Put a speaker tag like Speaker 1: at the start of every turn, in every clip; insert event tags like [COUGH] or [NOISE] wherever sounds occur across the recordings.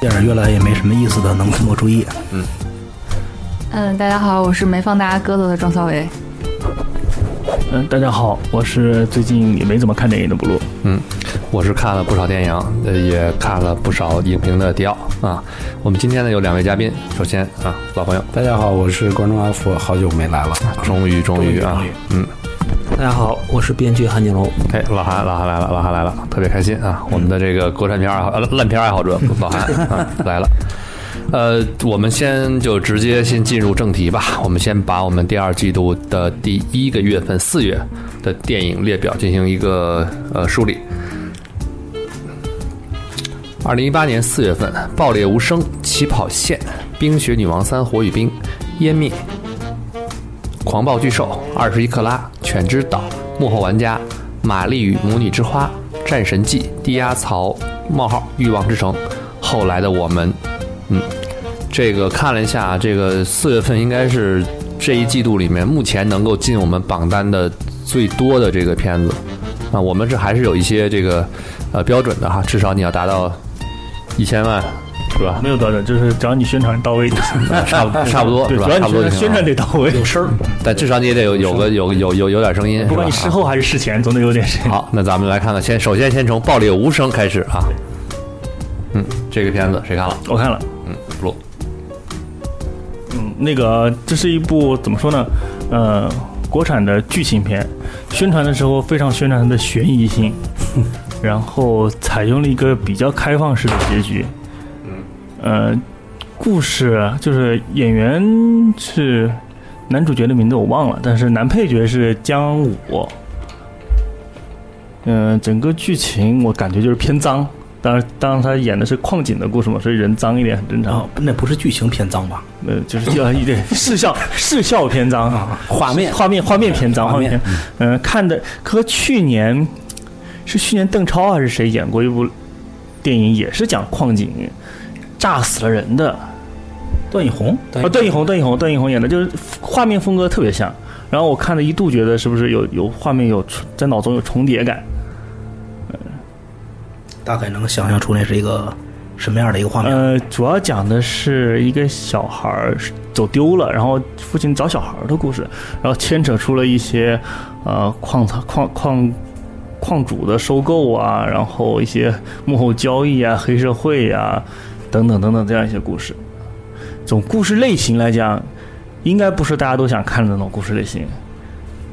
Speaker 1: 电影越来越没什么意思的，能多注意。
Speaker 2: 嗯，大家好，我是没放大家鸽子的庄小维。
Speaker 3: 嗯，大家好，我是最近也没怎么看电影的布鲁。
Speaker 4: 我是看了不少电影，呃，也看了不少影评的迪奥啊。我们今天呢有两位嘉宾，首先啊，老朋友，
Speaker 5: 大家好，我是观众阿福，好久没来了。
Speaker 4: 终于终于啊
Speaker 1: 终于，
Speaker 4: 嗯，
Speaker 6: 大家好，我是编剧韩景龙。
Speaker 4: 哎，老韩老韩来了，老韩来了，特别开心啊！我们的这个国产片爱好呃烂片爱好者老韩啊来了。呃，我们先就直接先进入正题吧。我们先把我们第二季度的第一个月份四月的电影列表进行一个呃梳理。二零一八年四月份，《爆裂无声》《起跑线》《冰雪女王三：火与冰》《湮灭》狂暴巨兽、二十一克拉、犬之岛、幕后玩家、玛丽与母女之花、战神记、低压槽、冒号、欲望之城、后来的我们，嗯，这个看了一下，这个四月份应该是这一季度里面目前能够进我们榜单的最多的这个片子。啊，我们是还是有一些这个呃标准的哈，至少你要达到一千万，是吧？
Speaker 3: 没有标准，就是只要你宣传到位就行。
Speaker 4: [LAUGHS] 差不差不多
Speaker 3: 对，
Speaker 4: 是吧？
Speaker 3: 主要
Speaker 4: 差
Speaker 3: 你
Speaker 4: 不多
Speaker 3: 宣传
Speaker 4: 就行
Speaker 3: 宣
Speaker 4: 了
Speaker 3: 传得到位，有声
Speaker 4: 但至少你也得有有个有有有有点声音，
Speaker 3: 不管
Speaker 4: 是
Speaker 3: 你
Speaker 4: 吧
Speaker 3: 事
Speaker 4: 啊
Speaker 3: 后还是事前，总得有点声音。
Speaker 4: [LAUGHS] 好，那咱们来看看，先首先先从《爆裂无声》开始啊。嗯，这个片子谁看了？
Speaker 3: 我看了，
Speaker 4: 嗯，不录。
Speaker 3: 嗯，那个这是一部怎么说呢？呃，国产的剧情片，宣传的时候非常宣传它的悬疑性，然后采用了一个比较开放式的结局。嗯，呃，故事啊就是演员是男主角的名字我忘了，但是男配角是姜武。嗯、整个剧情我感觉就是偏脏，当然，当然他演的是矿井的故事嘛，所以人脏一点很正
Speaker 1: 然
Speaker 3: 常
Speaker 1: 后。那不是剧情偏脏吧？
Speaker 3: 呃，就是叫一点视 [LAUGHS] 效视效篇章啊，
Speaker 5: 画面
Speaker 3: 画面画面篇章，
Speaker 5: 画
Speaker 3: 画
Speaker 5: 面
Speaker 3: 面篇，嗯、看的和去年是去年邓超还是谁演过一部电影，也是讲矿井炸死了人的，
Speaker 1: 段奕宏，
Speaker 5: 对
Speaker 3: 啊，段奕宏，段奕宏，段奕宏演的，就是画面风格特别像。然后我看了一度觉得是不是有有画面有重在脑中有重叠感，
Speaker 1: 大概能想象出那是一个什么样的一个画面？
Speaker 3: 呃，主要讲的是一个小孩儿走丢了，然后父亲找小孩儿的故事，然后牵扯出了一些呃矿藏矿矿矿主的收购啊，然后一些幕后交易啊、黑社会啊等等等等这样一些故事。从故事类型来讲，应该不是大家都想看的那种故事类型。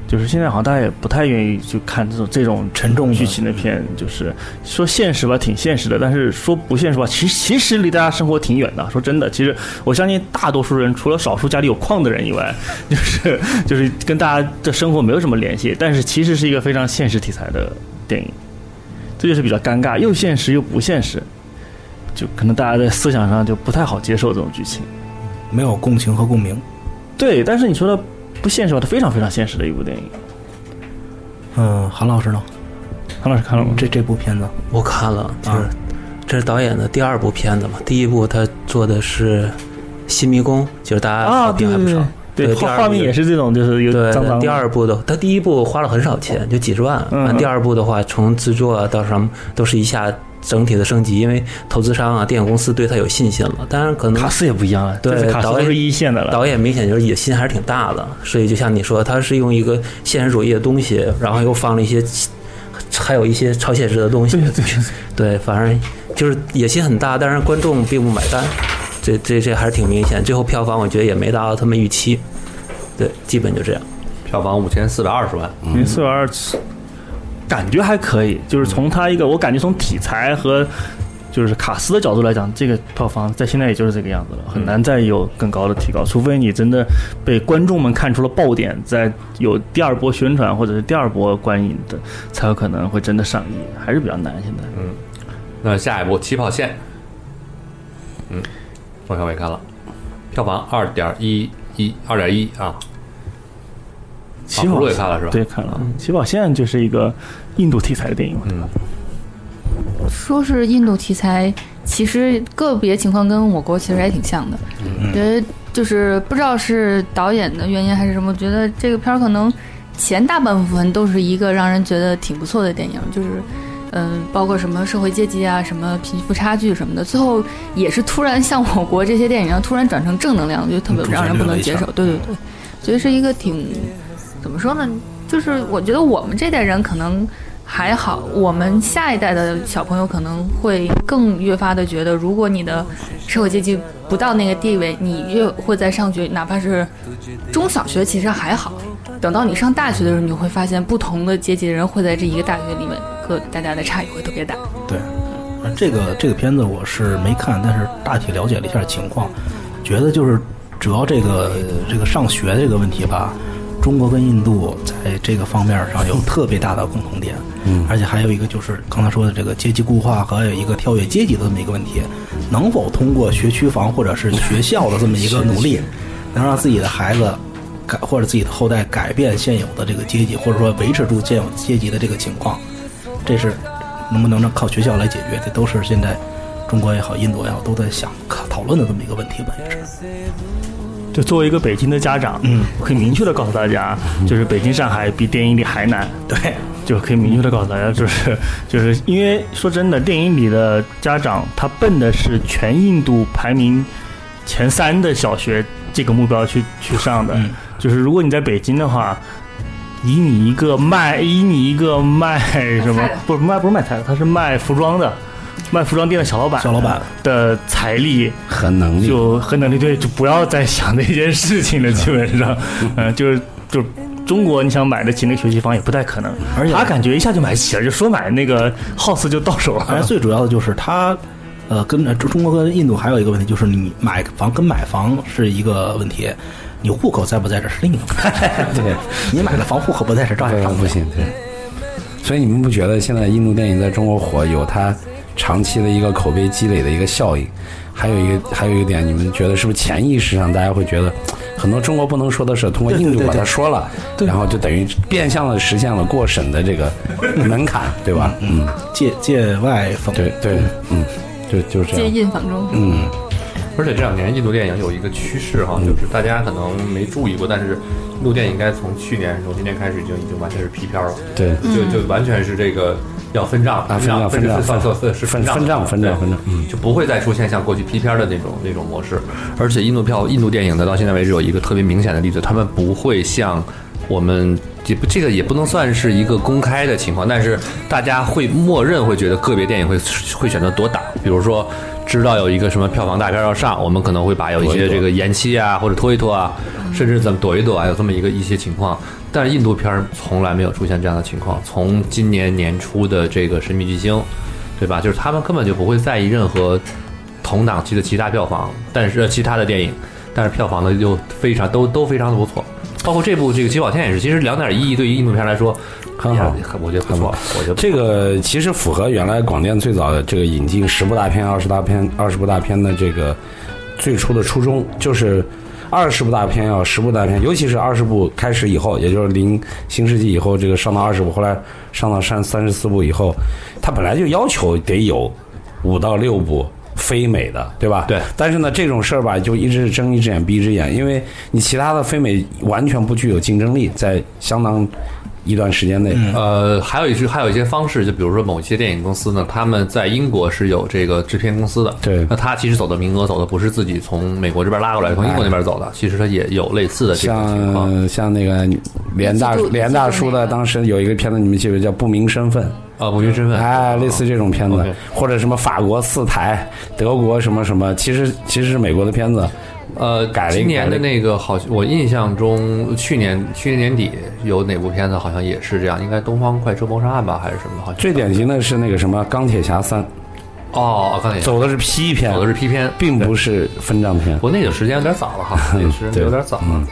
Speaker 3: 就是现在好像大家也不太愿意去看这种这种
Speaker 1: 沉重的
Speaker 3: 剧情的片，就是说现实吧，挺现实的；但是说不现实吧，其实其实离大家生活挺远的。说真的，其实我相信大多数人，除了少数家里有矿的人以外，就是 [LAUGHS] 就是跟大家的生活没有什么联系。但是其实是一个非常现实题材的电影，这就是比较尴尬，又现实又不现实，就可能大家在思想上就不太好接受这种剧情。
Speaker 1: 没有共情和共鸣。
Speaker 3: 对，但是你说的不现实吧，它非常非常现实的一部电影。
Speaker 1: 嗯，韩老师呢？
Speaker 3: 韩老师
Speaker 6: 嗯
Speaker 3: 看了吗？
Speaker 1: 这这部片子，
Speaker 6: 我看了，就是、
Speaker 1: 啊
Speaker 6: 这是导演的第二部片子嘛，第一部他做的是《新迷宫》，就是大
Speaker 3: 啊
Speaker 6: 家好评还不少。
Speaker 3: 对，
Speaker 6: 对第
Speaker 3: 画
Speaker 6: 二
Speaker 3: 画
Speaker 6: 部
Speaker 3: 面
Speaker 6: 就
Speaker 3: 也是这种，就是有
Speaker 6: 对
Speaker 3: 脏脏的。
Speaker 6: 第二部的他第一部花了很少钱，就几十万。
Speaker 3: 嗯
Speaker 6: 完第二部的话，从制作啊到什么都是一下整体的升级，因为投资商啊、电影公司对他有信心了。当然，可能
Speaker 3: 卡斯也不一样
Speaker 1: 啊
Speaker 3: 了，
Speaker 6: 对
Speaker 3: 这次卡斯
Speaker 6: 导
Speaker 3: 都
Speaker 6: 演
Speaker 3: 是一线的了。
Speaker 6: 导演明显就是野心还是挺大的，所以就像你说，他是用一个现实主义的东西，然后又放了一些，还有一些超现实的东西，对反正就是野心很大，但是观众并不买单，这这这还是挺明显。最后票房我觉得也没达到他们预期，对，基本就这样。
Speaker 4: 票房五千四百二十万，
Speaker 3: 零四二二，感觉还可以，就是从他一个，我感觉从题材和就是卡斯的角度来讲，这个票房在现在也就是这个样子了，很难再有更高的提高，除非你真的被观众们看出了爆点，再有第二波宣传或者是第二波观影的，才有可能会真的上映，还嗯是比较难现在。
Speaker 4: 那下一步《起跑线》，嗯，冯小伟看了，票房二点一一二点一啊，
Speaker 3: 起
Speaker 4: 葫
Speaker 3: 跑
Speaker 4: 芦也看了是吧
Speaker 3: 对，看了《起跑线》就是一个印度题材的电影嘛，
Speaker 4: 嗯，
Speaker 7: 说是印度题材，其实个别情况跟我国其实还挺像的。觉得就是不知道是导演的原因还是什么，觉得这个片儿可能前大半部分都是一个让人觉得挺不错的电影，就是嗯、包括什么社会阶级啊、什么贫富差距什么的，最后也是突然像我国这些电影一样，突然转成正能量，就特别
Speaker 8: 嗯
Speaker 7: 让人不能接受。对对对，觉得是一个挺怎么说呢？就是我觉得我们这代人可能还好，我们下一代的小朋友可能会更越发的觉得，如果你的社会阶级不到那个地位，你越会在上学，哪怕是中小学其实还好，等到你上大学的时候，你就会发现不同的阶级的人会在这一个大学里面，各大家的差异会特别大。
Speaker 8: 对，呃这个这个片子我是没看，但是大体了解了一下情况，觉得就是主要这个这个上学这个问题吧，中国跟印度在这个方面上有特别大的共同点，嗯，而且还有一个就是刚才说的这个阶级固化和有一个跳跃阶级的这么一个问题，能否通过学区房或者是学校的这么一个努力，能让自己的孩子。改或者自己的后代改变现有的这个阶级，或者说维持住现有阶级的这个情况，这是能不能让靠学校来解决，这都是现在中国也好，印度也好，都在想讨论的这么一个问题吧，也是。
Speaker 3: 就作为一个北京的家长，
Speaker 8: 嗯，
Speaker 3: 我可以明确的告诉大家，就是北京、上海比电影里还难，
Speaker 8: 对，
Speaker 3: [LAUGHS] 就可以明确的告诉大家，就是就是因为说真的，电影里的家长他奔的是全印度排名前三的小学这个目标去去上的，
Speaker 8: 嗯
Speaker 3: 就是如果你在北京的话。以你一个卖，以你一个卖什么
Speaker 7: 卖菜的？
Speaker 3: 不是卖，不是卖菜的，他是卖服装的，卖服装店的小老板，
Speaker 8: 小老板
Speaker 3: 的财力，
Speaker 1: 和能力，
Speaker 3: 就很能力对，就不要再想那件事情了，基本 [LAUGHS] 上，嗯，就是就。中国你想买得起那个学区房也不太可能，
Speaker 8: 而且
Speaker 3: 他感觉一下就买起了，就说买那个 house 就到手
Speaker 8: 而
Speaker 3: 了
Speaker 8: 且。最主要的就是它，呃，跟呃中中国跟印度还有一个问题，就是你买房跟买房是一个问题，你户口在不在这是另一个问
Speaker 1: [LAUGHS]
Speaker 8: 题。对， [LAUGHS] 你买的房户口不在这，照
Speaker 1: 这
Speaker 8: 样
Speaker 1: 个
Speaker 8: 上
Speaker 1: 嗯不
Speaker 8: 行。
Speaker 1: 行，对。所以你们不觉得现在印度电影在中国火，有它长期的一个口碑积累的一个效应？还有一个，还有一个点，你们觉得是不是潜意识上大家会觉得，很多中国不能说的事，通过印度把它说了，然后就等于变相的实现了过审的这个门槛，对吧？嗯，
Speaker 8: 界界外风
Speaker 1: 对对，嗯，就就是这
Speaker 7: 接
Speaker 1: 样。
Speaker 7: 印房中，
Speaker 1: 嗯，
Speaker 4: 而且这两年印度电影有一个趋势哈，就是大家可能没注意过，但是印度电影应该从去年从今年开始就已经完全是批片了，
Speaker 1: 对
Speaker 4: 就就完全是这个要分账
Speaker 1: 啊分账
Speaker 4: 分
Speaker 1: 分账
Speaker 4: 算错是
Speaker 1: 分
Speaker 4: 账
Speaker 1: 分账分账
Speaker 4: 对
Speaker 1: 分账嗯
Speaker 4: 就不会再出现像过去批片的那种那种模式。而且印度票印度电影的到现在为止有一个特别明显的例子，他们不会像我们。也不，这个也不能算是一个公开的情况，但是大家会默认会觉得个别电影会会选择躲档，比如说知道有一个什么票房大片要上，我们可能会把有一
Speaker 1: 躲一
Speaker 4: 些
Speaker 1: 躲
Speaker 4: 这个延期啊，或者拖一拖啊，甚至怎么躲一躲啊，有这么一个一些情况。但是印度片儿从来没有出现这样的情况，从今年年初的这个《神秘巨星》，对吧？就是他们根本就不会在意任何同档期的其他票房，但是呃其他的电影，但是票房呢就非常都都非常的不错。包括这部这个《起跑线》也是，其实两点一亿对于印度片来说
Speaker 1: 很好
Speaker 4: 也我觉得不错，我觉得不错
Speaker 1: 这个其实符合原来广电最早的这个引进十部大片、二十大片、二十部大片的这个最初的初衷，就是二十部大片要十部大片，尤其是二十部开始以后，也就是零新世纪以后，这个上到二十部，后来上到三三十四部以后，它本来就要求得有五到六部。非美的，对吧？
Speaker 4: 对
Speaker 1: 但是呢，这种事儿吧，就一直是睁一只眼闭一只眼，因为你其他的非美完全不具有竞争力，在相当一段时间内，
Speaker 4: 呃，还有一些还有一些方式，就比如说某一些电影公司呢，他们在英国是有这个制片公司的，
Speaker 1: 对
Speaker 4: 那他其实走的名额走的不是自己从美国这边拉过来，从英国那边走的，其实他也有类似的这种情况。
Speaker 1: 像呃像那个连大
Speaker 7: 嫉妒
Speaker 1: 连大叔
Speaker 7: 嫉妒那
Speaker 1: 的，
Speaker 7: 个
Speaker 1: 当时有一个片子，你们记不记得叫《不明身份》？
Speaker 4: 啊，不明身份，
Speaker 1: 哎，类似这种片子
Speaker 4: OK，
Speaker 1: 或者什么法国四台、德国什么什么，其实其实是美国的片子。
Speaker 4: 呃，
Speaker 1: 改了一
Speaker 4: 今年
Speaker 1: 改了
Speaker 4: 的
Speaker 1: 一
Speaker 4: 那个好，我印象中去年去年年底有哪部片子好像也是这样，应该《东方快车谋杀案》吧，还是什么？好像
Speaker 1: 最典型的是那个什么《钢铁侠三
Speaker 4: 哦，哦钢》，铁侠
Speaker 1: 走的是批片，
Speaker 4: 走的是批片，
Speaker 1: 并不是分账片。
Speaker 4: 国内的时间有点早了
Speaker 1: [LAUGHS]
Speaker 4: 哈，也是
Speaker 1: 对
Speaker 4: 有点早了
Speaker 1: 嗯。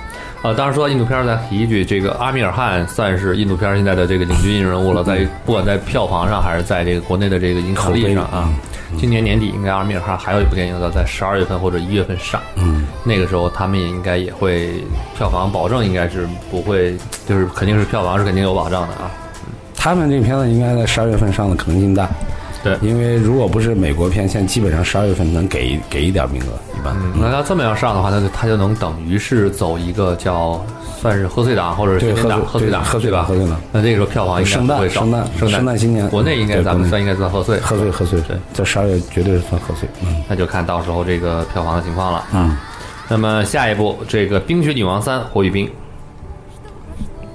Speaker 4: 呃，当然说到印度片儿，再提一句，这个阿米尔汗算是印度片儿现
Speaker 1: 嗯
Speaker 4: 在的这个领军人物了，在不管在票房上还是在这个国内的这个影响力上啊，
Speaker 1: 嗯
Speaker 4: 今年年底应该阿米尔汗还有一部电影要在十二月份或者一月份上，
Speaker 1: 嗯，
Speaker 4: 那个时候他们也应该也会票房保证应该是不会，就是肯定是票房是肯定有保障的啊。
Speaker 1: 他们这片子应该在十二月份上的可能性大，
Speaker 4: 对
Speaker 1: 因为如果不是美国片，现在基本上十二月份能给给一点名额，一般。
Speaker 4: 嗯，那要这么样上的话，那就他就能等于是走一个叫算是贺岁档或者是
Speaker 1: 对，
Speaker 4: 新
Speaker 1: 喝
Speaker 4: 年档、贺岁
Speaker 1: 对
Speaker 4: 档、
Speaker 1: 喝醉
Speaker 4: 对吧？
Speaker 1: 喝醉了。
Speaker 4: 那这个时候票房应该
Speaker 1: 圣
Speaker 4: 不
Speaker 1: 诞
Speaker 4: 会少。
Speaker 1: 圣诞
Speaker 4: 圣
Speaker 1: 圣诞新年
Speaker 4: 国内应该
Speaker 1: 对
Speaker 4: 咱们
Speaker 1: 国内
Speaker 4: 算应该算贺岁，
Speaker 1: 喝醉，喝醉，
Speaker 4: 对，
Speaker 1: 在十二月绝对是算喝醉。嗯
Speaker 4: 那就看到时候这个票房的情况了。
Speaker 1: 嗯，
Speaker 4: 那么下一步，这个《冰雪女王三：火与冰》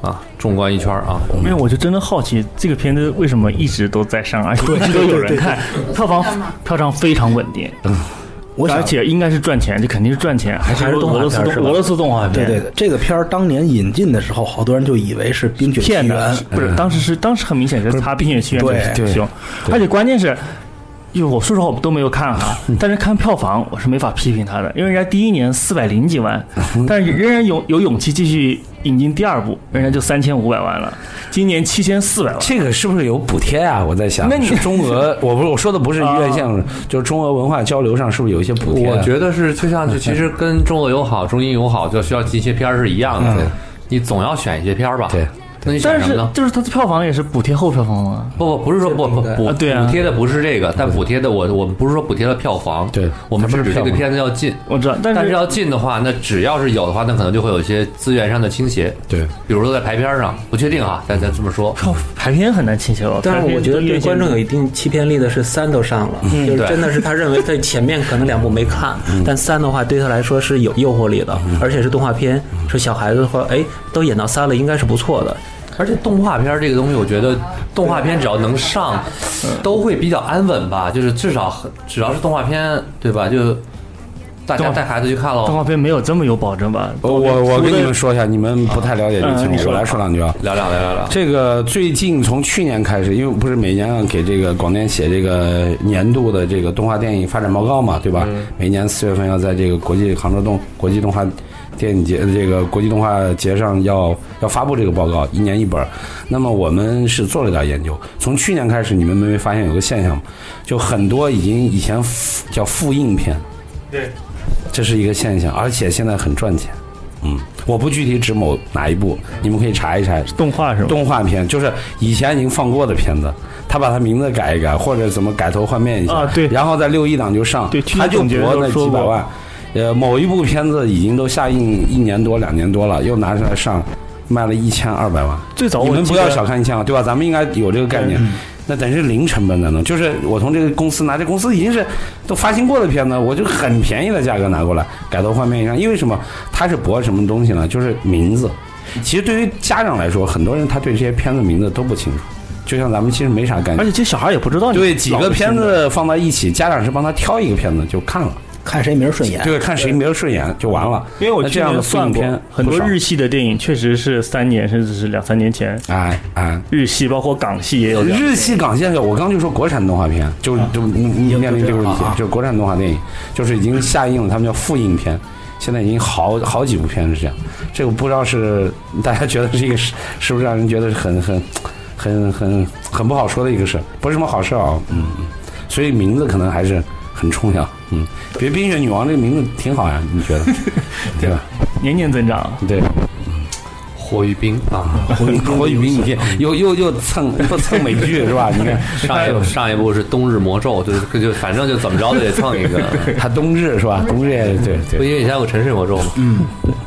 Speaker 4: 啊，纵观一圈儿啊，
Speaker 1: 嗯
Speaker 3: 因为我就真的好奇这个片子为什么一直都在上，而啊且一直都有人看，票房票房非常稳定，
Speaker 8: 我想
Speaker 3: 而且应该是赚钱，这肯定是赚钱，嗯还
Speaker 6: 还是
Speaker 3: 俄
Speaker 6: 动画
Speaker 3: 罗斯
Speaker 6: 片是吧
Speaker 3: 动俄罗斯动画
Speaker 8: 对
Speaker 3: 片，
Speaker 8: 对，对，这个片儿当年引进的时候，好多人就以为是《冰雪奇
Speaker 3: 骗
Speaker 8: 缘
Speaker 3: 的》，，不是，当时是当时很明显是他《冰雪奇缘》
Speaker 8: 对
Speaker 3: 这个
Speaker 1: 对
Speaker 3: 凶，而且关键是。因为我说实话，我都没有看哈，但是看票房我是没法批评他的，因为人家第一年四百零几万，但是仍然有有勇气继续引进第二部，人家就三千五百万了，今年七千四百万，
Speaker 1: 这个是不是有补贴啊？我在想，
Speaker 3: 那你
Speaker 1: 是中俄，我不是我说的不是院线，就是中俄文化交流上是不是有一些补贴啊？
Speaker 4: 我觉得是推上去，其实跟中俄友好、中英友好就需要进一些片儿是一样的，你总要选一些片儿吧。
Speaker 1: 嗯对，
Speaker 4: 那你选
Speaker 3: 但
Speaker 4: 什么
Speaker 3: 是
Speaker 4: 呢？
Speaker 3: 就是它的票房也是补贴后票房吗？
Speaker 4: 不不不是说不不补
Speaker 3: 啊对啊
Speaker 4: 补贴的不是这个，但补贴的我我们不是说补贴了票房，
Speaker 1: 对
Speaker 4: 我们
Speaker 1: 它
Speaker 4: 是
Speaker 1: 不是
Speaker 4: 指这
Speaker 1: 票
Speaker 4: 个
Speaker 1: 房
Speaker 4: 片子要进，
Speaker 3: 我知道，但
Speaker 4: 但
Speaker 3: 是
Speaker 4: 是要进的话，那只要是有的话，那可能就会有一些资源上的倾斜，
Speaker 1: 对，
Speaker 4: 比如说在排片上，不确定哈，但咱这么说，
Speaker 3: 票排片很难清晰哦。
Speaker 6: 但
Speaker 3: 排
Speaker 6: 是
Speaker 3: 片
Speaker 6: 我觉
Speaker 3: 都
Speaker 6: 得对
Speaker 3: 院线
Speaker 6: 观众有一定欺骗力的是三都上了，就是
Speaker 4: 对
Speaker 6: 真的是他认为他前面可能两部没看，但三的话对他来说是有诱惑力的，而且是动画片，是小孩子的话，哎，都演到三了，应该是不错的。
Speaker 4: 而且动画片这个东西，我觉得动画片只要能上，都会比较安稳吧，就是至少很只要是动画片，对吧？就大
Speaker 3: 动
Speaker 4: 家
Speaker 3: 画
Speaker 4: 带孩子去看
Speaker 3: 动
Speaker 4: 喽，
Speaker 3: 画片没有这么有保证吧？
Speaker 1: 哦我我我跟你们说一下，你们不太了解这个情
Speaker 3: 嗯你
Speaker 1: 况，
Speaker 3: 说
Speaker 1: 我来说两句啊。
Speaker 4: 聊聊聊聊聊，
Speaker 1: 这个最近从去年开始，因为不是每年要给这个广电写这个年度的这个动画电影发展报告嘛，对吧？每年四月份要在这个国际杭州动国际动画电影节这个国际动画节上要要发布这个报告，一年一本儿。那么我们是做了点研究，从去年开始，你们没发现有个现象吗？就很多已经以前复叫复印片，对，这是一个现象，而且现在很赚钱。嗯，我不具体指某哪一部，你们可以查一查，
Speaker 3: 动画是吗？
Speaker 1: 动画片，就是以前已经放过的片子，他把他名字改一改，或者怎么改头换面一下
Speaker 3: 啊对
Speaker 1: 然后在六一档就上，
Speaker 3: 对去
Speaker 1: 他
Speaker 3: 年
Speaker 1: 就
Speaker 3: 总结
Speaker 1: 博
Speaker 3: 的
Speaker 1: 那
Speaker 3: 时候
Speaker 1: 几
Speaker 3: 说
Speaker 1: 百
Speaker 3: 过
Speaker 1: 万。呃，某一部片子已经都下映一年多、两年多了，又拿出来上，卖了一千二百万。
Speaker 3: 最早
Speaker 1: 你
Speaker 3: 我
Speaker 1: 们
Speaker 3: 记
Speaker 1: 不
Speaker 3: 得
Speaker 1: 要小看一千万，对吧？咱们应该有这个概念。那等于是零成本的呢，就是我从这个公司拿，这公司已经是都发行过的片子，我就很便宜的价格拿过来改头换面一下。因为什么？它是博什么东西呢？就是名字。其实对于家长来说，很多人他对这些片子名字都不清楚，就像咱们其实没啥概
Speaker 3: 而
Speaker 1: 念。
Speaker 3: 且这小孩也不知道你
Speaker 1: 对几
Speaker 3: 老
Speaker 1: 个
Speaker 3: 的
Speaker 1: 片
Speaker 3: 新的
Speaker 1: 子放到一起，家长是帮他挑一个片子就看了，
Speaker 8: 看谁名顺眼。
Speaker 1: 对，看谁没顺眼就完了。
Speaker 3: 因为我
Speaker 1: 那
Speaker 3: 去
Speaker 1: 这样
Speaker 3: 年
Speaker 1: 的
Speaker 3: 算
Speaker 1: 算
Speaker 3: 过
Speaker 1: 片
Speaker 3: 很
Speaker 1: 不
Speaker 3: 多
Speaker 1: 少
Speaker 3: 日系的电影，确实是三年甚至是两三年前，
Speaker 1: 哎哎，
Speaker 3: 日系包括港系也有这样。
Speaker 1: 日系港现在，我刚就说国产动画片，就就面临这个问题
Speaker 8: 啊，
Speaker 1: 就是国产动画电影，就是已经下映了，他们叫复映片，现在已经好好几部片是这样。这个不知道是大家觉得这个是是不是让人觉得很很很很很不好说的一个事，不是什么好事啊，嗯，所以名字可能还是很重要，嗯，比如《冰雪女王》这个名字挺好呀，你觉得对吧？
Speaker 4: 嗯
Speaker 3: 年年增长，
Speaker 1: 对。
Speaker 4: 火与冰
Speaker 3: [LAUGHS]
Speaker 4: 啊，
Speaker 1: 火与冰，你看又又又蹭又蹭美剧是吧？你看
Speaker 4: [LAUGHS] 上一部上一部是冬日魔咒，就是就反正就怎么着都得蹭一
Speaker 1: [LAUGHS]
Speaker 4: 个，
Speaker 1: 他冬至是吧？冬至也对对
Speaker 4: 不。因为以前有沉睡魔咒嘛，嗯，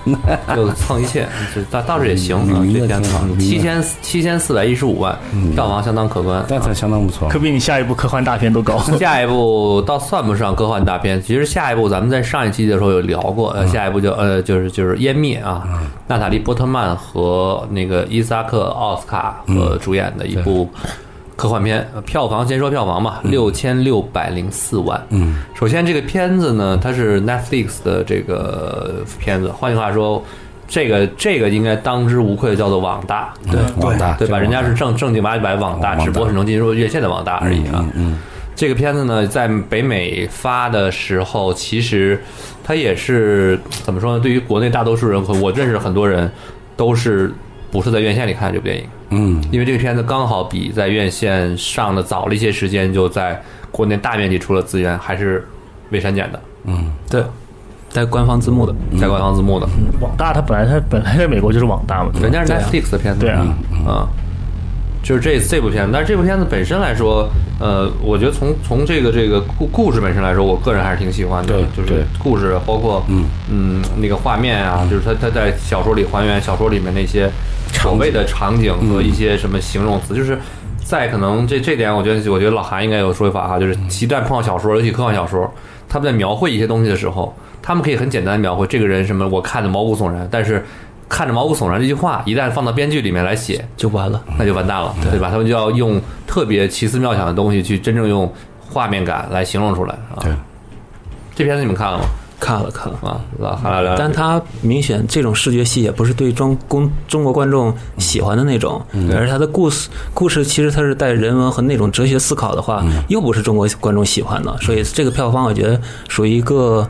Speaker 4: [LAUGHS] 就蹭一切，这倒倒是也行啊
Speaker 1: 嗯，
Speaker 4: 这片子
Speaker 1: 嗯
Speaker 4: 七千七千四百一十五万，票房相当可观。
Speaker 1: 但它相当不错
Speaker 3: 可。比你下一部科幻大片都高。
Speaker 4: 下一步倒算不上科幻大片，其实下一步咱们在上一期的时候有聊过，
Speaker 1: 嗯
Speaker 4: 呃，下一步就呃就是就是《湮灭》啊，娜塔莉波特曼和那个伊萨克奥斯卡
Speaker 1: 嗯
Speaker 4: 呃主演的一部科幻片，呃票房先说票房吧，六千六百零四万。
Speaker 1: 嗯，
Speaker 4: 首先这个片子呢，它是 Netflix 的这个片子，换句话说。这个这个应该当之无愧的叫做网大，对
Speaker 1: 网大
Speaker 4: 对
Speaker 1: 这
Speaker 4: 吧？
Speaker 1: 个
Speaker 4: 人家是正正经八百网大，
Speaker 1: 网大
Speaker 4: 只不过是能进入院线的网大而已啊。
Speaker 1: 嗯，
Speaker 4: 这个片子呢，在北美发的时候，其实它也是怎么说呢？对于国内大多数人，我认识很多人都是不是在院线里看这部电影，
Speaker 1: 嗯，
Speaker 4: 因为这个片子刚好比在院线上的早了一些时间，就在国内大面积出了资源，还是未删减的，
Speaker 6: 对，带官方字幕的，嗯
Speaker 4: 在官方字幕的，
Speaker 3: 网大它本来它本来在美国就是网大嘛，对吧
Speaker 4: 人家是
Speaker 6: 对啊
Speaker 4: Netflix 的片子，
Speaker 3: 对啊，
Speaker 4: 啊，就是这这部片子，但是这部片子本身来说，呃，我觉得从从这个这个故故事本身来说，我个人还是挺喜欢的，
Speaker 1: 对
Speaker 4: 就是
Speaker 1: 对
Speaker 4: 故事包括
Speaker 1: 嗯
Speaker 4: 嗯那个画面啊，就是他他在小说里还原小说里面那些所谓的场景嗯和一些什么形容词，就是。在可能这这点，我觉得我觉得老韩应该有说法哈，就是一旦碰到小说，尤其科幻小说，他们在描绘一些东西的时候，他们可以很简单的描绘这个人什么，我看着毛骨悚然，但是看着毛骨悚然这句话，一旦放到编剧里面来写，
Speaker 6: 就完了。
Speaker 4: 那就完蛋了，嗯对吧？他们就要用特别奇思妙想的东西去真正用画面感来形容出来啊。
Speaker 1: 对，
Speaker 4: 这片子你们看了吗？
Speaker 6: 看了看了，
Speaker 4: 啊，来来来，
Speaker 6: 但它明显这种视觉系也不是对中公中国观众喜欢的那种，而它的故事故事其实它是带人文和那种哲学思考的话，又不是中国观众喜欢的，所以这个票房我觉得属于一个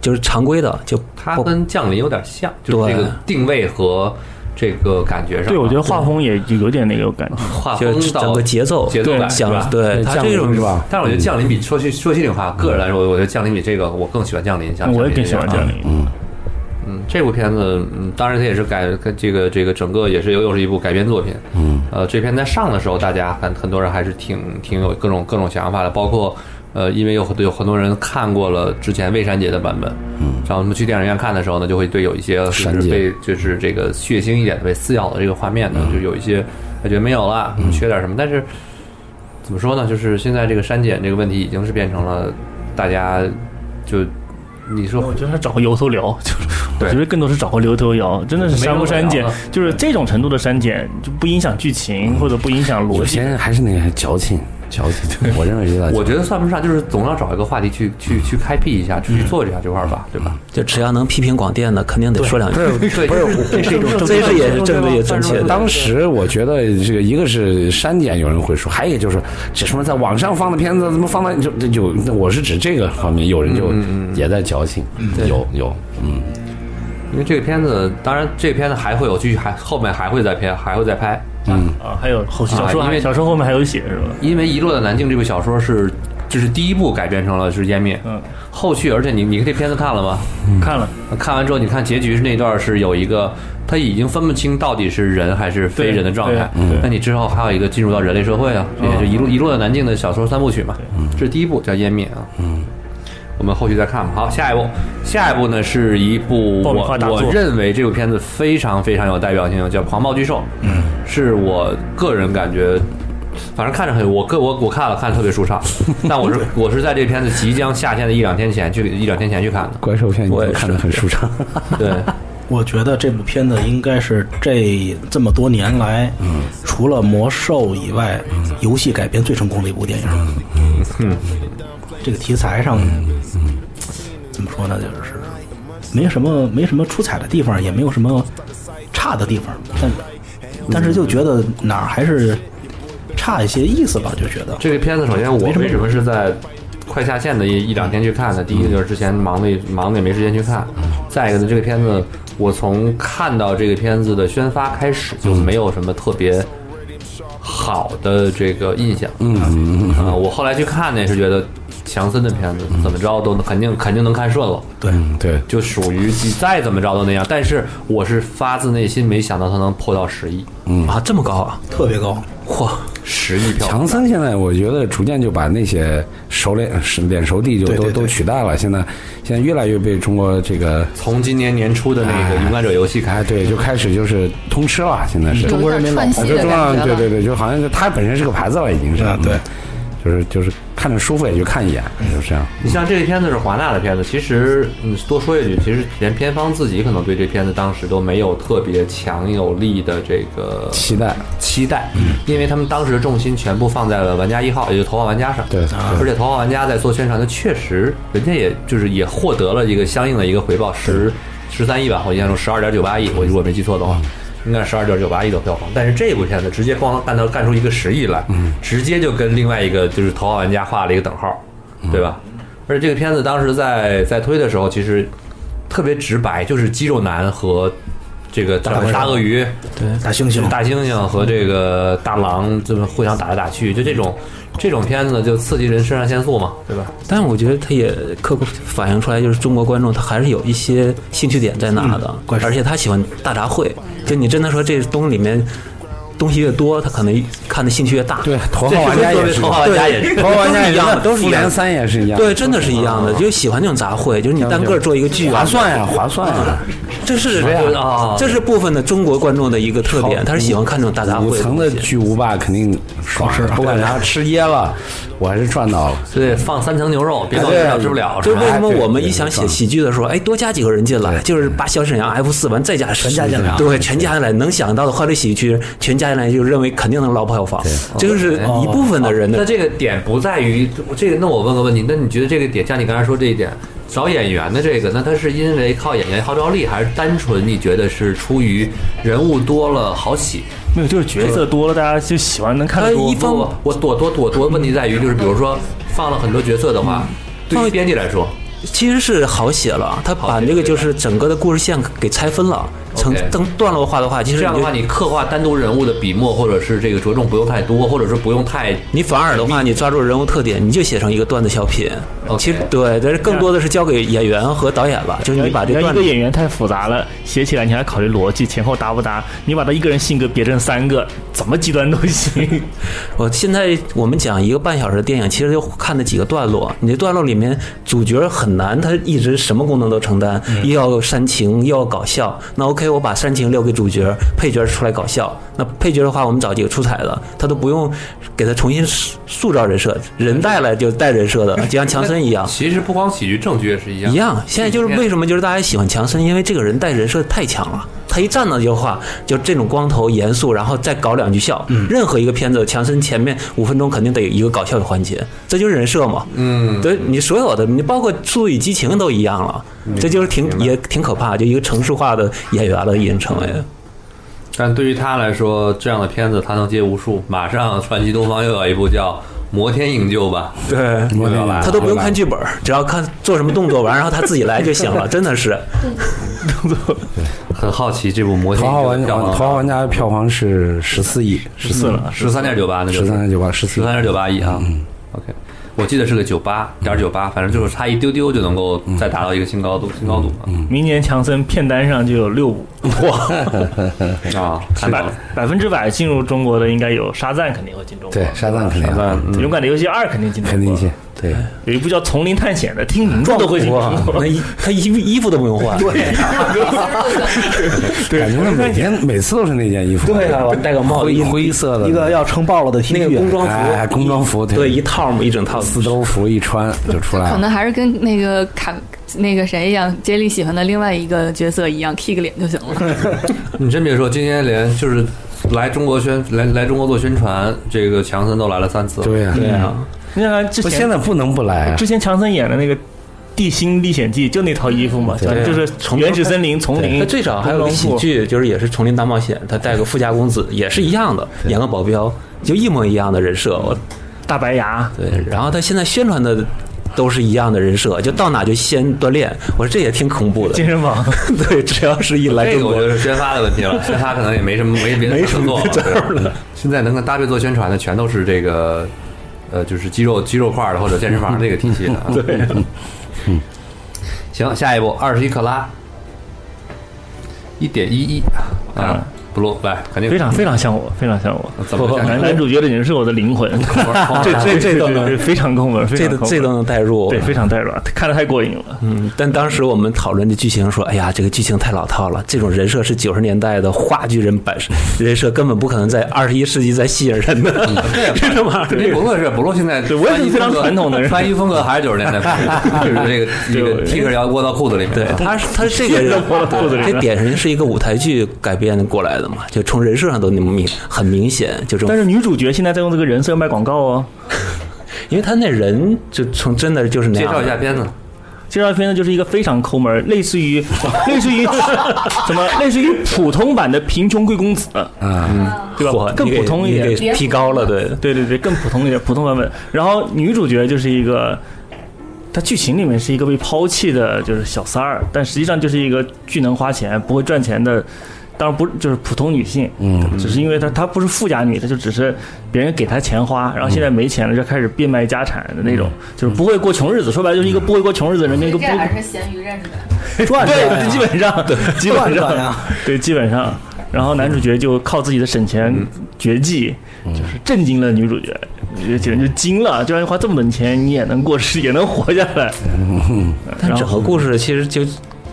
Speaker 6: 就是常规的，就
Speaker 4: 它跟《降临》有点像，就是
Speaker 6: 对
Speaker 4: 这个定位和这个感觉上啊。
Speaker 3: 对，我觉得画风也有点那个感觉。
Speaker 4: 画
Speaker 6: 就
Speaker 4: 风
Speaker 6: 是
Speaker 4: 到
Speaker 6: 整个节奏
Speaker 4: 节奏感是
Speaker 6: 讲
Speaker 4: 吧？
Speaker 6: 对
Speaker 4: 它
Speaker 1: 降
Speaker 4: 这
Speaker 1: 临
Speaker 4: 种
Speaker 1: 是吧
Speaker 4: 啊但是我
Speaker 3: 嗯
Speaker 4: 觉得《降临》比说句说心里话，个人来说，我觉得《降临》比这个我更喜欢《降临》，像
Speaker 3: 我也更
Speaker 4: 这
Speaker 3: 喜欢
Speaker 4: 样啊
Speaker 3: 这样的一个。
Speaker 4: 嗯，这部片子，嗯，当然它也是改跟这个这个整个也是又又是一部改编作品，嗯，呃，这片在上的时候，大家很很多人还是挺挺有各种各种想法的，包括呃，因为有很多有很多人看过了之前未删节的版本，嗯，然后他们去电影院看的时候呢，就会对有一些就是
Speaker 1: 删节
Speaker 4: 被就是这个血腥一点的被撕咬的这个画面呢，就有一些他觉得没有了，嗯缺点什么，但是怎么说呢？就是现在这个删减这个问题已经是变成了大家就你说
Speaker 3: 我觉得他找个由头聊， [LAUGHS] 就是我
Speaker 4: 对
Speaker 3: 觉得更多是找个由头聊，真的是删不删减
Speaker 4: 没有聊，啊
Speaker 3: 就是这种程度的删减就不影响剧情或者不影响逻
Speaker 1: 有
Speaker 3: 辑
Speaker 1: 些。人还是那个矫情，矫情。我认为是在矫情
Speaker 4: 我觉得算不上，就是总要找一个话题去去去开辟一下，去做一下这块儿吧，对吧？
Speaker 6: 就只要能批评广电的，肯定得说两句。
Speaker 4: 对，这是一种政
Speaker 6: [LAUGHS] 这是也是政治也
Speaker 4: 正
Speaker 6: 正
Speaker 4: 确
Speaker 6: 确
Speaker 4: 的
Speaker 6: 的。
Speaker 1: 当时我觉得这个一个是删减，有人会说，还有一个就是这什么在网上放的片子，怎么放到就就有，那我是指这个方面，有人就
Speaker 4: 嗯
Speaker 1: 也在矫情，有有，嗯，
Speaker 4: 因为这个片子，当然这个片子还会有继续，还后面还会再拍，还会再拍。
Speaker 3: 啊，还有后续小说
Speaker 4: 啊
Speaker 3: 还，
Speaker 4: 因为
Speaker 3: 小说后面还有写是吧？
Speaker 4: 因为《一落在南京》这部小说是，就是第一部改编成了是湮灭，
Speaker 3: 嗯，
Speaker 4: 后续，而且你你这片子看了吗？
Speaker 3: 看了，
Speaker 4: 看完之后，你看结局是那段是有一个，他已经分不清到底是人还是非人的状态
Speaker 3: 对对。嗯
Speaker 4: 那你之后还有一个进入到人类社会啊，这也是一路一路的南进的小说三部曲嘛，这是第一部叫《湮灭》啊。嗯，我们后续再看吧。好，下一部，下一部呢是一部
Speaker 3: 爆米
Speaker 4: 我
Speaker 3: 花大作
Speaker 4: 我认为这部片子非常非常有代表性，叫《狂暴巨兽》。嗯，是我个人感觉。反正看着很，我个我我看了看着特别
Speaker 3: [LAUGHS]
Speaker 4: 舒畅，但我是我是在这片子即将下线的一两天前去一两天前去看的，
Speaker 1: 怪兽片你
Speaker 6: 我也
Speaker 1: 都
Speaker 6: 是
Speaker 1: 看得很舒畅，
Speaker 4: 对，
Speaker 8: 我觉得这部片子应该是这这么多年来，除了《魔兽》以外，游戏改编最成功的一部电影。这个题材上怎么说呢？就是没什么没什么出彩的地方，也没有什么差的地方，但但是就觉得哪儿还是差一些意思吧，就觉得
Speaker 4: 这个片子，首先我为什么是在快下线的一一两天去看的？第一个就是之前忙的忙的也没时间去看，再一个呢，这个片子我从看到这个片子的宣发开始就没有什么特别好的这个印象。嗯嗯啊、我后来去看呢，也是觉得强森的片子怎么着都能肯定肯定能看顺了。
Speaker 8: 对。
Speaker 1: [LAUGHS] 嗯，对，
Speaker 4: 就属于你再怎么着都那样，但是我是发自内心没想到他能破到十亿，
Speaker 6: 啊，这么高啊！
Speaker 8: 特别高，
Speaker 6: 嚯，
Speaker 4: 十亿票
Speaker 1: 强森现在我觉得逐渐就把那些熟脸脸熟地就
Speaker 8: 对
Speaker 1: 都
Speaker 8: 对对
Speaker 1: 都取代了，现在现在越来越被中国这个。
Speaker 4: 从今年年初的那个《勇敢者游戏》开
Speaker 1: 哎，
Speaker 4: 始，
Speaker 1: 对，就开始就是通吃了，现在
Speaker 7: 有
Speaker 1: 是
Speaker 7: 一点串
Speaker 1: 我
Speaker 7: 戏
Speaker 1: 觉
Speaker 7: 的
Speaker 1: 得中央
Speaker 7: 感觉
Speaker 1: 对
Speaker 7: 了。
Speaker 1: 对对，就好像是它本身是个牌子了，已经是
Speaker 8: 啊对，
Speaker 1: 嗯就是就是看着舒服也就看一眼，就这样。
Speaker 4: 你像这个片子是华纳的片子，其实嗯多说一句，其实连片方自己可能对这片子当时都没有特别强有力的这个
Speaker 1: 期待，
Speaker 4: 期待，因为他们当时的重心全部放在了玩家一号，也就是头号玩家上。
Speaker 1: 对
Speaker 4: 而且头号玩家在做宣传，他确实人家也就是也获得了一个相应的一个回报，十十三亿吧，我印象中十二点九八亿，我如果没记错的话。应该是十二点九八亿的票房，但是这部片子直接光干到干出一个十亿来，直接就跟另外一个就是《头号玩家》画了一个等号，对吧？而且这个片子当时在在推的时候，其实特别直白，就是肌肉男和这个大大鳄鱼、
Speaker 6: 对，
Speaker 9: 大猩猩，
Speaker 4: 大猩猩和这个大狼这么互相打来打去，就这种这种片子就刺激人肾上腺素嘛，对吧？
Speaker 6: 但是我觉得它也刻刻反映出来，就是中国观众他还是有一些兴趣点在那的，
Speaker 9: 怪事
Speaker 6: 而且他喜欢大杂烩。就你真的说这东西里面东西越多，他可能看的兴趣越大。
Speaker 1: 对，头号玩家也是，
Speaker 6: 头号玩家也是，
Speaker 1: 头号玩家也
Speaker 6: 一样的，
Speaker 1: 都是
Speaker 6: 复
Speaker 1: 一
Speaker 6: 联
Speaker 1: 联。三也是一样，
Speaker 6: 对，真的是一样的，就喜欢这种杂烩，就是你单个做一个剧啊
Speaker 1: 划，算呀，划算呀，
Speaker 6: 这是
Speaker 1: 呀
Speaker 6: 啊，这是部分的中国观众的一个特点，他是喜欢看这种大杂烩
Speaker 1: 五
Speaker 6: 东西。
Speaker 1: 层的巨无霸肯定爽，不管啥吃噎了，我还是赚到了。
Speaker 4: 所以放三层牛肉，别
Speaker 1: 哎
Speaker 4: 老
Speaker 1: 对
Speaker 4: 吃了吃不了，
Speaker 6: 就是
Speaker 4: 吧
Speaker 6: 是为？什么
Speaker 1: 对
Speaker 6: 我们
Speaker 1: 对
Speaker 6: 一想
Speaker 1: 对
Speaker 6: 写喜剧的时候，哎，多加几个人进来，就是把小沈阳 F 四完再加全
Speaker 9: 家进来
Speaker 6: 对，全加进来，能想到的话，这喜剧全加进来就认为肯定能捞票房，这就是一部分的人
Speaker 4: 哦那
Speaker 6: 的。
Speaker 4: 这个点不在于这个，那我问个问题，那你觉得这个点，像你刚才说这一点，找演员的这个，那他是因为靠演员号召力，还是单纯你觉得是出于人物多了好洗？
Speaker 3: 没有，就是角色多了，大家就喜欢能看
Speaker 6: 他
Speaker 3: 得多
Speaker 6: 一。方
Speaker 4: 我我多多多多问题在于，就是比如说放了很多角色的
Speaker 1: 嗯
Speaker 4: 话，对于编辑来说，
Speaker 6: 其实是好写了，他把这个就是整个的故事线给拆分了，成
Speaker 4: OK
Speaker 6: 成段落化的话，其实
Speaker 4: 这样的
Speaker 6: 就
Speaker 4: 话，你刻画单独人物的笔墨，或者是这个着重不用太多，或者是不用太
Speaker 6: 你反而的话，你抓住人物特点，你就写成一个段子小品。
Speaker 4: OK
Speaker 6: 其实对，但是更多的是交给演员和导演吧，就是你把这
Speaker 3: 要
Speaker 6: 段
Speaker 3: 一
Speaker 6: 子
Speaker 3: 个演员太复杂了，写起来你还考虑逻辑前后搭不搭，你把他一个人性格别成三个，怎么极端都
Speaker 6: [LAUGHS]
Speaker 3: 行。
Speaker 6: 我现在我们讲一个半小时的电影，其实就看那几个段落。你这段落里面，主角很难，他一直什么功能都承担，又要煽情，又要搞笑。那 OK，我把煽情留给主角，配角出来搞笑。那配角的话，我们找几个出彩的，他都不用给他重新塑塑造人设，人带来就带人设的，就像强森一样。
Speaker 4: 其实不光喜剧，正剧也是一样。
Speaker 6: 一样，现在就是为什么就是大家喜欢强森，因为这个人带人设太强了。他一站到就话，就这种光头严肃，然后再搞两句笑。任何一个片子，强森前面五分钟肯定得有一个搞笑的环节，这就是人设嘛。嗯，对你所有的，你包括《速度与激情》都一样了，这就是挺也挺可怕，就一个城市化的演员了，已经成为。哎
Speaker 4: 但对于他来说，这样的片子他能接无数。马上传奇东方又有一部叫《摩天营救》吧，
Speaker 6: 对，
Speaker 1: 我明哎白了
Speaker 6: 他都不用看剧本，只要看做什么动作完，然后他自己来就行了，真的是。
Speaker 4: 很好奇这部《摩天
Speaker 1: 头号
Speaker 4: 营救》
Speaker 1: 玩家，
Speaker 4: 的票
Speaker 1: 头
Speaker 4: 房
Speaker 1: 号玩家票房是十四亿，十四了，
Speaker 4: 十三点九八，那
Speaker 1: 十三点九八，十四嗯
Speaker 4: 十三点九八亿啊。OK，我记得是个九八点九八，反正就是差一丢丢就能够再达到一个新高度，新高度了
Speaker 1: 嗯
Speaker 3: 明年强森片单上就有六部，
Speaker 1: 嗯
Speaker 4: 啊，看到
Speaker 3: 百
Speaker 4: 了。
Speaker 3: 百分之百进入中国的应该有沙赞肯定会进中国，
Speaker 1: 对，沙赞肯定，啊
Speaker 3: 《勇敢的游戏二》肯定进中
Speaker 1: 肯定
Speaker 3: 国，
Speaker 1: 进，对，
Speaker 3: 有一部叫《丛林探险》的，听名字都会进
Speaker 6: 哇
Speaker 3: 中，国
Speaker 6: 那。衣他衣服衣服都不用换。对。
Speaker 1: 感觉每天每次都是那件衣服，
Speaker 6: 对啊，我戴个帽子，
Speaker 1: 灰
Speaker 6: 一
Speaker 1: 灰色的
Speaker 9: 一个要撑爆了的 T
Speaker 6: 那个工
Speaker 9: 恤，
Speaker 6: 装服，
Speaker 1: 哎工装服对
Speaker 6: 对，一套嘛，一整
Speaker 1: [LAUGHS]
Speaker 6: 套
Speaker 1: 四周服一穿就出来
Speaker 7: 可
Speaker 1: 了
Speaker 7: 能。还是跟那个卡那个谁一样，杰里喜欢的另外一个角色一样，K 个脸就行了。
Speaker 4: 你真别说，今天连就是来中国宣来来中国做宣传，这个强森都来了三次了。
Speaker 1: 对呀，
Speaker 6: 对啊，
Speaker 3: 你想想之
Speaker 1: 不，现
Speaker 3: 前
Speaker 1: 在不能不来啊
Speaker 3: 之！前强森演的那个《地心历险记》就那套衣服嘛，
Speaker 6: 对
Speaker 3: 就是从原始森林、丛林。
Speaker 6: 他最少还有个喜剧，就是也是《丛林大冒险》，他带个富家公子也是一样的，演个保镖，就一模一样的人设。我
Speaker 3: 大白牙，
Speaker 6: 对，然后他现在宣传的都是一样的人设，就到哪就先锻炼。我说这也挺恐怖
Speaker 3: 健
Speaker 6: 的，
Speaker 3: 身房，
Speaker 6: [LAUGHS] 对，只要是一来
Speaker 4: 这
Speaker 6: 中
Speaker 4: 个我
Speaker 6: 国
Speaker 4: 觉，得是宣发的问题了，宣发可能也没什么没别的没么做了。对现在能够搭配做宣传的，全都是这个，呃，就是肌肉肌肉块儿的或者健身房这个体系
Speaker 3: [LAUGHS]
Speaker 4: 的。对，嗯，行，下一步二十一克拉，一点一一啊
Speaker 3: 啊，
Speaker 4: 不录来，肯定
Speaker 3: 非常非
Speaker 4: [LAUGHS]
Speaker 3: 常像我，非常像我。[LAUGHS]
Speaker 4: 怎么
Speaker 3: 男男主角的人是我的灵魂，
Speaker 6: [LAUGHS]
Speaker 3: [LAUGHS]
Speaker 6: 这这这都
Speaker 3: 对
Speaker 6: 能，
Speaker 3: 非常空门，非
Speaker 6: 这
Speaker 3: 常
Speaker 6: 都
Speaker 3: 空门
Speaker 6: 这都能带入。
Speaker 3: 对非常带入，看的太过瘾了。
Speaker 6: 嗯，但当时我们讨论这剧情说，哎呀，这个剧情太老套了，这种人设是九十年代的话剧人版人设，根本不可能在二十一世纪再吸引人的。这他妈
Speaker 4: 那不论是不论现在
Speaker 3: 对我也
Speaker 4: 穿衣
Speaker 3: 是非常
Speaker 4: 风格
Speaker 3: 传统的人
Speaker 4: 穿衣风格还是九十年代风格， [LAUGHS] 就是
Speaker 3: [LAUGHS]
Speaker 4: 这个一个 T 恤要窝到裤子里面。啊
Speaker 6: 对，他是他是这个
Speaker 3: 这
Speaker 6: 人
Speaker 3: 都摸到肚子里了
Speaker 6: 这点上是一个舞台剧改编过来的嘛，就从人设上都那么明很明显，就这
Speaker 3: 但
Speaker 6: 种，
Speaker 3: 是女主角现在在用这个人设卖广告哦。
Speaker 6: 因为他那人就从真的就是那
Speaker 4: 介
Speaker 6: 样
Speaker 4: 绍一下
Speaker 6: 的。
Speaker 4: 片子，
Speaker 3: 介绍片呢，就是一个非常抠门儿，类似于 [LAUGHS] 类似于什么，类似于普通版的《贫穷贵公子》，
Speaker 1: 啊，
Speaker 3: 对
Speaker 6: 嚯
Speaker 3: 吧？更
Speaker 6: 你给
Speaker 3: 普通一
Speaker 6: 你
Speaker 3: 点，
Speaker 6: 给提高了，对，
Speaker 3: 对对对，更普通一点，普通版本。然后女主角就是一个，她剧情里面是一个被抛弃的，就是小三儿，但实际上就是一个巨能花钱、不会赚钱的当然不是就是普通女性，
Speaker 10: 嗯，
Speaker 3: 只是因为她她不是富家女，她就只是别人给她钱花，然后现在没钱了就开始变卖家产的那种，就是不会过穷日子。说白了就是一个不会过穷日子的人跟一个不
Speaker 7: 还是咸鱼认识的。
Speaker 3: [LAUGHS]
Speaker 8: 转转
Speaker 3: 对，基
Speaker 8: 呀，
Speaker 3: 本上，基
Speaker 8: 转
Speaker 3: 本
Speaker 8: 转
Speaker 3: 上，
Speaker 8: 呀，
Speaker 3: 对，基本上。然后男主角就靠自己的省钱绝技，就是震惊了女主角，女主角简直就惊了，居然花这么多钱你也能过世，也能活下来。
Speaker 6: 但
Speaker 3: 然
Speaker 6: 整
Speaker 3: 后
Speaker 6: 个故事其实就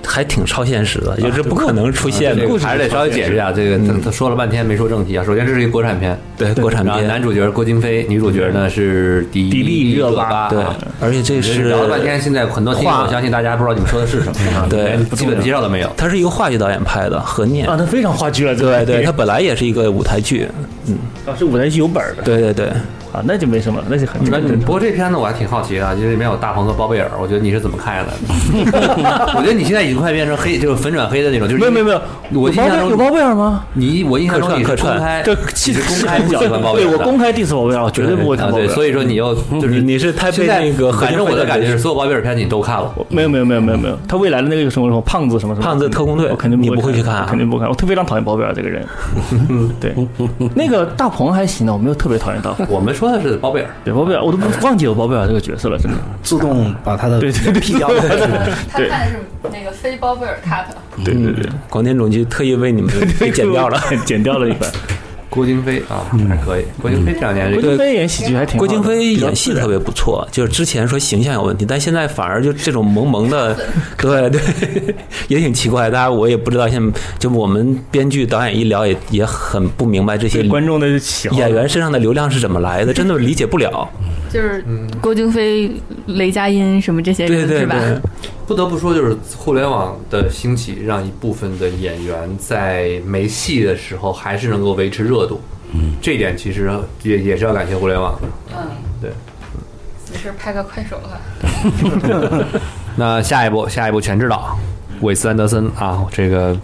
Speaker 6: 还挺超现实的，就是不可能出现
Speaker 4: 这
Speaker 6: 的。
Speaker 4: 个还是得稍微解释一下，这个他他说了半天没说正题啊。首先，这是一个国产片，
Speaker 6: 对国产
Speaker 4: 然后
Speaker 6: 片，
Speaker 4: 男主角是郭京飞，女主角呢是迪
Speaker 3: 迪丽
Speaker 4: 热
Speaker 3: 热巴
Speaker 4: 啊
Speaker 6: 对，而且这是
Speaker 4: 聊了半天，现在很多听众，我相信大家不知道你们说的是什么，啊
Speaker 6: 对
Speaker 4: 连基本介绍都没有。
Speaker 6: 他是一个话剧导演拍的，何念
Speaker 3: 啊，。他非常话剧了，这
Speaker 6: 嗯对
Speaker 3: 个 [LAUGHS]
Speaker 6: 对，
Speaker 3: 电
Speaker 6: 他
Speaker 3: 影
Speaker 6: 本来也是一个舞台剧，
Speaker 3: 啊是舞台剧有本儿的，
Speaker 6: 对对对，
Speaker 3: 啊，那就没什么，那就很
Speaker 4: 那
Speaker 3: 正
Speaker 4: 你
Speaker 3: 常。
Speaker 4: 不过这片子我还挺好奇的，啊就是里面有大鹏和包贝尔，我觉得你是怎么看的？ [LAUGHS] 我觉得你现在已经快变成黑，就是粉转黑的那种，就是
Speaker 3: 没有没有没有，有
Speaker 4: 我印
Speaker 3: 包贝
Speaker 4: 象
Speaker 3: 有
Speaker 4: 中
Speaker 3: 包贝尔吗？
Speaker 4: 你我印象中你是
Speaker 6: 客串
Speaker 4: 公开，
Speaker 3: 这
Speaker 4: 你
Speaker 3: 其
Speaker 4: 是
Speaker 3: 实
Speaker 4: 公开比较喜欢包贝
Speaker 3: 对
Speaker 4: 尔
Speaker 3: 我
Speaker 4: 的。
Speaker 3: 公开 diss 包贝尔，我绝对不会谈
Speaker 4: 啊
Speaker 3: 包贝
Speaker 4: 对，
Speaker 3: 尔。
Speaker 4: 所以嗯说你又就是
Speaker 6: 你是太被
Speaker 4: 现在
Speaker 6: 那个
Speaker 4: 反正我的感觉
Speaker 6: 是
Speaker 4: 是，所有包贝尔片你都看了。
Speaker 3: 没有没有没有没有没有，他未来的那个什么什么胖子什么什么
Speaker 6: 胖子特工队
Speaker 3: 我肯定
Speaker 6: 你不会去看啊
Speaker 3: 我肯定不会看。我特非常讨厌包贝尔这个
Speaker 6: [LAUGHS]
Speaker 3: 人。对，那个大鹏还行呢，我没有特别讨厌大鹏。
Speaker 4: 我们说的是包贝尔，
Speaker 3: 对包贝尔，我都不忘记有包贝尔这个角色了，真的。
Speaker 8: 自动把他的
Speaker 3: 对对对
Speaker 8: 辟谣了
Speaker 7: 他看的是那个非包贝尔 cut，
Speaker 3: 对对对，
Speaker 6: 嗯广电总局特意为
Speaker 3: [LAUGHS]
Speaker 6: 你们给剪掉了。，
Speaker 3: 剪掉了一
Speaker 6: [LAUGHS]
Speaker 3: 半。
Speaker 4: 郭京飞啊，还可以。郭京飞这两年
Speaker 3: 郭
Speaker 4: 这
Speaker 3: 京
Speaker 4: 个
Speaker 3: 飞演喜剧还挺好
Speaker 6: 郭
Speaker 3: 的。
Speaker 6: 京飞
Speaker 3: 比较
Speaker 6: 演戏
Speaker 3: 自然
Speaker 6: 特别不错，就是之前说形象有问题，但现在反而就这种萌
Speaker 8: [LAUGHS]
Speaker 6: 萌的，对对，也挺奇怪。大家我也不知道，现在就我们编剧导演一聊也也很不明白这些
Speaker 3: 对观众的喜好。
Speaker 6: 演员身上的流量是怎么来的，真的理解不了。
Speaker 7: 就是
Speaker 8: 嗯
Speaker 7: 郭京飞、雷佳音什么这些
Speaker 6: 对
Speaker 7: 人
Speaker 6: 对
Speaker 7: 是吧？
Speaker 6: 对，
Speaker 4: 不得不说，就是互联网的兴起，让一部分的演员在没戏的时候，还是能够维持热度。嗯，这一点其实也也是要感谢互联网的。
Speaker 7: 没事拍个快手了。
Speaker 4: 那下一步，下一步全知道，韦斯安德森啊，这个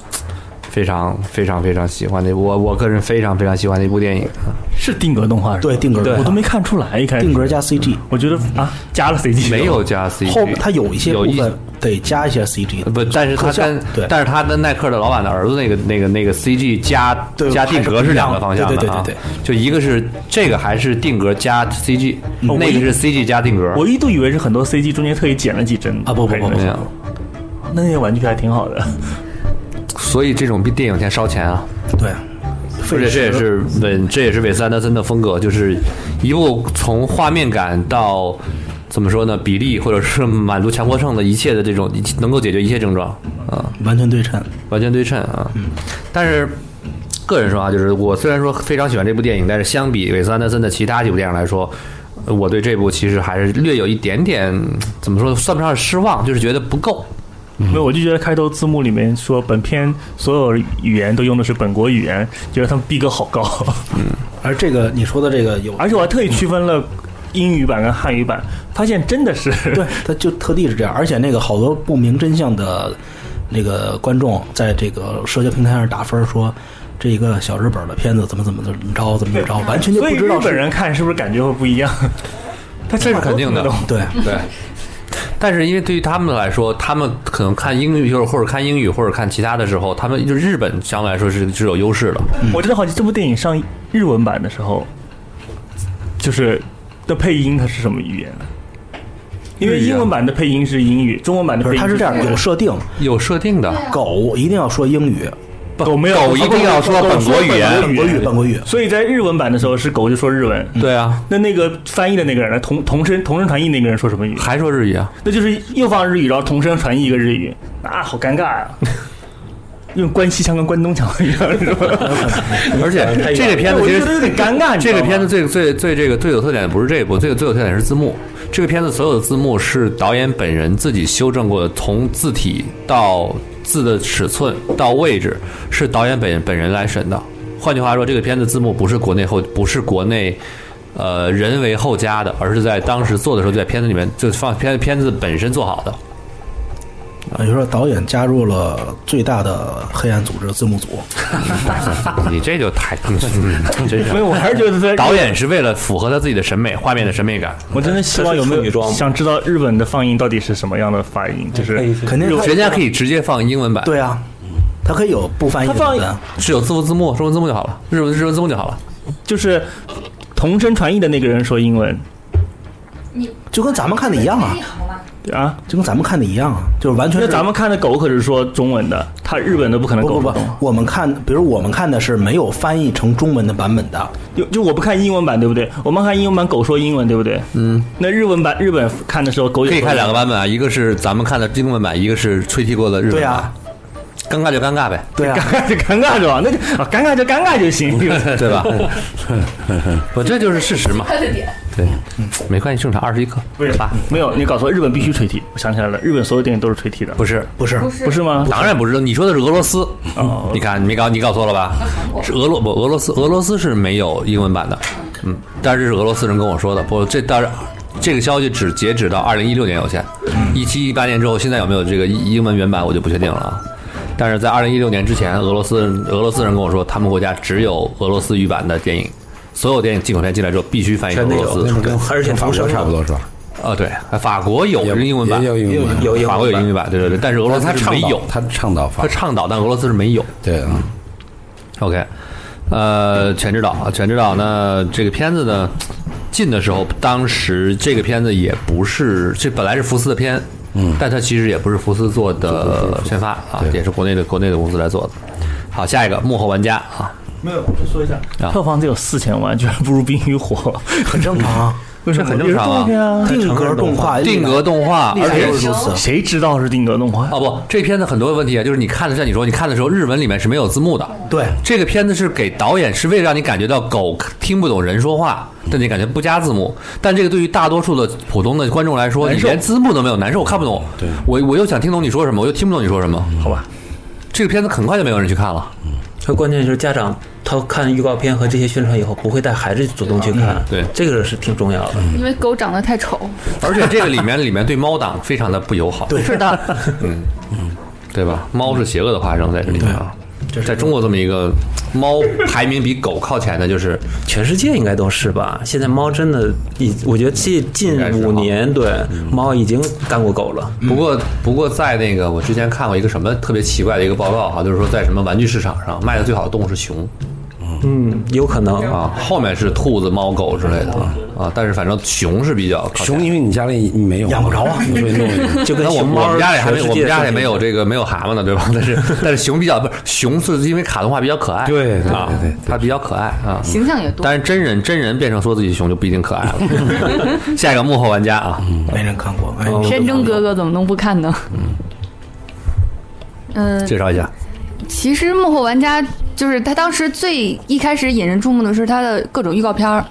Speaker 4: 非常非常非常喜欢的，我我个人非常非常喜欢的一部电影。啊
Speaker 3: 是定格动画是吧？
Speaker 8: 对定格
Speaker 3: 我都没看出来一开始。嗯
Speaker 8: 定格，加 CG，
Speaker 3: 我觉得啊，加了 CG
Speaker 4: 没有加 CG，
Speaker 8: 后它有一些部
Speaker 4: 有一
Speaker 8: 分得加一些 CG，
Speaker 4: 不，但是他
Speaker 8: 特效
Speaker 4: 跟
Speaker 8: 对
Speaker 4: 但是他跟耐克的老板的儿子那个那个那个 CG 加
Speaker 8: 对
Speaker 4: 加定格是两个方向
Speaker 8: 还
Speaker 4: 的
Speaker 8: 是不一
Speaker 4: 啊
Speaker 8: 样的对对对对，
Speaker 4: 就一个是这个还是定格加 CG，
Speaker 3: 哦
Speaker 4: 那
Speaker 3: 我
Speaker 4: 个
Speaker 3: 一
Speaker 4: 是 CG 加定格。
Speaker 3: 我一度以为是很多 CG 中间特意剪了几帧
Speaker 8: 啊不不不不
Speaker 4: 没有，
Speaker 3: 那些玩具还挺好的。
Speaker 4: 所以这种电影先烧钱啊，
Speaker 8: 对，
Speaker 4: 而且这也是稳，这也是韦斯安德森的风格，就是一部从画面感到怎么说呢，比例或者是满足强迫症的一切的这种能够解决一切症状啊。
Speaker 8: 完全对称。
Speaker 4: 完全对称啊。
Speaker 3: 嗯
Speaker 4: 但是个人说啊，就是我虽然说非常喜欢这部电影，但是相比韦斯安德森的其他几部电影来说。呃我对这部其实还是略有一点点怎么说，算不上是失望，就是觉得不够。
Speaker 3: 没有，我就觉得开头字幕里面说本片所有语言都用的是本国语言，觉得他们逼格好高。 [LAUGHS]
Speaker 8: 而这个你说的这个有，
Speaker 3: 而且我还特意区分了英语版跟汉语版，发现真的是 [LAUGHS]
Speaker 8: 对，他就特地是这样，而且那个好多不明真相的那个观众在这个社交平台上打分说。这一个小日本的片子怎么怎么怎么着怎么怎么着，完全就不
Speaker 3: 所以
Speaker 8: 知
Speaker 3: 日
Speaker 8: 道
Speaker 3: 本
Speaker 8: 是
Speaker 3: 人看是不是感觉会不一样？他这
Speaker 4: 是肯定的
Speaker 8: 对
Speaker 4: 对， [LAUGHS] 但是因为对于他们来说，他们可能看英语，就是或者看英语或者看其他的时候，他们就日本相对来说是是有优势的。
Speaker 3: 我真的好奇，这部电影上日文版的时候，就是的配音它是什么语言？啊因为英文版的配音是英语，中文版
Speaker 8: 啊
Speaker 3: 的
Speaker 8: 不
Speaker 3: 配
Speaker 8: 是
Speaker 3: 音
Speaker 8: 它是这样
Speaker 3: 中文
Speaker 8: 有设定，
Speaker 4: 有设定的，
Speaker 8: 狗一定要说英语，
Speaker 3: 狗没有
Speaker 4: 狗一定要说本国语言
Speaker 8: 本国语本国语，
Speaker 3: 所以在日文版的时候是狗就说日文，
Speaker 4: 对啊，
Speaker 3: 那那个翻译的那个人呢？同同声同声传译那个人说什么语？
Speaker 4: 还说日语啊，
Speaker 3: 那就是又放日语，然后同声传译一个日语，啊， [LAUGHS] 好尴尬呀、用关西腔跟关东腔一样是吧？哎
Speaker 4: 而且 [LAUGHS] 这个片子
Speaker 3: 我
Speaker 4: 其
Speaker 3: 觉
Speaker 4: 实
Speaker 3: 得有点尴尬。你知
Speaker 4: 这
Speaker 3: 道
Speaker 4: 个
Speaker 3: 吗
Speaker 4: 片子最最最这个最有特点的不是这一部，最有最有特点是字幕。这个片子所有的字幕是导演本人自己修正过的，从字体到字的尺寸到位置，是导演本本人来审的。换句话说，这个片子字幕不是国内后，不是国内。呃，人为后加的，而是在当时做的时候，就在片子里面就放片片子本身做好的。
Speaker 8: 呃也就是说导演加入了最大的黑暗组织字幕组，
Speaker 4: 你这就太， [LAUGHS] 嗯真是
Speaker 3: 没有，我还是觉得在
Speaker 4: 导演是为了符合他自己的审美，画面的审美感。
Speaker 3: 我真的希望有没
Speaker 6: 这是处女
Speaker 3: 有
Speaker 6: 装吗
Speaker 3: 想知道日本的放映到底是什么样的发音？就是
Speaker 8: 哎肯定他
Speaker 4: 人家可以直接放英文版，
Speaker 8: 对啊，它可以有不翻译
Speaker 4: 它放
Speaker 8: 的，啊
Speaker 4: 是有字幕字幕，中文字幕就好了，日文日文字幕就好了。
Speaker 3: 就是同声传译的那个人说英文
Speaker 8: 就跟咱们看的一样啊，
Speaker 3: 啊，
Speaker 8: 就跟咱们看的一样啊，就是完全
Speaker 3: 那
Speaker 8: 是
Speaker 3: 咱们看的狗可是说中文的，他日本的不可能
Speaker 8: 不
Speaker 3: 狗
Speaker 8: 不
Speaker 3: 不
Speaker 8: 不
Speaker 3: 懂。，
Speaker 8: 我们看，比如我们看的是没有翻译成中文的版本的，
Speaker 3: 就就我不看英文版，对不对？我们看英文版狗说英文，对不对？嗯。那日文版日本看的时候，狗也
Speaker 4: 可以
Speaker 3: 说
Speaker 4: 看两个版本啊，一个是咱们看的英文版，一个是吹替过的日文
Speaker 8: 对
Speaker 4: 版。
Speaker 8: 啊，
Speaker 4: 尴尬就尴尬呗，
Speaker 8: 对啊，
Speaker 3: 尴尬 [LAUGHS] 就尴尬是吧？那就啊，尴尬就尴尬就 [LAUGHS] 行。
Speaker 4: 对吧？我这就是事实嘛。对，没关系，正常二十一克。
Speaker 3: 不是吧？没有，你搞错，日本必须吹替。我想起来了，日本所有电影都是吹替的，
Speaker 4: 不是，
Speaker 8: 不是，
Speaker 3: 不是吗？
Speaker 4: 当然不是。你说的是俄罗斯，
Speaker 3: 哦
Speaker 4: 你看你没搞你搞错了吧？是俄罗不俄罗斯俄罗斯是没有英文版的，嗯，但是这是俄罗斯人跟我说的。不，这当然这个消息只截止到二零一六年有限，一七一八年之后，现在有没有这个英英文原版我就不确定了啊。但是在二零一六年之前，俄罗斯人俄罗斯人跟我说，他们国家只有俄罗斯语版的电影，所有电影进口电影进来之后必须翻译成
Speaker 6: 全
Speaker 4: 俄
Speaker 6: 都
Speaker 4: 罗
Speaker 6: 有
Speaker 4: 斯。
Speaker 1: 那不跟
Speaker 6: 而且
Speaker 1: 跟法
Speaker 6: 同
Speaker 1: 国
Speaker 6: 声
Speaker 1: 差不多是吧？
Speaker 4: 啊，对，法国有
Speaker 1: 也
Speaker 4: 英文版，
Speaker 1: 也有英文版，
Speaker 6: 有英文
Speaker 4: 法国有
Speaker 6: 版
Speaker 4: 英文版，对对对，但是俄
Speaker 1: 俄
Speaker 4: 罗斯
Speaker 1: 他
Speaker 4: 是
Speaker 1: 倡
Speaker 4: 没
Speaker 1: 导
Speaker 4: 有，
Speaker 1: 他倡导法
Speaker 4: 他倡导，但俄罗斯是没有。
Speaker 1: 对啊，
Speaker 4: OK，呃，全知道啊，全知道。那这个片子呢，进的时候，当时这个片子也不是，这本来是福斯的片，嗯，但它其实也不是福斯做的宣发啊，
Speaker 1: 对
Speaker 4: 也是国内的国内的公司来做的。好，下一个幕后玩家
Speaker 1: 哎
Speaker 4: 啊，
Speaker 3: 没有，我就说一下
Speaker 4: 啊，
Speaker 3: 票房只有四千万，居然不如《冰与火》，
Speaker 8: 很正常啊，
Speaker 3: [LAUGHS] 为什么
Speaker 4: 很正常啊
Speaker 3: 也是动画片啊？
Speaker 8: 定格动画，
Speaker 4: 定格动画，
Speaker 8: 历
Speaker 4: 而
Speaker 8: 来
Speaker 4: 且
Speaker 8: 都是如此，
Speaker 3: 谁知道是定格动画？
Speaker 4: 哦不，这片子很多问题啊，就是你看的，像你说，你看的时候，日文里面是没有字幕的。
Speaker 8: 对，
Speaker 4: 这个片子是给导演，是为了让你感觉到狗听不懂人说话，但你感觉不加字幕。但这个对于大多数的普通的观众来说，你连字幕都没有，难受，我看不懂。对，我我又想听懂你说什么，我又听不懂你说什么。好吧，这个片子很快就没有人去看了。
Speaker 6: 它关键是家长他看预告片和这些宣传以后，不会带孩子主动去看，
Speaker 4: 嗯对嗯
Speaker 6: 这个是挺重要的。
Speaker 7: 因为狗长得太丑，
Speaker 4: 而且这个里面里面对猫党非常的不友好，对，
Speaker 7: 是
Speaker 4: [LAUGHS]
Speaker 7: 的，
Speaker 4: 对吧？猫是邪恶的化身在这里面啊。在中国这么一个猫排名比狗靠前的，就是
Speaker 6: 全世界应该都是吧？现在猫真的已，我觉得这近
Speaker 4: 应该是嗯哈
Speaker 6: 五年对猫已经干过狗了。
Speaker 4: 不过，不过在那个我之前看过一个什么特别奇怪的一个报告哈，就是说在什么玩具市场上卖的最好的动物是熊
Speaker 6: 嗯，有可能
Speaker 4: 啊，后面是兔子、猫、狗之类的啊啊，但是反正熊是比较靠前
Speaker 1: 熊，因为你家里没有，
Speaker 8: 养不着啊
Speaker 1: 所以弄一个
Speaker 6: [LAUGHS] 就跟
Speaker 4: 那我
Speaker 6: 熊
Speaker 4: 们
Speaker 6: 猫
Speaker 4: 我们家里还没
Speaker 6: 全世
Speaker 4: 我
Speaker 6: 界
Speaker 4: 们家
Speaker 6: 是
Speaker 4: 里没有这个没有蛤蟆呢，对吧？但
Speaker 6: [LAUGHS]
Speaker 4: 是但是熊比较不是熊是因为卡通化比较可爱，
Speaker 1: 对对
Speaker 4: 啊
Speaker 1: 对对对，
Speaker 4: 它比较可爱啊。
Speaker 7: 形象也多
Speaker 4: 但。是真人真人变成说自己熊就不一定可爱
Speaker 6: [LAUGHS]
Speaker 4: 了。下一个幕后玩家啊，
Speaker 8: 没人看过，哎，
Speaker 7: 山中哥哥怎么能不看呢？嗯，
Speaker 4: 介绍一下，
Speaker 7: 其实幕后玩家就是他当时最一开始引人注目的是他的各种预告片儿，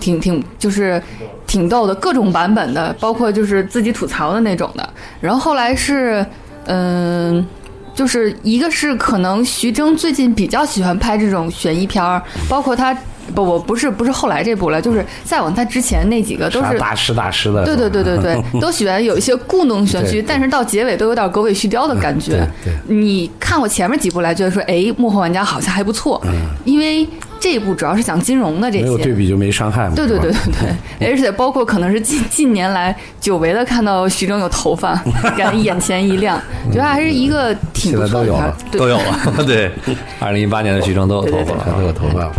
Speaker 7: 挺挺就是挺逗的，各种版本的，包括就是自己吐槽的那种的。然后后来是，嗯、就是一个是可能徐峥最近比较喜欢拍这种悬疑片儿，包括他不不不是不是后来这部了，就是再往他之前那几个都
Speaker 1: 啥
Speaker 7: 是
Speaker 1: 大师大师的，
Speaker 7: 对对对对
Speaker 1: [LAUGHS]
Speaker 7: 对，都喜欢有一些故弄玄虚，但是到结尾都有点狗尾续貂的感觉。
Speaker 1: 嗯对
Speaker 7: 你看我前面几部来，觉得说，哎，幕后玩家好像还不错，因为这一部主要是讲金融的这
Speaker 1: 嗯没有
Speaker 7: 些
Speaker 1: 对。比就没伤害嘛，
Speaker 7: 对对对
Speaker 1: 是吧，
Speaker 7: 对对，而且包括可能是近近年来久违的看到徐峥有头发，感觉眼前一亮，觉得还是一个挺不错的
Speaker 1: 现在都有
Speaker 7: 片儿
Speaker 1: 了。
Speaker 7: 对
Speaker 4: 都有了， [LAUGHS] 对，二零一八年的徐峥都有头发了
Speaker 1: 看
Speaker 4: 啊
Speaker 1: 这。个头发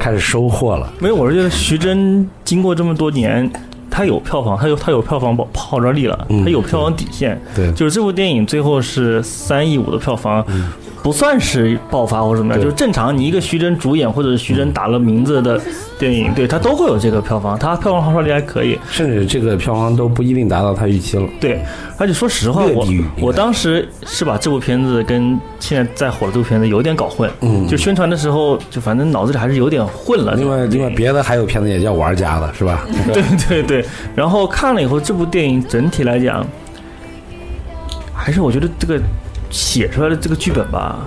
Speaker 1: 开始收获了，
Speaker 3: 没有，我是觉得徐峥经过这么多年，他有票房，他有他有票房保号召力了，
Speaker 1: 嗯
Speaker 3: 他有票房底线。
Speaker 1: 对
Speaker 3: 就是这部电影最后是三亿五的票房，不算是爆发或者怎么
Speaker 1: 嗯
Speaker 3: 样，
Speaker 1: 对嗯
Speaker 3: 就是正常。你一个徐峥主演或者是徐峥打了名字的电影，对他都会有这个票房，他票房号召力还可以。
Speaker 1: 甚至这个票房都不一定达到他预期了。
Speaker 3: 对，而且说实话，
Speaker 1: 略
Speaker 3: 我
Speaker 1: 低于
Speaker 3: 我当时是把这部片子跟现在在火的这部片子有点搞混，嗯，就宣传的时候就反正脑子里还是有点混了。
Speaker 1: 另外，另外别的还有片子也叫玩家的是吧？
Speaker 7: 嗯
Speaker 3: 对 [LAUGHS] 对对，然后看了以后，这部电影整体来讲，还是我觉得这个写出来的这个剧本吧，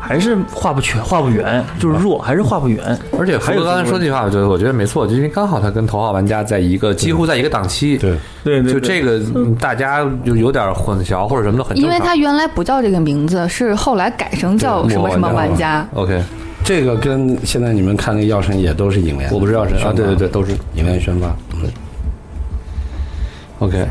Speaker 3: 还是画不全、画不圆，就是弱，还是画不圆。
Speaker 4: 而且福
Speaker 3: 还有
Speaker 4: 哥刚才
Speaker 3: 这个
Speaker 4: 说
Speaker 3: 问
Speaker 4: 那
Speaker 3: 题
Speaker 4: 句话，我觉得我觉得没错，就因为刚好他跟头号玩家在一个几乎在一个档期，
Speaker 1: 对，
Speaker 3: 对对，
Speaker 4: 就
Speaker 3: 对
Speaker 4: 这个嗯大家就有点混淆或者什么的很正
Speaker 7: 因
Speaker 4: 常。
Speaker 7: 为他原来不叫这个名字，是后来改成叫
Speaker 4: 对
Speaker 7: 什么什么玩家。
Speaker 4: OK，
Speaker 1: 这个跟现在你们看那个《药神》也都是影联，
Speaker 4: 我不是药神啊，对对对，，都是
Speaker 1: 影联宣发。嗯
Speaker 4: OK。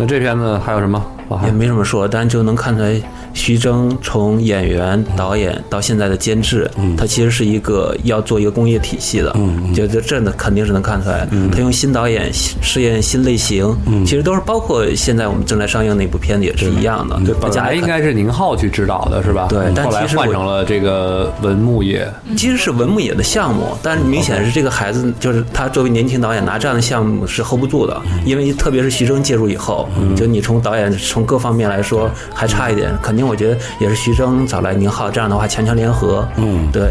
Speaker 4: 那这片子还有什么？我还
Speaker 6: 也没什么说，但就能看出来徐峥从演员、导演到现在的监制，
Speaker 4: 嗯
Speaker 6: 他其实是一个要做一个工业体系的，就这这肯定是能看出来。
Speaker 4: 嗯
Speaker 6: 他用新导演试验新类型，其实都是包括现在我们正在上映那部片子也是一样的。
Speaker 4: 对，
Speaker 6: 他
Speaker 4: 本
Speaker 6: 将
Speaker 4: 来应该是宁浩去指导的，是吧？
Speaker 6: 对但
Speaker 4: 后来
Speaker 6: 其实我
Speaker 4: 换成了这个文牧野。
Speaker 6: 其实是文牧野的项目，但是明显是这个孩子，就是他作为年轻导演拿这样的项目是 hold 不住的，因为特别是徐峥介入以后，
Speaker 3: 嗯
Speaker 6: 就你从导演从各方面来说还差一点，肯定我觉得也是徐峥找来宁浩这样的话强强联合，嗯，对，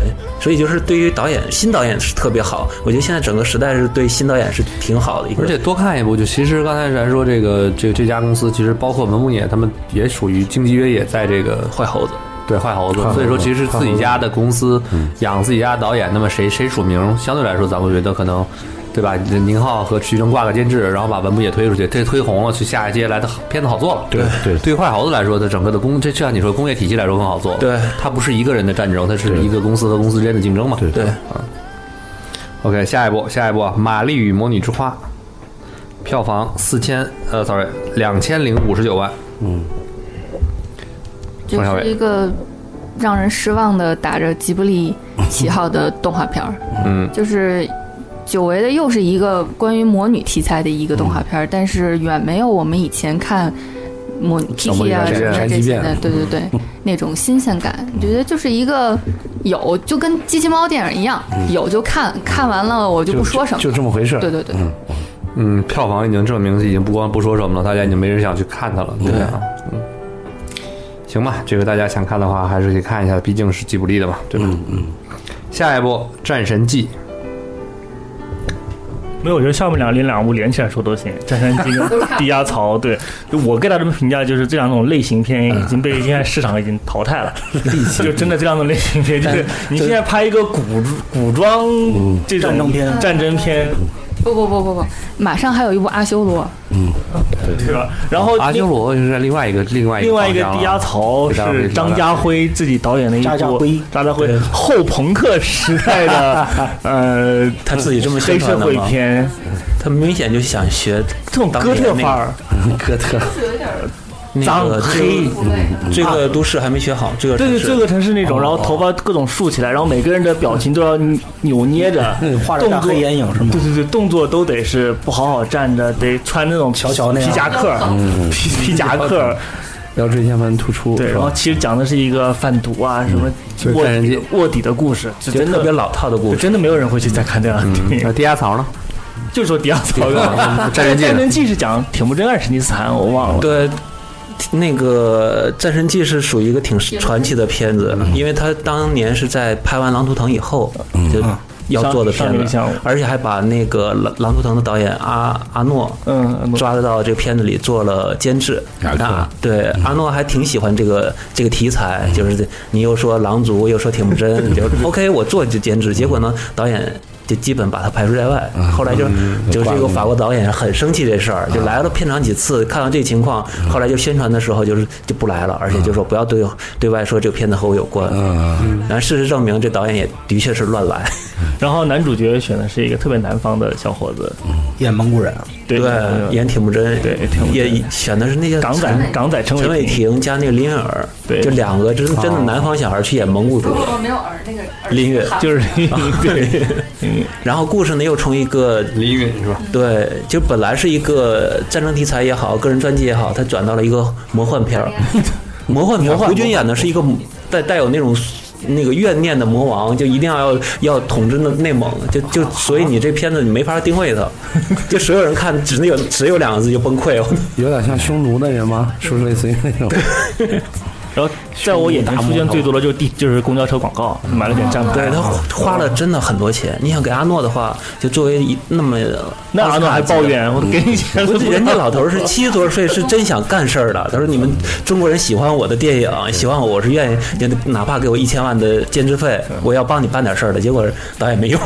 Speaker 6: 所以就是对于导演新导演是特别好，我觉得现在整个时代是对新导演是挺好的一个，
Speaker 4: 而且多看一部，就其实刚才咱说这个这这家公司，其实包括文牧野他们也属于经纪约也在这个
Speaker 6: 坏猴子。
Speaker 4: 对坏猴子
Speaker 1: 坏猴，子嗯
Speaker 4: 所以说其实自己家的公司养自己家的导演，那么谁谁署名，相对来说咱们觉得可能。对吧？宁浩和徐峥挂个监制，然后把文牧野推出去，这推红了，去下一届来的片子好做了。
Speaker 1: 对对
Speaker 4: 对于坏猴子来说，它整个的工，这就像你说工业体系来说更好做了。
Speaker 6: 对
Speaker 4: 它不是一个人的战争，它是一个公司和公司之间的竞争嘛。
Speaker 1: 对
Speaker 6: 对，
Speaker 4: OK，下一步，下一步，《啊玛丽与魔女之花》票房四千，呃，sorry，两千零五十九万。
Speaker 7: 就
Speaker 4: 冯小
Speaker 7: 是
Speaker 4: 伟
Speaker 7: 一个让人失望的打着吉卜力旗号的动画片儿，
Speaker 4: 嗯，
Speaker 7: 就是久违的又是一个关于魔女题材的一个动画
Speaker 1: 嗯
Speaker 7: 片儿，但是远没有我们以前看魔
Speaker 1: 小魔
Speaker 7: Kiki
Speaker 1: 女
Speaker 7: 啊
Speaker 1: 战
Speaker 7: 什
Speaker 1: 士
Speaker 7: 么的
Speaker 1: 神奇嗯
Speaker 7: 这些
Speaker 1: 变
Speaker 7: 的，对对对，那种新鲜感，觉得就是一个有就跟机器猫电影一样，有就看看完了我就不说什么，
Speaker 1: 嗯就这么回事。
Speaker 7: 对对对，
Speaker 4: 嗯，票房已经证明已经不光不说什么了，大家已经没人想去看它了。对啊，嗯，行吧，这个大家想看的话，还是去看一下，毕竟是吉卜力的嘛，对吧？嗯嗯。下一步，《战神纪
Speaker 3: 没有，我觉得下面两连两部连起来说都行，《战神纪》 [LAUGHS] 跟《低压槽》对，就我给他们评价就是这两种类型片已经被 [LAUGHS] 现在市场已经淘 [LAUGHS] 汰了，就真的这两种类型片，就是你现在拍一个古古装这种
Speaker 11: 战争片
Speaker 3: 战争片
Speaker 7: 不不不不不，马上还有一部阿修罗，
Speaker 3: 对吧？然后》，
Speaker 4: 阿
Speaker 3: 另
Speaker 4: 修罗就是另外一个另
Speaker 6: 哎
Speaker 4: 外一个
Speaker 3: 另哦外一个
Speaker 4: 方向
Speaker 6: 啊
Speaker 3: 低压
Speaker 4: 了啊
Speaker 3: 槽是张家辉自己导演的一部
Speaker 11: 张家辉
Speaker 3: 张家辉
Speaker 6: 对
Speaker 3: 后朋克时代
Speaker 6: [LAUGHS]
Speaker 3: 的呃
Speaker 6: 他自己这么宣
Speaker 3: 黑社
Speaker 6: 传的
Speaker 3: 会
Speaker 6: 吗？
Speaker 3: 片，
Speaker 6: 他明显就想学
Speaker 3: 这种哥特范儿，
Speaker 6: 哥特，那
Speaker 3: 脏
Speaker 6: 个
Speaker 3: 黑，
Speaker 6: 这个都市还没学好，这个
Speaker 3: 啊对对，
Speaker 6: 城市
Speaker 3: 这个城市那
Speaker 6: 哦
Speaker 3: 种，然后头发各种竖起来，然后每个人的表情都要扭捏着，
Speaker 11: 画着
Speaker 3: 动
Speaker 11: 大
Speaker 3: 作
Speaker 11: 黑眼影是吗
Speaker 3: 对？对对，动作都得是不好好站着，得穿那种
Speaker 11: 乔乔那
Speaker 3: 皮
Speaker 11: 样嗯
Speaker 3: 夹克儿，皮皮夹克
Speaker 6: 嗯
Speaker 3: 儿，
Speaker 1: 腰椎间盘突出，
Speaker 3: 对，
Speaker 1: 是
Speaker 3: 然
Speaker 1: 吧
Speaker 3: 后其实讲的是一个贩毒啊，什
Speaker 6: 嗯
Speaker 3: 么
Speaker 4: 就是
Speaker 3: 卧
Speaker 4: 战人
Speaker 3: 底
Speaker 4: 机
Speaker 3: 卧底的故事，就
Speaker 6: 就
Speaker 3: 真的
Speaker 6: 特别老套的故
Speaker 3: 就
Speaker 6: 事。
Speaker 3: 真的没有人会去再看这样的电
Speaker 4: 那
Speaker 11: 嗯
Speaker 3: 影，
Speaker 4: 低压槽呢？
Speaker 3: 就说迪奥曹
Speaker 4: 嗯
Speaker 3: [LAUGHS] 的
Speaker 4: 战人记呢
Speaker 3: 战争记是讲铁木真还是成吉思汗，我忘了。
Speaker 6: 对，那个《战神纪》是属于一个挺传奇的片子，
Speaker 3: 嗯
Speaker 6: 因为他当年是在拍完《狼图腾》以后就要做的片
Speaker 3: 嗯上上一
Speaker 6: 子
Speaker 3: 项，
Speaker 6: 而且还把那个《狼狼图腾》的导演阿阿诺
Speaker 3: 嗯，
Speaker 6: 抓得到这个片子里做了监制，
Speaker 1: 没
Speaker 3: 啊
Speaker 1: 错
Speaker 6: 那对
Speaker 3: 嗯
Speaker 6: 阿诺还挺喜欢这个这个题材，就是这你又说狼族又说铁木
Speaker 3: [LAUGHS]
Speaker 6: 真，就是 OK 我做这监制，结果呢导演。就基本把他排除在外，
Speaker 3: 啊
Speaker 6: 后来就
Speaker 3: 嗯
Speaker 6: 就这个法国导演很生气这事儿，就来了片场几次，看到这情况，
Speaker 3: 嗯
Speaker 6: 后来就宣传的时候就是就不来了，而且就说不要对对外说这个片子和我有关。
Speaker 1: 嗯，
Speaker 6: 然后事实证明，这导演也的确是乱来。
Speaker 3: 然后男主角选的是一个特别南方的小伙子，
Speaker 11: 演蒙古人，
Speaker 3: 对
Speaker 6: 演铁木真，
Speaker 3: 对铁木真
Speaker 6: 也选的是那些
Speaker 3: 港仔港仔陈
Speaker 6: 陈伟
Speaker 3: 伟霆，
Speaker 6: 霆加那个林允儿，
Speaker 3: 对
Speaker 6: 就两个真真的南方小孩去演蒙古族，
Speaker 7: 我没有儿那个
Speaker 6: 林允，
Speaker 3: 就是对，
Speaker 6: [LAUGHS] 然后故事呢又从一个
Speaker 4: 林允是吧？
Speaker 6: 对，就本来是一个战争题材也好，个人传记也好，他转到了一个魔幻片儿，魔幻片儿。胡军演的是一个带带有那种。那个怨念的魔王就一定要要要统治的内蒙，就就所以你这片子你没法定位它，就所有人看只能有只有两个字就崩溃了。
Speaker 1: 有点像匈奴的人吗？是不是类似于那种？
Speaker 3: 然后在我眼前出现最多的就是地 [LAUGHS] 就是公交车广告，买了点站牌。
Speaker 6: 对他花了真的很多钱。你想给阿诺的话，就作为一那么
Speaker 3: 那阿诺还抱，怨，我给你钱都
Speaker 6: 不
Speaker 3: 不
Speaker 6: 是人家老头
Speaker 3: [LAUGHS]
Speaker 6: 儿是七十多岁，是真想干事儿的。他说：“你们中国人喜欢我的电影，喜欢我，我是愿意，就哪怕给我一千万的监制费，
Speaker 3: 嗯
Speaker 6: 我要帮你办点事儿的。”结果导演没
Speaker 3: [LAUGHS]
Speaker 6: 用，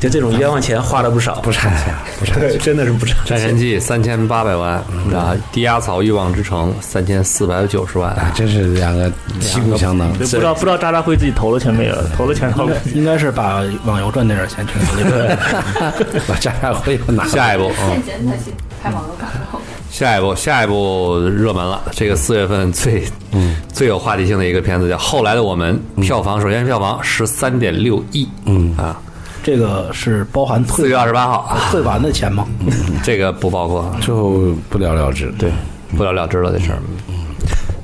Speaker 6: 就这种冤枉钱花了不少，不
Speaker 1: 不差钱，不差
Speaker 6: 对，
Speaker 1: 钱。
Speaker 6: 真的是不差。
Speaker 4: 《战神纪》三千八百万，
Speaker 3: 嗯
Speaker 4: 啊然后《低压槽欲望之城》三千四百九十
Speaker 3: 嗯
Speaker 4: 万。
Speaker 1: 啊，真是两个旗鼓相当。
Speaker 3: 不知道不知道渣渣辉自己投了钱没有，投了钱然后
Speaker 11: 应该是把网游赚那点钱全给那个。
Speaker 1: [LAUGHS] 把渣渣辉又拿
Speaker 4: 下一步，嗯，
Speaker 7: 现钱才去拍网络广告。
Speaker 11: 下一部，下一部热门了。这个四月份最
Speaker 1: 嗯
Speaker 11: 最有话题性的一个片子叫《后来的我们》，
Speaker 8: 嗯
Speaker 11: 票房首先票房十三点六亿
Speaker 1: 嗯，
Speaker 11: 啊，
Speaker 8: 这个是包含
Speaker 11: 四
Speaker 8: 退
Speaker 11: 月二十八号啊，
Speaker 8: 退完的钱吗？嗯
Speaker 11: 这个不包括，
Speaker 1: 最后不了了之。对，
Speaker 11: 不了了之了这事儿。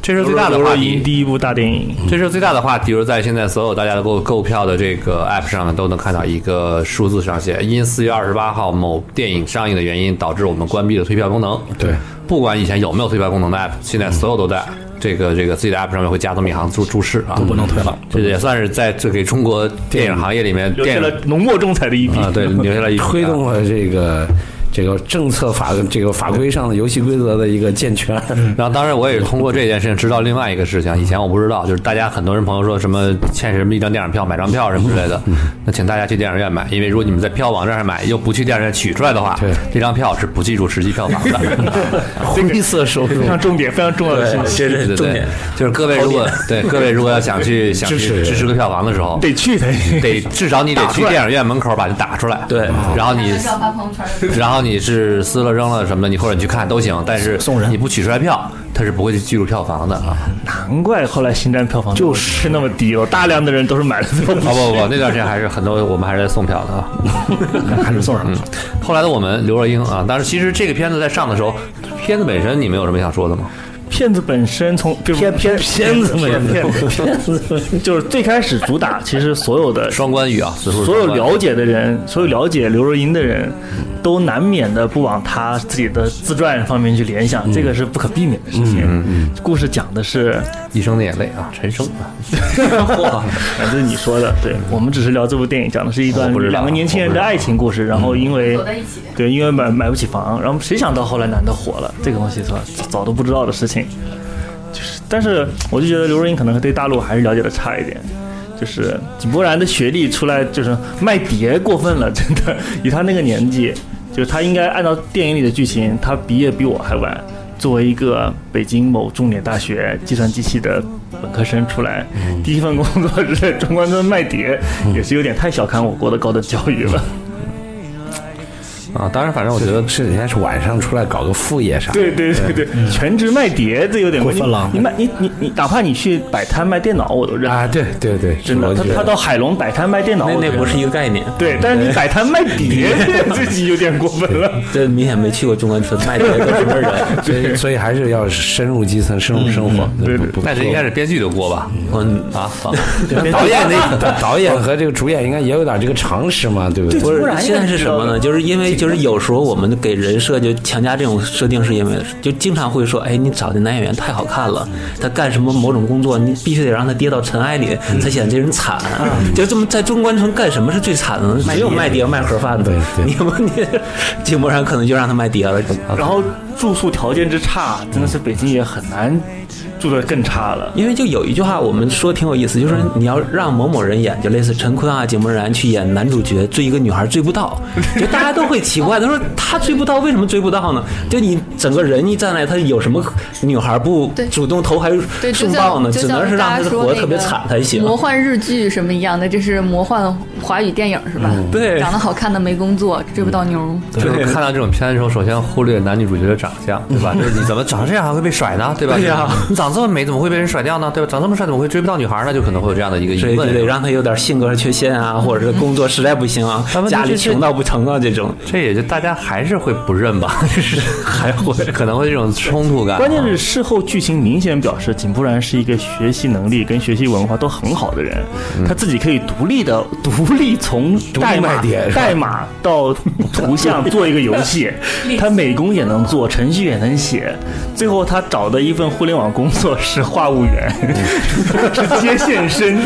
Speaker 11: 这是
Speaker 3: 刘
Speaker 11: 最大的
Speaker 3: 若
Speaker 11: 话
Speaker 3: 英
Speaker 11: 题，
Speaker 3: 第一部大电影，
Speaker 11: 这是最大的话题，就是在现在所有大家的购购票的这个 app 上都能看到一个数字上写，因四月二十八号某电影上映的原因，导致我们关闭了退票功能。
Speaker 1: 对，
Speaker 11: 不管以前有没有退票功能的 app，现在所有都在这个这个自己的 app 上面会加这么一行注注释啊，
Speaker 8: 不能退了。
Speaker 11: 这也算是在这给中国电影行业里面
Speaker 3: 留
Speaker 11: 电
Speaker 3: 下
Speaker 11: 影
Speaker 3: 了浓墨重彩的一笔。
Speaker 11: 啊，对，留下了一
Speaker 1: 推动了这个这个政策法这个法规上的游戏规则的一个健全。
Speaker 11: 然后，当然我也通过这件事情知道另外一个事情，以前我不知道，就是大家很多人朋友说什么欠什么一张电影票买张票什么之类的，那请大家去电影院买，因为如果你们在票网站上买又不去电影院取出来的话，
Speaker 1: 对
Speaker 11: 这张票是不计入实际票房的。
Speaker 1: 灰色收入
Speaker 3: 非常重点，非常重要的事
Speaker 11: [LAUGHS]
Speaker 6: 对，
Speaker 3: 情，
Speaker 6: 这
Speaker 11: 对
Speaker 6: 是
Speaker 11: 对
Speaker 6: 重
Speaker 11: 对
Speaker 6: 点。，
Speaker 11: 就是各位如果对各位如果要想去想去
Speaker 1: 支持
Speaker 11: 支持个票房的时候，
Speaker 3: 得去才行。
Speaker 11: 得至少你得去电影院门口把它打出来，
Speaker 6: 对
Speaker 11: 然后你
Speaker 7: 发朋友圈
Speaker 11: 然后你是撕了扔了什么的，你或者你去看都行，但是
Speaker 8: 送人
Speaker 11: 你不取出来票，它是不会去计入票房的啊。
Speaker 3: 难怪后来《星战》票房就是那么低哦，大量的人都是买了之后
Speaker 11: 啊不不，那段时间还是很多，我们还是在送票的啊。
Speaker 8: 还是送上
Speaker 11: 嗯
Speaker 8: 了。
Speaker 11: 后来的我们刘若英啊，但是其实这个片子在上的时候，片子本身你们有什么想说的吗？
Speaker 3: 骗子本身从
Speaker 8: 片片
Speaker 3: 骗子
Speaker 8: 片子
Speaker 3: 骗子骗子， [LAUGHS] 就是最开始主打，其实所有
Speaker 11: [LAUGHS]
Speaker 3: 的
Speaker 11: 双关语啊，此处是嗯
Speaker 3: 所有
Speaker 11: 双关语
Speaker 3: 了解的人，所有了解刘若英的人，都难免的不往她自己的自传方面去联
Speaker 11: 嗯
Speaker 3: 想，这个是不可避免的事情。故事讲的是，
Speaker 11: 一生的眼泪啊，陈升啊，
Speaker 3: 反正你说的，对我们只是聊这部电影，讲的是一段
Speaker 11: 嗯我不知道
Speaker 3: 两个年轻人的爱情故事，然后因为
Speaker 7: 一起。
Speaker 3: 对，因为买买不起房，然后谁想到后来男的火了，这个东西是吧，早都不知道的事情。就是，但是我就觉得刘若英可能对大陆还是了解的差一点。就是井柏然的学历出来就是卖碟过分了，真的，以他那个年纪，就是他应该按照电影里的剧情，他毕业比我还晚。作为一个北京某重点大学计算机系的本科生出来，第一份工作是在中关村卖碟，也是有点太小看我国的高等教育了。
Speaker 11: 啊，当然，反正我觉得
Speaker 1: 这人家是晚上出来搞个副业啥的。
Speaker 3: [LAUGHS] 对对对
Speaker 6: 嗯
Speaker 3: 对，全职卖碟这有点
Speaker 8: 过分了
Speaker 3: 你你卖你你你，哪怕你去摆摊卖电脑，我都认。
Speaker 6: 哎
Speaker 1: 啊，对对对，
Speaker 3: 真的，
Speaker 1: 是
Speaker 3: 他
Speaker 1: 逻辑
Speaker 3: 他到海龙摆摊卖电脑，
Speaker 6: 那
Speaker 3: 我
Speaker 6: 那
Speaker 3: 觉得
Speaker 6: 不是一个概念，
Speaker 3: 对，但是你摆摊卖
Speaker 6: [LAUGHS]
Speaker 3: 碟，这己有点过分了。
Speaker 6: 这明显没去过中关村，卖这个都是味
Speaker 11: [LAUGHS]
Speaker 6: 儿的。
Speaker 1: 所以所以还是要深入基层，深入生活。
Speaker 3: 对
Speaker 1: 不
Speaker 3: 对
Speaker 1: 不
Speaker 11: 那是应该是编剧的锅吧？嗯啊，好
Speaker 1: 导演的导演和这个主演应该也有点这个常识嘛，对不对？
Speaker 6: 不是
Speaker 3: 突，然
Speaker 6: 现在是什么
Speaker 3: 知道
Speaker 6: 呢？
Speaker 3: 了
Speaker 6: 就是因为就是有时候我们给人设就强加这种设定，是因为就经常会说，哎，你找的男演员太好看了，他干什么某种工作，你必须得让他跌到尘埃里，才显得这人惨。就这么在中关村干什么是最惨的？只有嗯卖碟卖盒饭的。 [LAUGHS] 你们你井柏然可能就让他卖碟了。
Speaker 3: 然后住宿条件之差，真的是北京也很难住的更差了。
Speaker 6: 因为就有一句话，我们说挺有意思，就是
Speaker 7: 嗯
Speaker 6: 你要让某某人演，就类似陈坤啊、井柏然去演男主角，追一个女孩追不
Speaker 7: [LAUGHS]
Speaker 6: 到，就大家都会奇怪，他说他追不到，为什么追不到呢？就你整个人一站来，他有什么女孩不
Speaker 7: 对
Speaker 6: 主动投怀
Speaker 7: 对，就
Speaker 6: 送抱
Speaker 7: 像
Speaker 6: 呢？
Speaker 7: 就
Speaker 6: 只
Speaker 7: 像
Speaker 6: 能是让
Speaker 7: 大
Speaker 6: 他
Speaker 7: 家说
Speaker 6: 活得
Speaker 7: 那
Speaker 6: 特别
Speaker 7: 个
Speaker 6: 惨才行。
Speaker 7: 魔幻日剧什么一样的，这是魔幻华语电影是吧？
Speaker 11: 嗯
Speaker 6: 对
Speaker 7: 长得好看的没工作，追不到妞儿。
Speaker 11: 就是看到这种片的时候，首先忽略男女主角的长相，对吧？就是你怎么长这样还会被甩呢，对吧？
Speaker 6: 对呀
Speaker 11: 你长这么美怎么会被人甩掉呢？对吧？长这么帅怎么会追不到女孩呢？就可能会有这样的一个
Speaker 6: 所以
Speaker 11: 疑
Speaker 6: 就
Speaker 11: 问。
Speaker 6: 得让他有点性格缺陷啊，或者是工作实在不行
Speaker 7: [LAUGHS]
Speaker 6: 啊
Speaker 11: 他，们
Speaker 6: 家里
Speaker 11: 就是
Speaker 6: 穷到不成啊，这种
Speaker 11: 这也就大家还是会不认吧， [LAUGHS] 就是还会 [LAUGHS] 可能会这种冲突感。啊
Speaker 3: 关键是事后剧情明显表示，井柏然是一个学习能力跟学习文化都很好的人，他自己可以独立的嗯 [LAUGHS] 独立从代
Speaker 1: 卖
Speaker 3: 码
Speaker 1: 碟是吧
Speaker 3: 代码到图像做一个游 [LAUGHS] 戏，他美工也能做，程序也能写，最后他找的一份互联网工作是话务 [LAUGHS] 员，是接线生，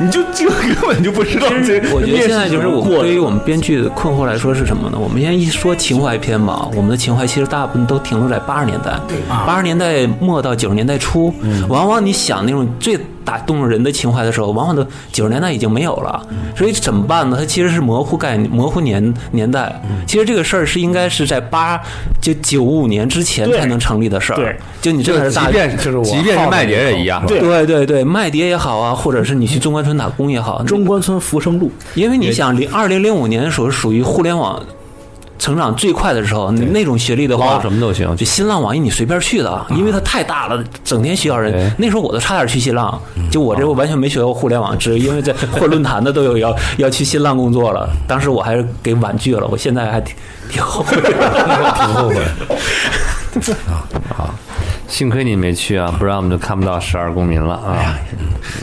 Speaker 3: 你就就根本就不知道 [LAUGHS] 这
Speaker 6: 我觉得
Speaker 3: 面
Speaker 6: 现在就是我
Speaker 3: 过的
Speaker 6: 对于我们编剧的困惑来说是什么呢？我们现在一说情怀片嘛，我们的情怀其实大部分都停留在八十年代，八十年代末到九十年代初，往往你想那种最打动人的情怀的时候，往往都九十年代已经没有了，所以怎么办呢？它其实是模糊概念、模糊年年代。其实这个事儿是应该是在八就九五年之前才能成立的事儿。
Speaker 3: 对，
Speaker 6: 就你这
Speaker 11: 就是
Speaker 6: 才是
Speaker 11: 即
Speaker 6: 大
Speaker 11: 便
Speaker 1: 就是我
Speaker 11: 即便是
Speaker 1: 耗的
Speaker 11: 麦
Speaker 1: 那
Speaker 11: 蝶
Speaker 1: 种
Speaker 11: 也一样，
Speaker 3: 对
Speaker 6: 对对对，卖碟也好啊，或者是你去中关村打工也好，
Speaker 8: 中关村福生路
Speaker 6: 因为你想，零二零零五年的时候属于互联网成长最快的时候，你那种学历的话，
Speaker 11: 捞什么都行，啊
Speaker 6: 就新浪、网易你随便去的，因为它太大了，整天需要人
Speaker 11: 对。嗯啊
Speaker 6: 那时候我都差点去新浪，就我这我完全没学过互联网，只因为在混论坛的都有要要去新浪工作了。当时我还是给婉拒了，我现在还挺挺后悔 [LAUGHS] 的。
Speaker 1: 挺后悔。
Speaker 11: 幸亏你没去啊，不然我们就看不到十二公民了啊，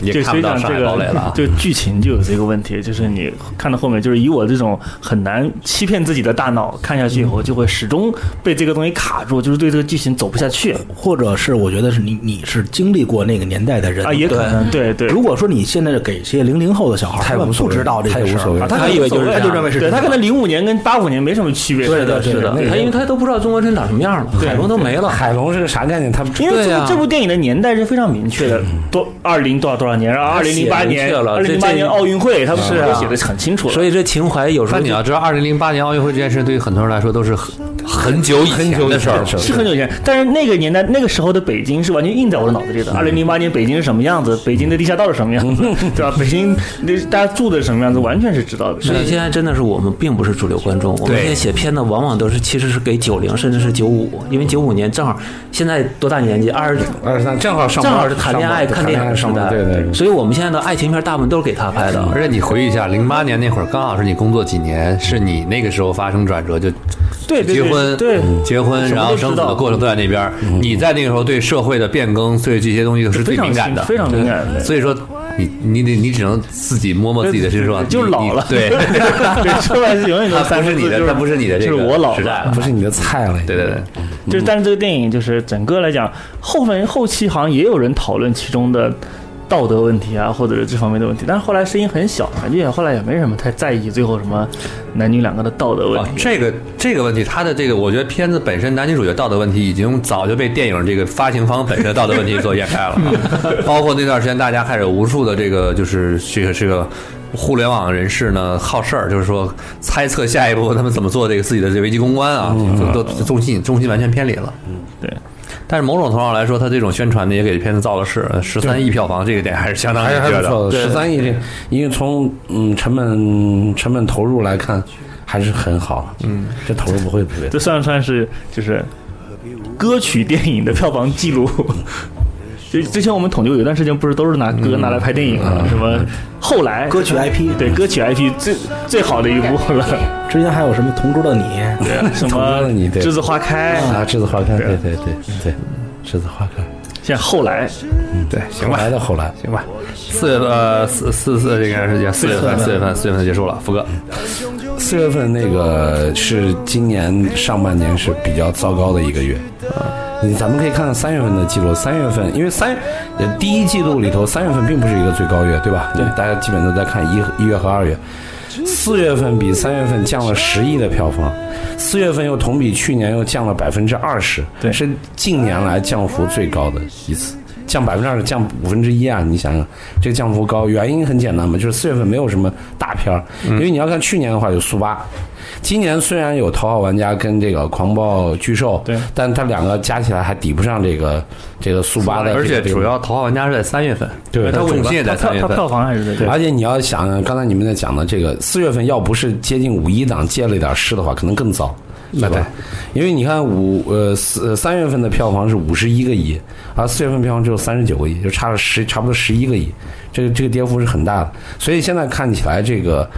Speaker 11: 也
Speaker 3: 就
Speaker 11: 看不
Speaker 3: 实际
Speaker 11: 到
Speaker 3: 上
Speaker 11: 上
Speaker 3: 这
Speaker 11: 海堡垒了啊
Speaker 3: [LAUGHS] 个，。就剧情就有这个问题，就是你看到后面，就是以我这种很难欺骗自己的大脑看下去以后，就会始终被这个东西卡住，就是对这个剧情走不下去
Speaker 8: 或者是我觉得是你你是经历过那个年代的人
Speaker 3: 啊，也可能对对。
Speaker 8: 呃如果说你现在给些零零后的小孩儿，
Speaker 1: 太
Speaker 8: 他们
Speaker 1: 无所
Speaker 8: 不
Speaker 1: 谓
Speaker 8: 知道这
Speaker 1: 太
Speaker 8: 些
Speaker 1: 无
Speaker 8: 事
Speaker 1: 所谓
Speaker 8: 儿，啊
Speaker 6: 他
Speaker 8: 他
Speaker 6: 以为就是
Speaker 8: 就
Speaker 6: 这样
Speaker 8: 就认为是
Speaker 3: 对他可
Speaker 8: 跟
Speaker 3: 能零五年跟八五年没什么区别，
Speaker 8: 对
Speaker 3: 的，
Speaker 8: 的
Speaker 3: 是
Speaker 8: 对
Speaker 3: 的
Speaker 8: 的。
Speaker 6: 他因为他都不知道中国人长什么样了，海龙都没了。
Speaker 1: 海龙是个啥概念？他们
Speaker 3: 因为这
Speaker 6: 对
Speaker 3: 部、
Speaker 6: 啊
Speaker 3: 这部电影的年代是非常明确的，多二零多少多少年，然后二零零八
Speaker 6: 明
Speaker 3: 年，
Speaker 6: 确了
Speaker 3: 二零零
Speaker 6: 这
Speaker 3: 八
Speaker 6: 这
Speaker 3: 年奥运会，他们
Speaker 6: 是啊
Speaker 3: 都写的很清楚了。
Speaker 6: 所以这情怀有时候
Speaker 11: 但你要知道，二零零八年奥运会这件事对于很多人来说都是很很久以前的事儿了，
Speaker 3: 是很久以前，但是那个年代那个时候的北京是完全印在我的脑子里的。二零零八年北京是什么样子，北京的地下道是什
Speaker 11: [LAUGHS]
Speaker 3: 么样子，对吧？北京那大家住的是什么样子，完全是知道的。
Speaker 6: 所以现在真的是我们并不是主流观众，我们
Speaker 11: 对
Speaker 6: 现在写片子往往都是其实是给九零甚至是九五，因为九五年正好现在多大年纪二十。
Speaker 1: 二十三正好上
Speaker 6: 正
Speaker 1: 班
Speaker 6: 好是谈恋爱、
Speaker 1: 上班
Speaker 6: 看
Speaker 1: 谈
Speaker 6: 电
Speaker 1: 恋爱
Speaker 6: 影时
Speaker 1: 上班
Speaker 6: 代，
Speaker 1: 对对对。
Speaker 6: 所以我们现在的爱情片大部分都是给他拍的，
Speaker 11: 而且你回忆一下，零八年那会儿刚好是你工作几年，是你那个时候发生转折就
Speaker 3: 对对
Speaker 11: 结婚，嗯
Speaker 3: 对对
Speaker 11: 结婚，
Speaker 3: 什么都
Speaker 11: 然后生子
Speaker 3: 知
Speaker 11: 的
Speaker 3: 道
Speaker 11: 过程都在那边儿。
Speaker 6: 嗯
Speaker 11: 你在那个时候对社会的变更，对这些东西都是最
Speaker 3: 非常
Speaker 11: 敏感的，
Speaker 3: 非常敏感的
Speaker 11: 所以说，你你得你只能自己摸摸自己的身上，
Speaker 3: 就
Speaker 11: 你
Speaker 3: 老了
Speaker 11: 你对，[LAUGHS]
Speaker 3: [LAUGHS] 对，说白了是永远都
Speaker 11: 它不
Speaker 3: 是三
Speaker 11: 是
Speaker 3: 个字
Speaker 11: 你的，
Speaker 3: [LAUGHS] 就
Speaker 11: 它不是你的这
Speaker 3: 就
Speaker 11: 个
Speaker 3: 是我老
Speaker 11: 时
Speaker 3: 了。
Speaker 11: 代嗯了
Speaker 1: 不。是你的菜了，
Speaker 11: 对对对，
Speaker 3: 就是，但是这个电影就是整个来讲，后面后期好像也有人讨论其中的道德问题啊，或者是这方面的问题。但是后来声音很小，感觉也后来也没什么太在意最后什么男女两个的道德问
Speaker 11: 啊，
Speaker 3: 题。
Speaker 11: 这个这个问题，它的这个，我觉得片子本身男女主角道德问题已经早就被电影这个发行方本身的道德问题所掩盖了
Speaker 1: [LAUGHS]
Speaker 11: 啊，包括那段时间大家开始无数的这个就是这个这个。互联网人士呢好事儿，就是说猜测下一步他们怎么做这个自己的这危机公关啊，
Speaker 1: 嗯
Speaker 11: 都都重心重心完全偏离了。
Speaker 3: 对，
Speaker 11: 但是某种程度上来说，他这种宣传呢也给片子造了势，十三亿票房这个点还是相当
Speaker 1: 还是还
Speaker 11: 厉害
Speaker 1: 不
Speaker 11: 的。
Speaker 1: 错的，十三亿这，因为从嗯成本成本投入来看，还是很好。嗯，这投入不会特别。
Speaker 3: 这算不算是就是歌曲电影的票房记录？ [LAUGHS] 就之前我们统计过，有段时间不是都是拿歌拿来拍电影吗？什么后来
Speaker 8: 歌曲 IP
Speaker 3: 对歌曲 IP 最最好的一部 [LAUGHS] 了，
Speaker 8: 之前还有什么同桌的你，
Speaker 3: 对什
Speaker 1: 同桌
Speaker 3: 么
Speaker 1: 的你对
Speaker 3: 栀子花开，
Speaker 1: 啊，栀子花开，对
Speaker 3: 对
Speaker 1: 对对对，栀子花开，
Speaker 3: 现在后来
Speaker 11: 对，行
Speaker 1: 后
Speaker 11: 吧
Speaker 1: 来，的后来，
Speaker 11: 行吧，四月份呃四四四这个时间，四月份四月份四月份结束了，福哥。
Speaker 1: 四月份那个是今年上半年是比较糟糕的一个月。你咱们可以看看三月份的记录，三月份因为三呃第一季度里头三月份并不是一个最高月，对吧？对，大家基本都在看一一月和二月。四月份比三月份降了十亿的票房，四月份又同比去年又降了百分之二十，
Speaker 3: 对
Speaker 1: 是近年来降幅最高的一次，降百分之二十，降五分之一啊！你想想，这个降幅高，原因很简单嘛，就是四月份没有什么大片儿，
Speaker 11: 嗯
Speaker 1: 因为你要看去年的话有速八，今年虽然有《头号玩家》跟这个《狂暴巨兽》，
Speaker 3: 对
Speaker 1: 但它两个加起来还抵不上这个这个速八的这个，
Speaker 11: 而且主要《头号玩家》是在三月份，
Speaker 1: 对
Speaker 11: 它
Speaker 1: 它
Speaker 11: 重
Speaker 1: 主
Speaker 11: 心也在
Speaker 3: 他
Speaker 11: 三月
Speaker 3: 票他
Speaker 11: 份。
Speaker 3: 票房还是对，
Speaker 1: 而且你要想，刚才你们在讲的这个四月份，要不是接近五一档借了一点势的话，可能更糟，对吧？因为你看五呃四呃三月份的票房是五十一个亿，而四月份票房只有三十九个亿，就差了十差不多十一个亿，这个这个跌幅是很大的。所以现在看起来，这个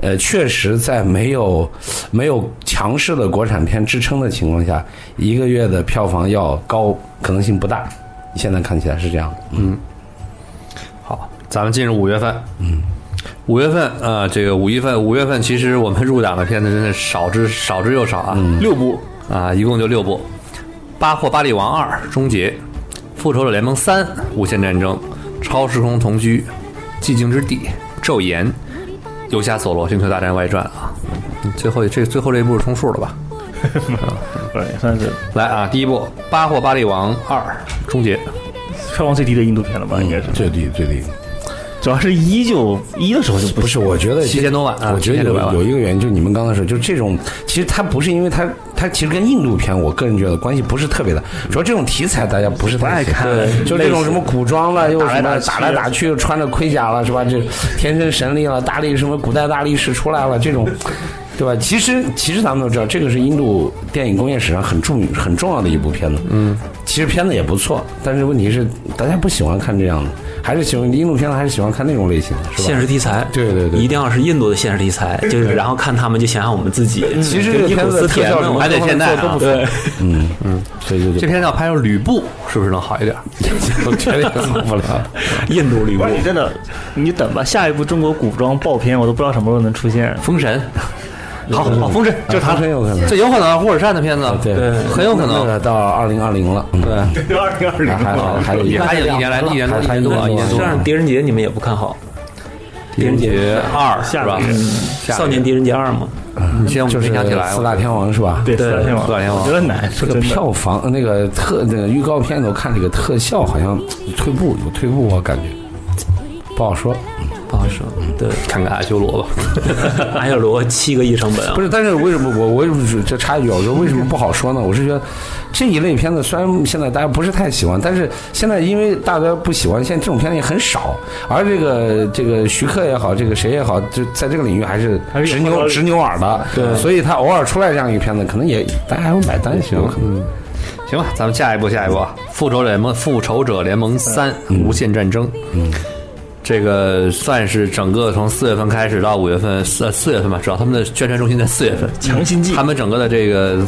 Speaker 1: 呃确实在没有没有强势的国产片支撑的情况下，一个月的票房要高可能性不大。现在看起来是这样的，
Speaker 11: 好，咱们进入五月份。嗯，五月份呃，这个五一份，五月份其实我们入党的片子真的少之少之又少
Speaker 1: 嗯
Speaker 11: 啊，
Speaker 3: 六部
Speaker 11: 啊，一共就六部，《巴霍巴利王二》终结，《复仇者联盟三：无限战争》，《超时空同居》，《寂静之地》，《昼颜》，《游侠索罗：星球大战外传》啊，嗯最后这最后这一部是充数了吧？
Speaker 3: 对，也算是
Speaker 11: 来啊，第一部《巴霍巴利王二》终结。
Speaker 3: 票房最低的印度片了吧？应该是，
Speaker 1: 最低最低。
Speaker 3: 主要是一就一的时候就不
Speaker 1: 不是，我觉得
Speaker 11: 七千多万啊
Speaker 1: 我觉
Speaker 11: 七千
Speaker 1: 得
Speaker 11: 多万
Speaker 1: 有有一个原因，就是你们刚才说，就这种，其实它不是因为它，它其实跟印度片，我个人觉得关系不是特别大。主要这种题材大家不是太喜欢
Speaker 3: 看
Speaker 1: 就这种什么古装了，又
Speaker 3: 打
Speaker 1: 什么
Speaker 3: 来打去
Speaker 1: 打来打去，又穿着盔甲了，是吧？这天生神力了，大力什么古代大力士出来了，这种对吧？其实其实咱们都知道，这个是印度电影工业史上很著名很重要的一部片子。嗯，其实片子也不错，但是问题是大家不喜欢看这样的，还是喜欢印度片子，还是喜欢看那种类型的，是吧？
Speaker 6: 现实题材，
Speaker 1: 对对对
Speaker 6: 一定要是印度的现实题材，就是然后看他们就想想我们自己。
Speaker 1: 嗯其实这个
Speaker 6: 一
Speaker 1: 片
Speaker 6: 口
Speaker 1: 子
Speaker 6: 思
Speaker 1: 特
Speaker 6: 甜
Speaker 1: 效什
Speaker 6: 的，
Speaker 1: 么
Speaker 6: 我
Speaker 11: 还得
Speaker 1: 各方
Speaker 11: 现
Speaker 1: 面
Speaker 11: 代
Speaker 1: 做得
Speaker 11: 啊
Speaker 1: 都不
Speaker 6: 对
Speaker 1: 错。嗯嗯，所以就
Speaker 11: 这
Speaker 1: 就
Speaker 11: 片要拍成吕布，是不是能好一点？
Speaker 1: [LAUGHS] 我觉得也好
Speaker 11: [LAUGHS]
Speaker 1: 不了。
Speaker 6: 印度旅
Speaker 3: 不
Speaker 1: 哎
Speaker 6: 游
Speaker 3: 是你真的，你等吧，下一部中国古装爆片我都不知道什么时候能出现。
Speaker 11: 封神，
Speaker 6: 啊
Speaker 11: 好，好，封神 [LAUGHS] 就是他，
Speaker 1: 很有可能。
Speaker 11: 这有可能霍尔善的片子，
Speaker 1: 啊对，
Speaker 11: 很有可
Speaker 1: 那
Speaker 11: 能，
Speaker 1: 个到二零二零了，嗯
Speaker 11: 对，
Speaker 3: [LAUGHS] 二零
Speaker 1: 啊
Speaker 3: 二
Speaker 11: [LAUGHS]
Speaker 1: 还好还有一
Speaker 11: 也
Speaker 1: 年，
Speaker 11: 还有一年来，一年多，一年
Speaker 1: 哎
Speaker 11: 多，一年
Speaker 6: 这
Speaker 11: 多。
Speaker 6: 样狄仁杰你们也不看好，狄仁杰
Speaker 11: 二是吧？
Speaker 6: 少年狄仁杰二嘛，
Speaker 11: 你现在我
Speaker 1: 嗯就
Speaker 11: 没
Speaker 1: 是
Speaker 11: 想起来，
Speaker 1: 四大天王是吧？
Speaker 3: 对，四大天王，
Speaker 11: 四大天王
Speaker 3: 我觉得难，
Speaker 1: 这
Speaker 3: 说
Speaker 1: 个
Speaker 3: 真的。
Speaker 1: 票房呃那个特那个预告片里头看这个特效好像退步有退步，啊我感觉不好说。
Speaker 6: 不好说。啊嗯对，
Speaker 11: 看看阿修罗吧。
Speaker 6: 埃尔罗七个亿成本啊
Speaker 1: 不，是，但是为什么我我我就插一句，我说为什么不好说呢？我是觉得这一类片子虽然现在大家不是太喜欢，但是现在因为大家不喜欢，现在这种片子也很少。而这个这个徐克也好，这个谁也好，就在这个领域还是
Speaker 3: 还
Speaker 1: 直
Speaker 3: 是有道
Speaker 1: 牛
Speaker 3: 理
Speaker 1: 直牛耳的。
Speaker 6: 对
Speaker 1: 所以他偶尔出来这样一个片子，可能也大家还会买单，行，嗯可能
Speaker 11: 行吧，咱们下一步，下一步，
Speaker 1: 嗯
Speaker 11: 啊，《复仇者联盟》《复仇者联盟三：无限战争》。嗯，这个算是整个从四月份开始到五月份，四四月份吧，主要他们的宣传中心在四月份。
Speaker 3: 强心剂
Speaker 11: 他，们整个的这个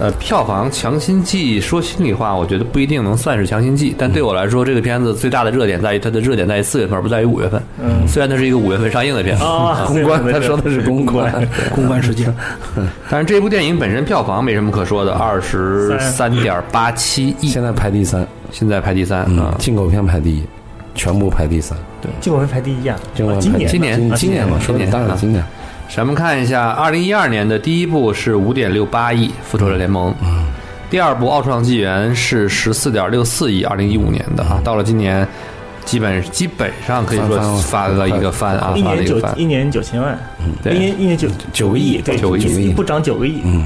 Speaker 11: 呃票房强心剂，说心里话，我觉得不一定能算是强心剂。但对我来说，这个片子最大的热点在于它的热点在于四月份，而不在于五月份。
Speaker 3: 嗯
Speaker 11: 虽然它是一个五月份上映的片子，
Speaker 3: 啊，
Speaker 1: 公关，他说的是公关，
Speaker 8: 公关事件，
Speaker 11: 但是这部电影本身票房没什么可说的，二十三点八七亿，
Speaker 1: 现在排第三，
Speaker 11: 现在排第三
Speaker 1: 嗯
Speaker 11: 啊，。
Speaker 1: 进口片排第一，全部排第三，
Speaker 3: 这我们排第一啊，
Speaker 1: 进口
Speaker 3: 啊
Speaker 1: 片
Speaker 3: 今
Speaker 1: 排
Speaker 3: 年啊
Speaker 1: 第一
Speaker 11: 今年
Speaker 1: 今年嘛，说的当然今年。
Speaker 11: 咱们看一下，二零一二年的第一部是五点六八亿《复仇者联盟》，第二部《奥创纪元》是十四点六四亿，二零一五年的啊，到了今年，基本基本上可以说
Speaker 1: 翻番了
Speaker 11: 翻了一个翻啊，
Speaker 3: 一
Speaker 11: 翻了
Speaker 3: 年
Speaker 11: 一
Speaker 3: 九
Speaker 11: 个翻，
Speaker 3: 一年九千万，一
Speaker 11: 对，
Speaker 3: 年一年九
Speaker 1: 九个亿
Speaker 3: 对，
Speaker 1: 九个亿
Speaker 3: 一不涨九个亿，
Speaker 1: 嗯，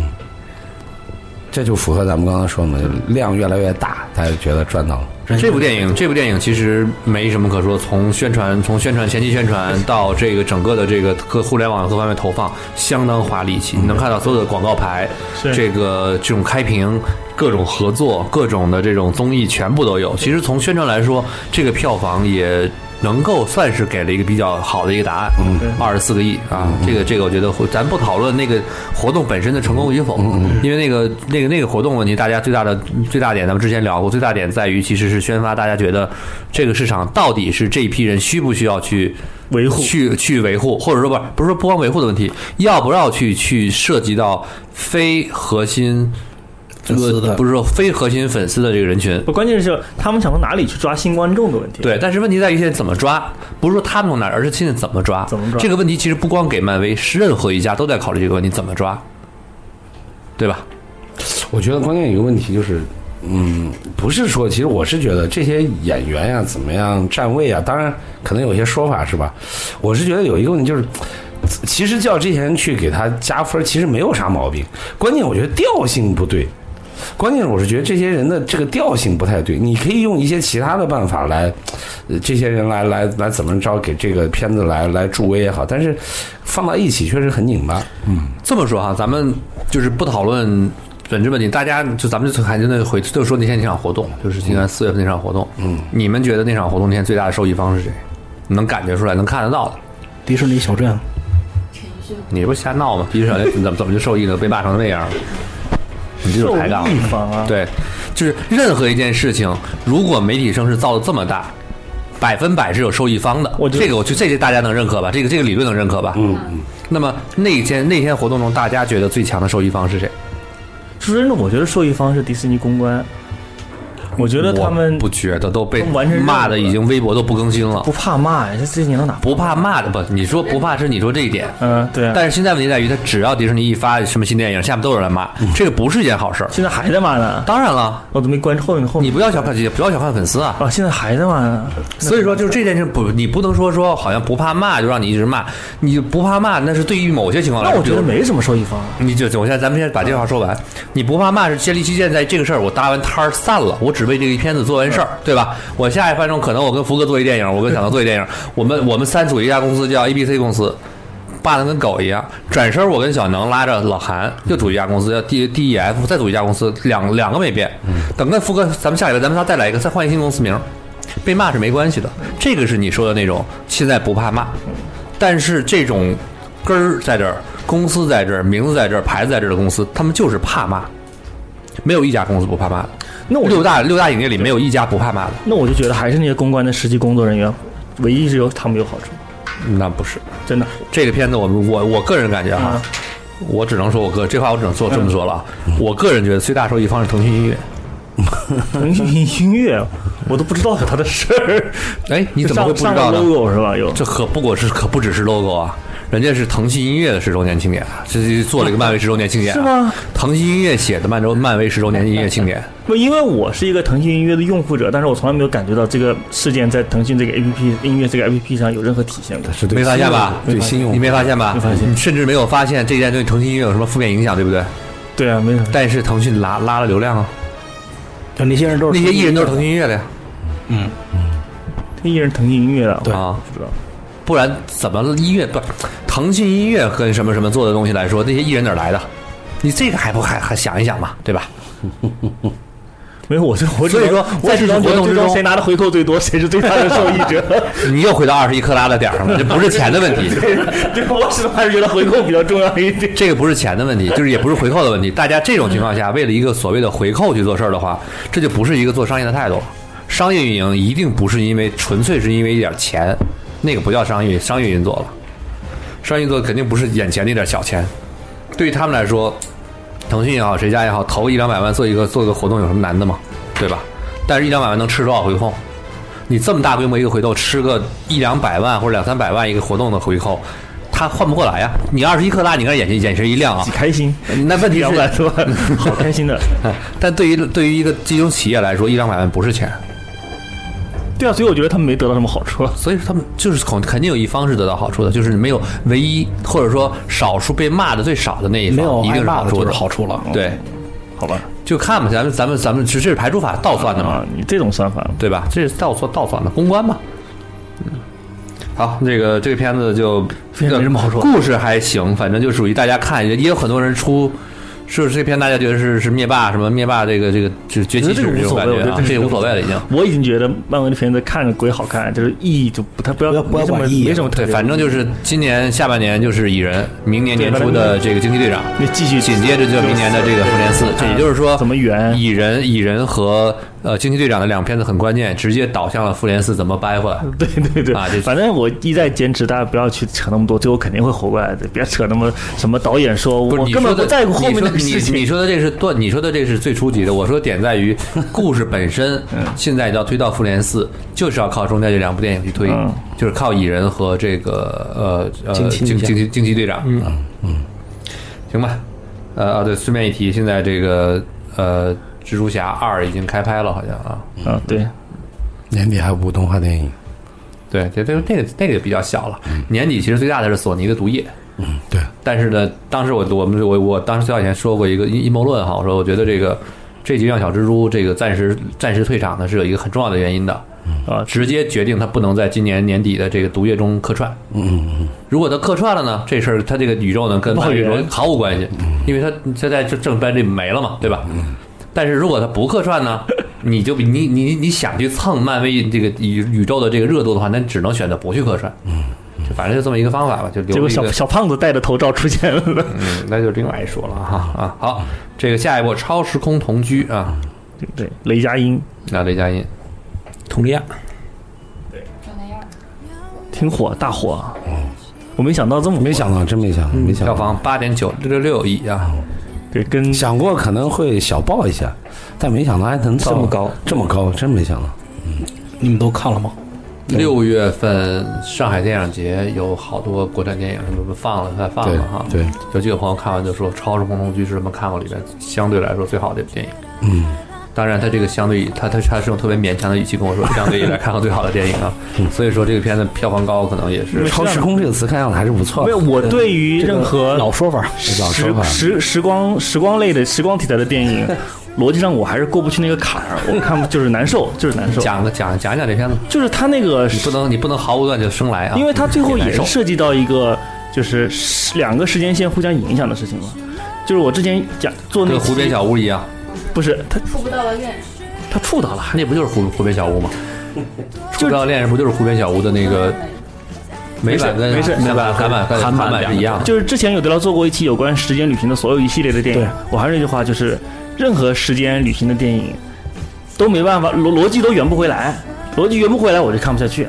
Speaker 1: 这就符合咱们刚才说的嘛，就量越来越大，大家就觉得赚到了。
Speaker 11: 这部电影，这部电影其实没什么可说。从宣传，从宣传前期宣传到这个整个的这个各互联网各方面投放，相当花力气。你能看到所有的广告牌，
Speaker 3: 是
Speaker 11: 这个这种开屏、各种合作、各种的这种综艺全部都有。其实从宣传来说，这个票房也能够算是给了一个比较好的一个答案。嗯，二十四个亿啊，这个这个我觉得会咱不讨论那个活动本身的成功与否，因为那个那个那个活动问题，大家最大的最大点咱们之前聊过，最大点在于其实是宣发大家觉得这个市场到底是这一批人需不需要去。
Speaker 3: 维护
Speaker 11: 去去维护，或者说不不是说不光维护的问题，要不要去去涉及到非核心这
Speaker 8: 粉丝
Speaker 11: 个
Speaker 8: 的
Speaker 11: 不是说非核心粉丝的这个人群。
Speaker 3: 不，关键是他们想从哪里去抓新观众的问题。
Speaker 11: 对，但是问题在于现在怎么抓，不是说他们从哪儿，而是现在怎么抓。
Speaker 3: 怎么抓
Speaker 11: 这个问题其实不光给漫威，是任何一家都在考虑这个问题怎么抓，对吧？
Speaker 1: 我觉得关键有一个问题就是，嗯，不是说，其实我是觉得这些演员呀、怎么样站位啊，当然可能有些说法是吧？我是觉得有一个问题就是。其实叫这些人去给他加分，其实没有啥毛病。关键我觉得调性不对，关键我是觉得这些人的这个调性不太对。你可以用一些其他的办法来，呃这些人来来来怎么着给这个片子来来助威也好，但是放到一起确实很拧巴。
Speaker 11: 这么说哈，咱们就是不讨论本质问题，大家就咱们就还真的回就说那天那场活动，就是今年四月份那场活动，嗯，你们觉得那场活动那天最大的受益方是谁？你能感觉出来，能看得到的，
Speaker 8: 迪士尼小镇，
Speaker 11: 你不是瞎闹吗？比如说哎怎么怎么就受益了，被骂成那样了，你这
Speaker 3: 受
Speaker 11: 就是抬杠。
Speaker 3: 益方啊，
Speaker 11: 对，就是任何一件事情，如果媒体声势造的这么大，百分百是有受益方的。
Speaker 3: 我觉得
Speaker 11: 这个我觉得这个大家能认可吧？这个这个理论能认可吧？嗯。那么那天那天活动中，大家觉得最强的受益方是谁？
Speaker 3: 说真的，我觉得受益方是迪士尼公关，我觉得他们
Speaker 11: 我不觉得都被
Speaker 3: 他们完成任务
Speaker 11: 骂的已经微博都不更新了
Speaker 3: 不，怕骂呀，这这年到哪？
Speaker 11: 不怕骂的不？你说不怕是你说这一点，
Speaker 3: 嗯，对啊，
Speaker 11: 但是现在问题在于，他只要迪士尼一发什么新电影，下面都有人来骂，
Speaker 3: 嗯
Speaker 11: 这个不是一件好事儿。
Speaker 3: 现在还在骂呢，
Speaker 11: 当然了，
Speaker 3: 我都没关注后面后
Speaker 11: 你哎
Speaker 3: 面
Speaker 11: 不要小看不要小看粉丝啊，
Speaker 3: 啊，现在还在骂呢，
Speaker 11: 所以说，就是这件事不，你不能说说好像不怕骂就让你一直骂，你不怕骂那是对于某些情况来
Speaker 3: 那
Speaker 11: 说，
Speaker 3: 我觉得
Speaker 11: 比如
Speaker 3: 没什么受益方。
Speaker 11: 你就我现在咱们先把这话说完，你不怕骂是建立基建在这个事儿，我搭完摊儿散了，我只为这个片子做完事儿，对吧？我下一分钟可能我跟福哥做一电影，我跟小唐做一电影，我们我们三属于一家公司叫 A B C 公司。扒的跟狗一样。转身，我跟小能拉着老韩又组一家公司，叫 D D E F，再组一家公司，两两个没变。等跟福哥，咱们下礼拜咱们仨再来一个，再换一新公司名儿，被骂是没关系的。这个是你说的那种，现在不怕骂，但是这种根儿在这儿，公司在这儿，名字在这儿，牌子在这儿的公司，他们就是怕骂，没有一家公司不怕骂的。
Speaker 3: 那我就
Speaker 11: 六大六大影业里没有一家不怕骂的，
Speaker 3: 那我就觉得还是那些公关的实际工作人员，唯一是有他们有好处，
Speaker 11: 那不是。
Speaker 3: 真的。
Speaker 11: 这个片子我，我我个人感觉哈、
Speaker 3: 啊
Speaker 11: 我只能说我个这话我只能说这么说了啊。
Speaker 3: 嗯
Speaker 11: 我个人觉得最大受益方是腾讯音乐。[LAUGHS]
Speaker 3: 腾讯音乐，我都不知道有他的事儿。
Speaker 11: 哎，你 [LAUGHS] 怎么会不知
Speaker 3: 上
Speaker 11: 道
Speaker 3: 上
Speaker 11: 呢
Speaker 3: 过？logo 是吧？有
Speaker 11: 这可不过是可不只是 logo 啊，人家是腾讯音乐的十周年庆典啊，这是做了一个漫威十周年庆典、啊，
Speaker 3: 哦是吗？
Speaker 11: 腾讯音乐写的漫周漫威十周年音乐庆典，
Speaker 3: 不，因为我是一个腾讯音乐的用户者，但是我从来没有感觉到这个事件在腾讯这个 A P P 音乐这个 A P P 上有任何体现的。
Speaker 1: 是对
Speaker 11: 没发现吧
Speaker 1: 信用对信用，
Speaker 11: 你没发现吧？
Speaker 3: 没发现
Speaker 11: 你甚至没有发现这件对腾讯音乐有什么负面影响，对不对？
Speaker 3: 对啊，没啥。
Speaker 11: 但是腾讯拉拉了流量啊，
Speaker 8: 就那些人都
Speaker 11: 那
Speaker 8: 是
Speaker 11: 些艺人都是腾讯音乐的呀，
Speaker 3: 他依然是腾讯音乐的，
Speaker 8: 对
Speaker 11: 啊，
Speaker 3: 不知道。
Speaker 11: 不然怎么音乐不？腾讯音乐跟什么什么做的东西来说，那些艺人哪儿来的？你这个还不还还想一想嘛，对吧？
Speaker 3: 没有，我就我只
Speaker 11: 所以说
Speaker 3: 能
Speaker 11: 在
Speaker 3: 我只
Speaker 11: 这
Speaker 3: 能
Speaker 11: 种
Speaker 3: 觉
Speaker 11: 活动
Speaker 3: 得最
Speaker 11: 之
Speaker 3: 终
Speaker 11: 中
Speaker 3: 谁拿的回扣最多，谁是最大的受益
Speaker 11: [LAUGHS]
Speaker 3: 者。
Speaker 11: 你又回到二十一克拉的点儿上了，这不是钱的问题， [LAUGHS]
Speaker 3: 对，我始终还是觉得回扣比较重要一点。
Speaker 11: 这个不是钱的问题，就是也不是回扣的问题。大家这种情况下，为了一个所谓的回扣去做事儿的话，这就不是一个做商业的态度了。商业运营一定不是因为纯粹是因为一点钱，那个不叫商业商业运作了。商业运作肯定不是眼前那点小钱，对于他们来说，腾讯也好，谁家也好，投个一两百万做一个做个活动有什么难的吗？对吧？但是一两百万能吃多少回扣？你这么大规模一个回扣，吃个一两百万或者两三百万一个活动的回扣，他换不过来呀、你二十一克拉，你看眼睛眼神一亮啊
Speaker 3: 几，开 [LAUGHS] 心，
Speaker 11: 那问题
Speaker 3: 两百
Speaker 11: 是，
Speaker 3: 多万，好开心的。
Speaker 11: 但对于对于一个金融企业来说，一两百万不是钱，
Speaker 3: 对啊，所以我觉得他们没得到什么好处。
Speaker 11: 所以说他们就是肯肯定有一方是得到好处的，就是没有唯一或者说少数被骂的最少的那
Speaker 8: [LAUGHS]
Speaker 11: 一
Speaker 8: 没有
Speaker 11: 方，一定
Speaker 8: 挨
Speaker 11: 是
Speaker 8: 骂
Speaker 11: 好
Speaker 8: 的
Speaker 11: 处
Speaker 8: 就是
Speaker 11: 的。
Speaker 8: 好处了。
Speaker 11: 对，
Speaker 3: 好吧，
Speaker 11: 就看吧，咱们咱们咱们这这是排除法倒算的嘛，
Speaker 3: 啊，你这种算法，
Speaker 11: 对吧？这是倒算倒算的公关嘛。嗯，好，这个这个片子就
Speaker 3: 非常没什么好说的
Speaker 11: 故事还行，反正就属于大家看，也也有很多人出。是这片大家觉得是是灭霸什么灭霸这个这个就是崛起
Speaker 3: 我觉得
Speaker 11: 史
Speaker 3: 这个
Speaker 11: 这
Speaker 3: 无
Speaker 11: 种
Speaker 3: 所谓
Speaker 11: 感觉啊
Speaker 3: 我觉，得
Speaker 11: 这
Speaker 3: 这
Speaker 11: 也
Speaker 3: 个
Speaker 11: 无所谓了已经。
Speaker 3: 我已经觉得漫威的片子看着鬼好看，就是意义就不太不要
Speaker 8: 不要不要
Speaker 3: 没什么
Speaker 8: 管意义
Speaker 3: 没什么特
Speaker 11: 对，
Speaker 3: 别。
Speaker 11: 反正就是今年下半年就是蚁人，明年年初的这个惊奇队长，
Speaker 3: 那继续啊
Speaker 11: 紧接着就明年的这个复联四，这也就是说
Speaker 3: 怎么圆
Speaker 11: 蚁人蚁人和呃惊奇队长的两个片子很关键，直接导向了复联四怎么掰回来。
Speaker 3: 对对对，
Speaker 11: 啊这
Speaker 3: 反正我一再坚持，大家不要去扯那么多，最后肯定会活过来的。别扯那么什么导演说，
Speaker 11: 不是
Speaker 3: 我
Speaker 11: 你
Speaker 3: 根
Speaker 11: 说
Speaker 3: 本不
Speaker 11: 的，
Speaker 3: 在乎后面的
Speaker 11: 你说
Speaker 3: 事
Speaker 11: 你你
Speaker 3: 情。
Speaker 11: 说的这是段，你说的这是最初级的。我说点在
Speaker 3: [LAUGHS]
Speaker 11: 于故事本身，
Speaker 3: 嗯
Speaker 11: 现在要推到复联四，就是要靠中间这两部电影去推
Speaker 3: 嗯，
Speaker 11: 就是靠蚁人和这个呃呃
Speaker 1: 惊奇
Speaker 11: 惊
Speaker 1: 女侠
Speaker 11: 惊奇惊奇队长。嗯嗯，行吧。呃啊，对，顺便一提，现在这个呃蜘蛛侠二已经开拍了，好像啊。
Speaker 3: 嗯，对，
Speaker 1: 年底还有部动画电影，
Speaker 11: 对，这这那个那个就比较小了。年底其实最大的是索尼的毒液。
Speaker 1: 嗯，对，
Speaker 11: 但是呢，当时我我们我我当时最早以前说过一个阴阴谋论哈，我说我觉得这个这集让小蜘蛛这个暂时暂时退场呢是有一个很重要的原因的，
Speaker 4: 嗯
Speaker 3: 啊，
Speaker 11: 直接决定他不能在今年年底的这个毒液中客串。
Speaker 1: 嗯，
Speaker 11: 如果他客串了呢，这事儿他这个宇宙呢跟
Speaker 3: 不好
Speaker 11: 漫威宇宙
Speaker 3: 圆
Speaker 11: 毫无关系，因为他现在就正班这没了嘛，对吧？但是如果他不客串呢，你就比你你你想去蹭漫威这个宇宇宙的这个热度的话，那只能选择不去客串。就反正就这么一个方法吧，就留
Speaker 3: 结果
Speaker 11: 一
Speaker 3: 小
Speaker 11: 个
Speaker 3: 小胖子戴着头罩出现了， [LAUGHS]
Speaker 11: 嗯，那就另外说了哈啊。好，这个下一步超时空同居啊，
Speaker 3: 对对，雷佳音
Speaker 11: 那雷佳音
Speaker 6: 佟丽娅，
Speaker 3: 挺火，大火啊。
Speaker 11: 哦
Speaker 3: 我没想到这么火
Speaker 1: 没想到，真没
Speaker 6: 嗯
Speaker 1: 想到，没想到
Speaker 11: 票房八点九六六六亿啊，
Speaker 3: 对，跟
Speaker 1: 想过可能会小爆一下，但没想到还能到
Speaker 6: 这么高，
Speaker 1: 这么高，真没想到。
Speaker 8: 你们都看了吗？
Speaker 1: 嗯
Speaker 11: 六月份上海电影节有好多国产电影什么放了，快放
Speaker 1: 对
Speaker 11: 了哈。，
Speaker 1: 对，
Speaker 11: 有几个朋友看完就说《超时空同居》是他们看过里面相对来说最好的电影。
Speaker 1: 嗯，
Speaker 11: 当然，他这个相对，他他他是用特别勉强的语气跟我说，相对以来看过最好的电影
Speaker 1: [LAUGHS]
Speaker 11: 啊。
Speaker 1: 嗯
Speaker 11: 所以说这个片子票房高，可能也是
Speaker 1: 超时空这个词看样子还是不错
Speaker 3: 没
Speaker 1: 的
Speaker 3: 有。我对于任何
Speaker 6: 呃
Speaker 8: 老说法，
Speaker 1: 老说
Speaker 3: 时
Speaker 1: 法
Speaker 3: 时时光时光类的时光题材的电
Speaker 11: [LAUGHS]
Speaker 3: 影，逻辑上我还是过不去那个坎儿，我看不就是难受，就是难受，
Speaker 11: 讲的讲讲讲这片子，
Speaker 3: 就是他那个
Speaker 11: 你不能你不能毫无断就生来啊，
Speaker 3: 因为它最后
Speaker 11: 也
Speaker 3: 也
Speaker 11: 难受
Speaker 3: 是涉及到一个，就就是时两个时间线互相影响的事情嘛。就是我之前讲做那
Speaker 11: 跟
Speaker 3: 个
Speaker 11: 湖边小屋一样，
Speaker 3: 不是他
Speaker 7: 触不到的恋人，
Speaker 11: 他触到了，那不就是湖湖边小屋吗？触不到恋人不就是湖边小屋的那个美版跟
Speaker 3: 没事
Speaker 11: 美版韩版跟
Speaker 6: 韩版
Speaker 11: 韩版是一
Speaker 8: 啊
Speaker 11: 样的？
Speaker 3: 就是之前有德劳做过一期有关时间旅行的所有一系列的电影
Speaker 8: 对，
Speaker 3: 我还是那句话，就是任何时间旅行的电影都没办法逻逻辑都圆不回来，逻辑圆不回来我就看不下去。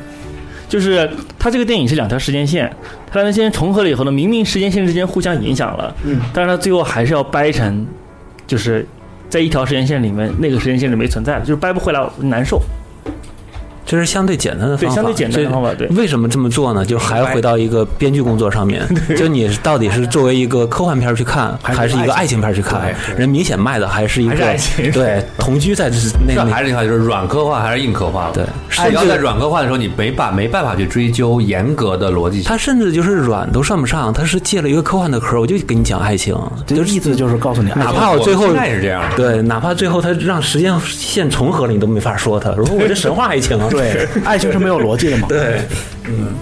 Speaker 3: 就是它这个电影是两条时间线，它两条时间线重合了以后呢，明明时间线之间互相影响了，
Speaker 8: 嗯，
Speaker 3: 但是它最后还是要掰成，就是在一条时间线里面那个时间线里没存在的，就是掰不回来，我难受。
Speaker 6: 这是相对简单的方
Speaker 3: 对，
Speaker 6: 法，
Speaker 3: 相对简单的
Speaker 6: 这
Speaker 3: 方法，对。
Speaker 6: 为什么这么做呢？就是还要回到一个编剧工作上面，就你到底是作为一个科幻片儿去看，还是一个爱情片儿去看？人明显卖的还是一
Speaker 3: 还
Speaker 6: 个
Speaker 3: 是爱情
Speaker 6: 对同居在这那
Speaker 11: 这
Speaker 6: 那
Speaker 11: 还是那句话，就是软科幻还是硬科幻？
Speaker 6: 对，
Speaker 11: 你
Speaker 6: 甚
Speaker 11: 要在
Speaker 6: 至
Speaker 11: 软科幻的时候，你没办没办法去追究严格的逻辑性。
Speaker 6: 他甚至就是软都算不上，他是借了一个科幻的壳儿，我就跟你讲爱情，
Speaker 8: 这
Speaker 6: 就是
Speaker 8: 意思就是告诉你，
Speaker 6: 哪
Speaker 8: 啊
Speaker 6: 怕我最后
Speaker 11: 现在是这样的，
Speaker 6: 对，哪怕最后他让时间线重合了，你都没法说他。如果我这神话爱情啊，
Speaker 8: 对，爱情是没有逻辑的
Speaker 3: [LAUGHS]
Speaker 8: 嘛。
Speaker 6: 对，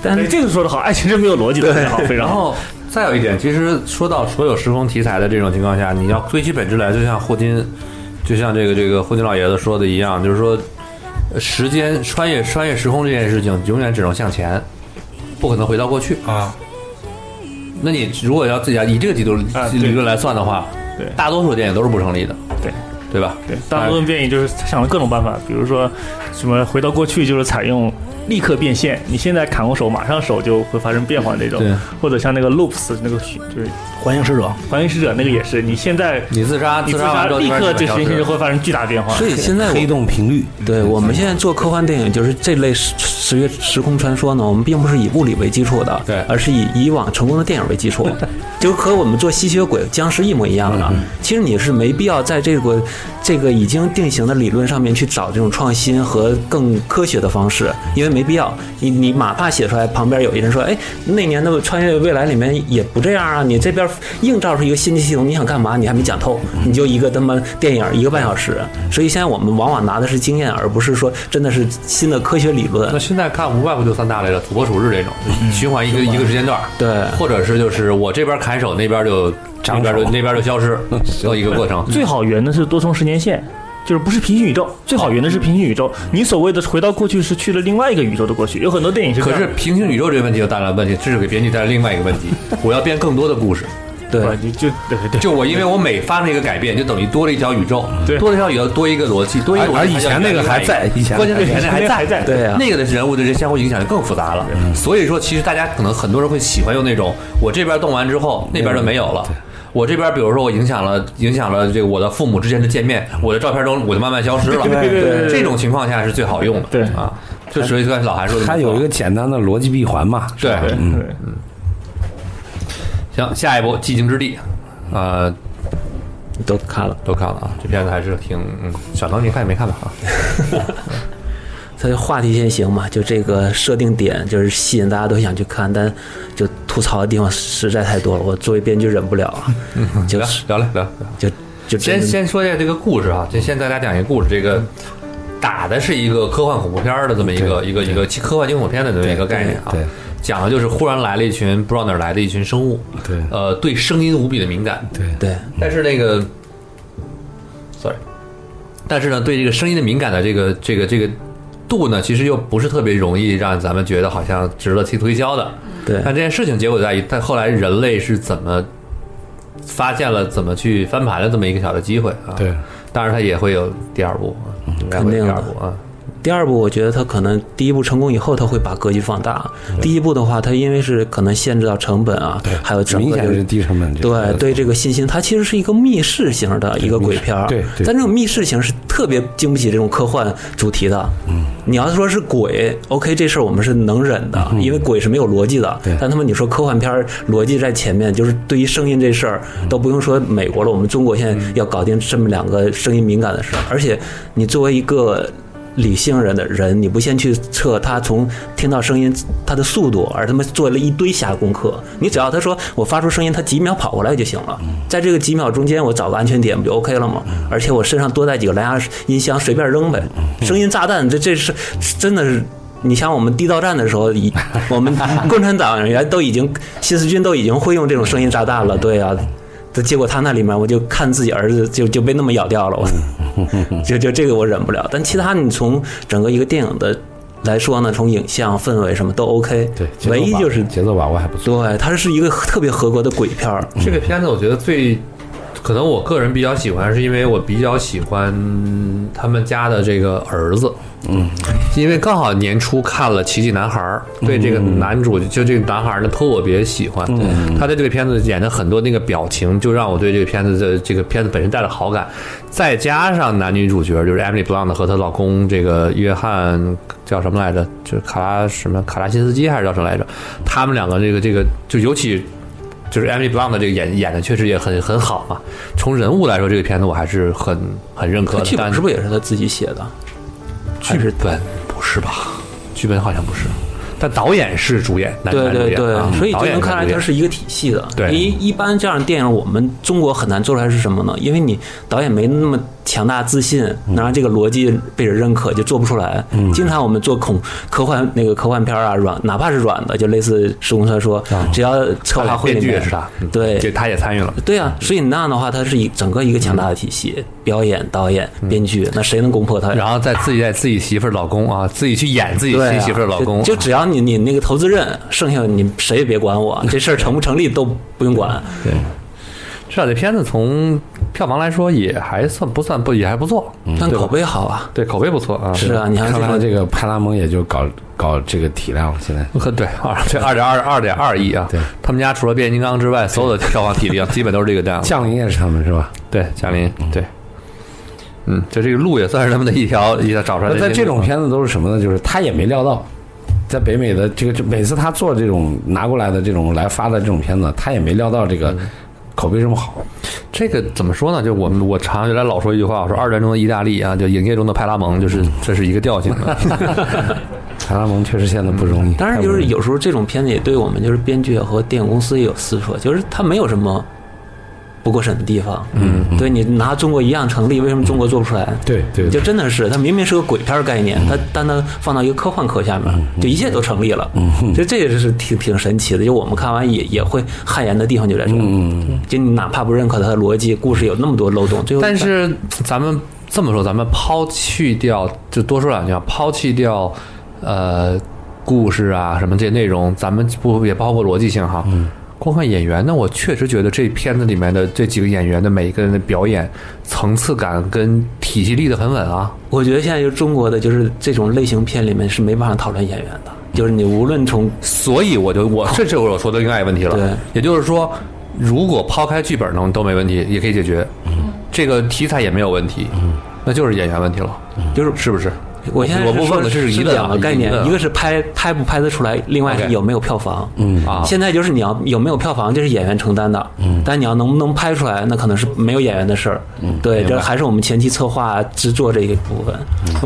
Speaker 3: 但是这个说的好，爱情是没有逻辑的，非常好，非常
Speaker 11: 然
Speaker 3: 好。
Speaker 11: 后哦再有一点，其实说到所有时空题材的这种情况下，你要追其本质来，就像霍金，就像这个这个霍金老爷子说的一样，就是说，呃时间穿越穿越时空这件事情，永远只能向前，不可能回到过去
Speaker 8: 啊。
Speaker 11: 那你如果要自己要以这个理论
Speaker 3: 啊对
Speaker 11: 理论来算的话，
Speaker 3: 对
Speaker 11: 大多数电影都是不成立的，
Speaker 3: 对
Speaker 11: 对吧？
Speaker 3: 对，大部分电影就是想了各种办法，比如说什么回到过去就是采用立刻变现，你现在砍过手，马上手就会发生变化那种
Speaker 11: 对，
Speaker 3: 或者像那个 Loops 那个就是
Speaker 8: 环形使者，
Speaker 3: 环形使者那个也是，你现在
Speaker 11: 你自杀，
Speaker 3: 你自
Speaker 11: 杀
Speaker 3: 杀
Speaker 11: 完之后
Speaker 3: 立刻
Speaker 11: 就
Speaker 3: 这时间线就会发生巨大变 [LAUGHS] 化。
Speaker 6: 所以现在我
Speaker 1: 黑洞频率，
Speaker 6: 对我们现在做科幻电影，就是这类时时时空穿梭呢，我们并不是以物理为基础的，
Speaker 11: 对
Speaker 6: 而是以以往成功的电影为基 [LAUGHS] 础，就和我们做吸血鬼、僵尸一模一样的。其实你是没必要在这个这个已经定型的理论上面去找这种创新和更科学的方式，因为没必要。你你哪怕写出来，旁边有一人说：“哎，那年的穿越未来里面也不这样啊，你这边硬照出一个新的系统，你想干嘛？你还没讲透，你就一个他妈电影一个半小时。”所以现在我们往往拿的是经验，而不是说真的是新的科学理论
Speaker 11: 那。现在看无外乎就三大类了，土拨鼠日这种，嗯 [LAUGHS] 循环一个一个时间段，
Speaker 6: 对
Speaker 11: 或者是就是我这边砍手，那边就那边就那边就消 [LAUGHS] 失，都一个过程。
Speaker 3: 最好圆的是多重时间线。就是不是平行宇宙，最好圆的是平行宇宙。你所谓的回到过去是去了另外一个宇宙的过去，有很多电影是这
Speaker 11: 可
Speaker 3: 样
Speaker 11: 是
Speaker 3: 的。
Speaker 11: 平行宇宙这个问题就带来问题，这是给编剧带来另外一个问题。我要编更多的故事，
Speaker 6: 对，
Speaker 3: 不你就对对对，
Speaker 11: 就我因为我每发生一个改变，就等于多了一条宇宙，
Speaker 3: 对
Speaker 11: 多了一条宇宙，多一个逻辑，多一个逻辑。
Speaker 1: 而而以前那个还在以前
Speaker 11: 关键是以前那还
Speaker 3: 还在
Speaker 11: 在
Speaker 3: 还。在
Speaker 6: 对啊，
Speaker 11: 那个的人物的这相互影响就更复杂了，所以说其实大家可能很多人会喜欢用那种我这边动完之后那边就没有了，我这边比如说我影响了影响了这个我的父母之间的见面，
Speaker 1: 嗯
Speaker 11: 我的照片中我就慢慢消失了，
Speaker 3: 对对对对
Speaker 11: 这种情况下是最好用的，
Speaker 3: 对
Speaker 11: 啊，就所以刚才老韩说的没错，啊
Speaker 1: 它有一个简单的逻辑闭环嘛。
Speaker 11: 对
Speaker 3: 对
Speaker 1: 嗯
Speaker 3: 对
Speaker 11: 行，下一步寂静之地，呃，
Speaker 6: 都看了。
Speaker 11: 都看了啊，这片子还是挺嗯，小唐你看也没看吧啊？
Speaker 6: 它就话题先行嘛，就这个设定点就是吸引大家都想去看，但就吐槽的地方实在太多了，我作为编剧忍不了啊，就
Speaker 11: 聊
Speaker 6: 是
Speaker 11: 聊聊聊，
Speaker 6: 就就真
Speaker 11: 先
Speaker 6: 的
Speaker 11: 先说一下这个故事啊，
Speaker 1: 嗯
Speaker 11: 这先大家讲一个故事，这个打的是一个科幻恐怖片儿的这么一个一个一个科幻惊悚片的这么一个概念啊
Speaker 1: 对，
Speaker 11: 讲的就是忽然来了一群不知道哪儿来的一群生物，
Speaker 1: 对嗯
Speaker 11: 呃，对声音无比的敏感，
Speaker 1: 对
Speaker 6: 对
Speaker 11: 但是那个，sorry，但是呢，对这个声音的敏感的这个这个这个度呢，其实又不是特别容易让咱们觉得好像值得去推销的。
Speaker 6: 对
Speaker 11: 但这件事情结果在于，但后来人类是怎么发现了怎么去翻盘的这么一个小的机会啊？
Speaker 1: 对，
Speaker 11: 当然它也会有第二部啊，应该会有第二部啊。
Speaker 6: 第二部，我觉得他可能第一部成功以后，他会把格局放大。第一部的话，他因为是可能限制到成本啊，还有整
Speaker 1: 明
Speaker 6: 个
Speaker 1: 显
Speaker 6: 就是
Speaker 1: 低成本这个。
Speaker 6: 对对这个信心，它其实是一个密室型的一个鬼片儿。
Speaker 1: 对对
Speaker 6: 但这种密室型是特别经不起这种科幻主题的。嗯，你要是说是鬼，OK，这事儿我们是能忍的，因为鬼是没有逻辑的。
Speaker 1: 嗯对
Speaker 6: 但他们你说科幻片儿逻辑在前面，就是对于声音这事儿
Speaker 1: 嗯
Speaker 6: 都不用说美国了，我们中国现在要搞定这么两个声音敏感的事儿，而且你作为一个。理性人的人，你不先去测他从听到声音他的速度，而他们做了一堆瞎功课。你只要他说我发出声音，他几秒跑过来就行了。在这个几秒中间，我找个安全点不就 OK 了吗？而且我身上多带几个蓝牙音箱，随便扔呗。声音炸弹，这这是真的是你像我们地道战的时候，已我们共产党员都已经新四军都已经会用这种声音炸弹了，对啊。这结果他那里面，我就看自己儿子就就被那么咬掉了，我
Speaker 1: [LAUGHS]
Speaker 6: 就就这个我忍不了。但其他你从整个一个电影的来说呢，从影像氛围什么都 OK，
Speaker 1: 对，节奏
Speaker 6: 唯一
Speaker 1: 把
Speaker 6: 就是
Speaker 1: 节奏把握还不错。
Speaker 6: 对，它是一个特别合格的鬼片儿。
Speaker 11: 这个片子我觉得最可能我个人比较喜欢，是因为我比较喜欢他们家的这个儿子。嗯，因为刚好年初看了《奇迹男孩》，对这个男主就这个男孩呢特别喜欢。他在这个片子演的很多那个表情，就让我对这个片子的这个片子本身带了好感。再加上男女主角就是 Emily Blunt 和她老公这个约翰叫什么来着？就是卡拉什么卡拉辛斯基还是叫什么来着？他们两个这个这个就尤其就是 Emily Blunt 的这个演演的确实也很很好嘛。从人物来说，这个片子我还是很很认可
Speaker 6: 它
Speaker 11: 的。
Speaker 6: 剧
Speaker 11: 但
Speaker 6: 本是不是也是他自己写的？
Speaker 11: 剧本不是吧？剧本好像不是，但导演是主演，男
Speaker 6: 对
Speaker 11: 男主
Speaker 6: 对
Speaker 11: 演
Speaker 6: 对
Speaker 11: 啊，
Speaker 6: 所以就
Speaker 11: 导演
Speaker 6: 能看出来
Speaker 11: 主演
Speaker 6: 它是一个体系的。
Speaker 11: 对
Speaker 6: 一一般这样的电影，我们中国很难做出来是什么呢？因为你导演没那么强大自信，
Speaker 11: 嗯
Speaker 6: 能让这个逻辑被人认可，就做不出来。经常我们做恐科幻那个科幻片啊，软哪怕是软的，就类似《时空穿梭》只要策划会
Speaker 11: 啊编
Speaker 6: 里
Speaker 11: 剧也
Speaker 6: 面
Speaker 11: 是他，嗯
Speaker 6: 对
Speaker 11: 就他也参与了。
Speaker 6: 对啊，所以那样的话，它是一整个一个强大的体系，表演、导演、编剧，那谁能攻破它呀？
Speaker 11: 嗯然后再自己带自己媳妇儿老公啊，自己去演自己
Speaker 6: 对啊
Speaker 11: 媳妇儿老公，
Speaker 6: 就就只要你你那个投资人，剩下你谁也别管
Speaker 11: [LAUGHS]
Speaker 6: 我，这事儿成不成立都不用管。
Speaker 11: 对，至少这片子从票房来说也还算不算不也还不错，嗯
Speaker 6: 但
Speaker 11: 对吧
Speaker 6: 口碑好啊，
Speaker 11: 对口碑不错
Speaker 6: [LAUGHS]
Speaker 11: 啊，
Speaker 6: 是啊，你像
Speaker 1: 看
Speaker 6: 这
Speaker 1: 来
Speaker 6: 种
Speaker 1: 这个派拉蒙也就搞搞这个体量了，现在
Speaker 11: 呵对二对二点二二点二亿啊，
Speaker 1: 对，
Speaker 11: 他们家除了变形金刚之外，所有的票房体量基本都是这个量，
Speaker 1: 降临也是他们是吧？
Speaker 11: 对贾玲对，嗯，就这个路也算是他们的一条一条找出来
Speaker 1: 那
Speaker 11: 的。
Speaker 1: 在这种，片子都是什么呢？就是他也没料到，在北美的这个，就每次他做这种拿过来的这种来发的这种片子，他也没料到这个口碑这么好。
Speaker 11: 这个怎么说呢？就我们我常原来老说一句话，我说二战中的意大利啊，就影业中的派拉蒙，就是
Speaker 4: 嗯
Speaker 11: 这是一个调性的。
Speaker 1: 派拉蒙确实现在不容易，
Speaker 6: 嗯当然，
Speaker 1: 太
Speaker 6: 就
Speaker 1: 不容
Speaker 6: 是
Speaker 1: 易
Speaker 6: 有时候这种片子也对我们，就是编剧和电影公司也有私说，就是他没有什么不过审的地方。嗯，对你拿中国一样成立，为什么中国做不出来？
Speaker 1: 对对
Speaker 6: 就
Speaker 1: 对
Speaker 6: 真的是，它明明是个鬼片儿概念，它
Speaker 11: 嗯
Speaker 6: 但它放到一个科幻课下面，就一切都成立了。
Speaker 11: 嗯
Speaker 6: 就这也是挺挺神奇的。就我们看完也也会汗颜的地方就在
Speaker 11: 嗯
Speaker 6: 这儿。就你哪怕不认可它的逻辑，故事有那么多漏洞，最后
Speaker 11: 但是咱们这么说，咱们抛弃掉，就多说两句啊，抛弃掉，呃，故事啊什么这些内容，咱们不也包括逻辑性哈。嗯。光看演员呢，我确实觉得这片子里面的这几个演员的每一个人的表演层次感跟体系立得很稳啊。
Speaker 6: 我觉得现在就中国的就是这种类型片里面是没办法讨论演员的，就是你无论从
Speaker 11: 所以我就我这这我说的另外一个问题了。
Speaker 6: 哦对
Speaker 11: 也就是说，如果抛开剧本能都没问题，也可以解决，
Speaker 6: 嗯
Speaker 11: 这个题材也没有问题，那就是演员问题了，
Speaker 6: 就是
Speaker 11: 是不是？
Speaker 6: 嗯我现在
Speaker 11: 我不
Speaker 6: 说
Speaker 11: 问的是
Speaker 6: 是
Speaker 11: 疑问啊
Speaker 6: 两个概念
Speaker 11: 疑问，啊
Speaker 6: 一个是拍拍不拍得出来，另外是
Speaker 11: OK
Speaker 6: 有没有票房。
Speaker 1: 嗯
Speaker 11: 啊
Speaker 6: 现在就是你要有没有票房，这是演员承担的。嗯，但你要能不能拍出来，那可能是没有演员的事儿。嗯，对，
Speaker 1: 明白
Speaker 6: 这还是我们前期策划制作这一部分，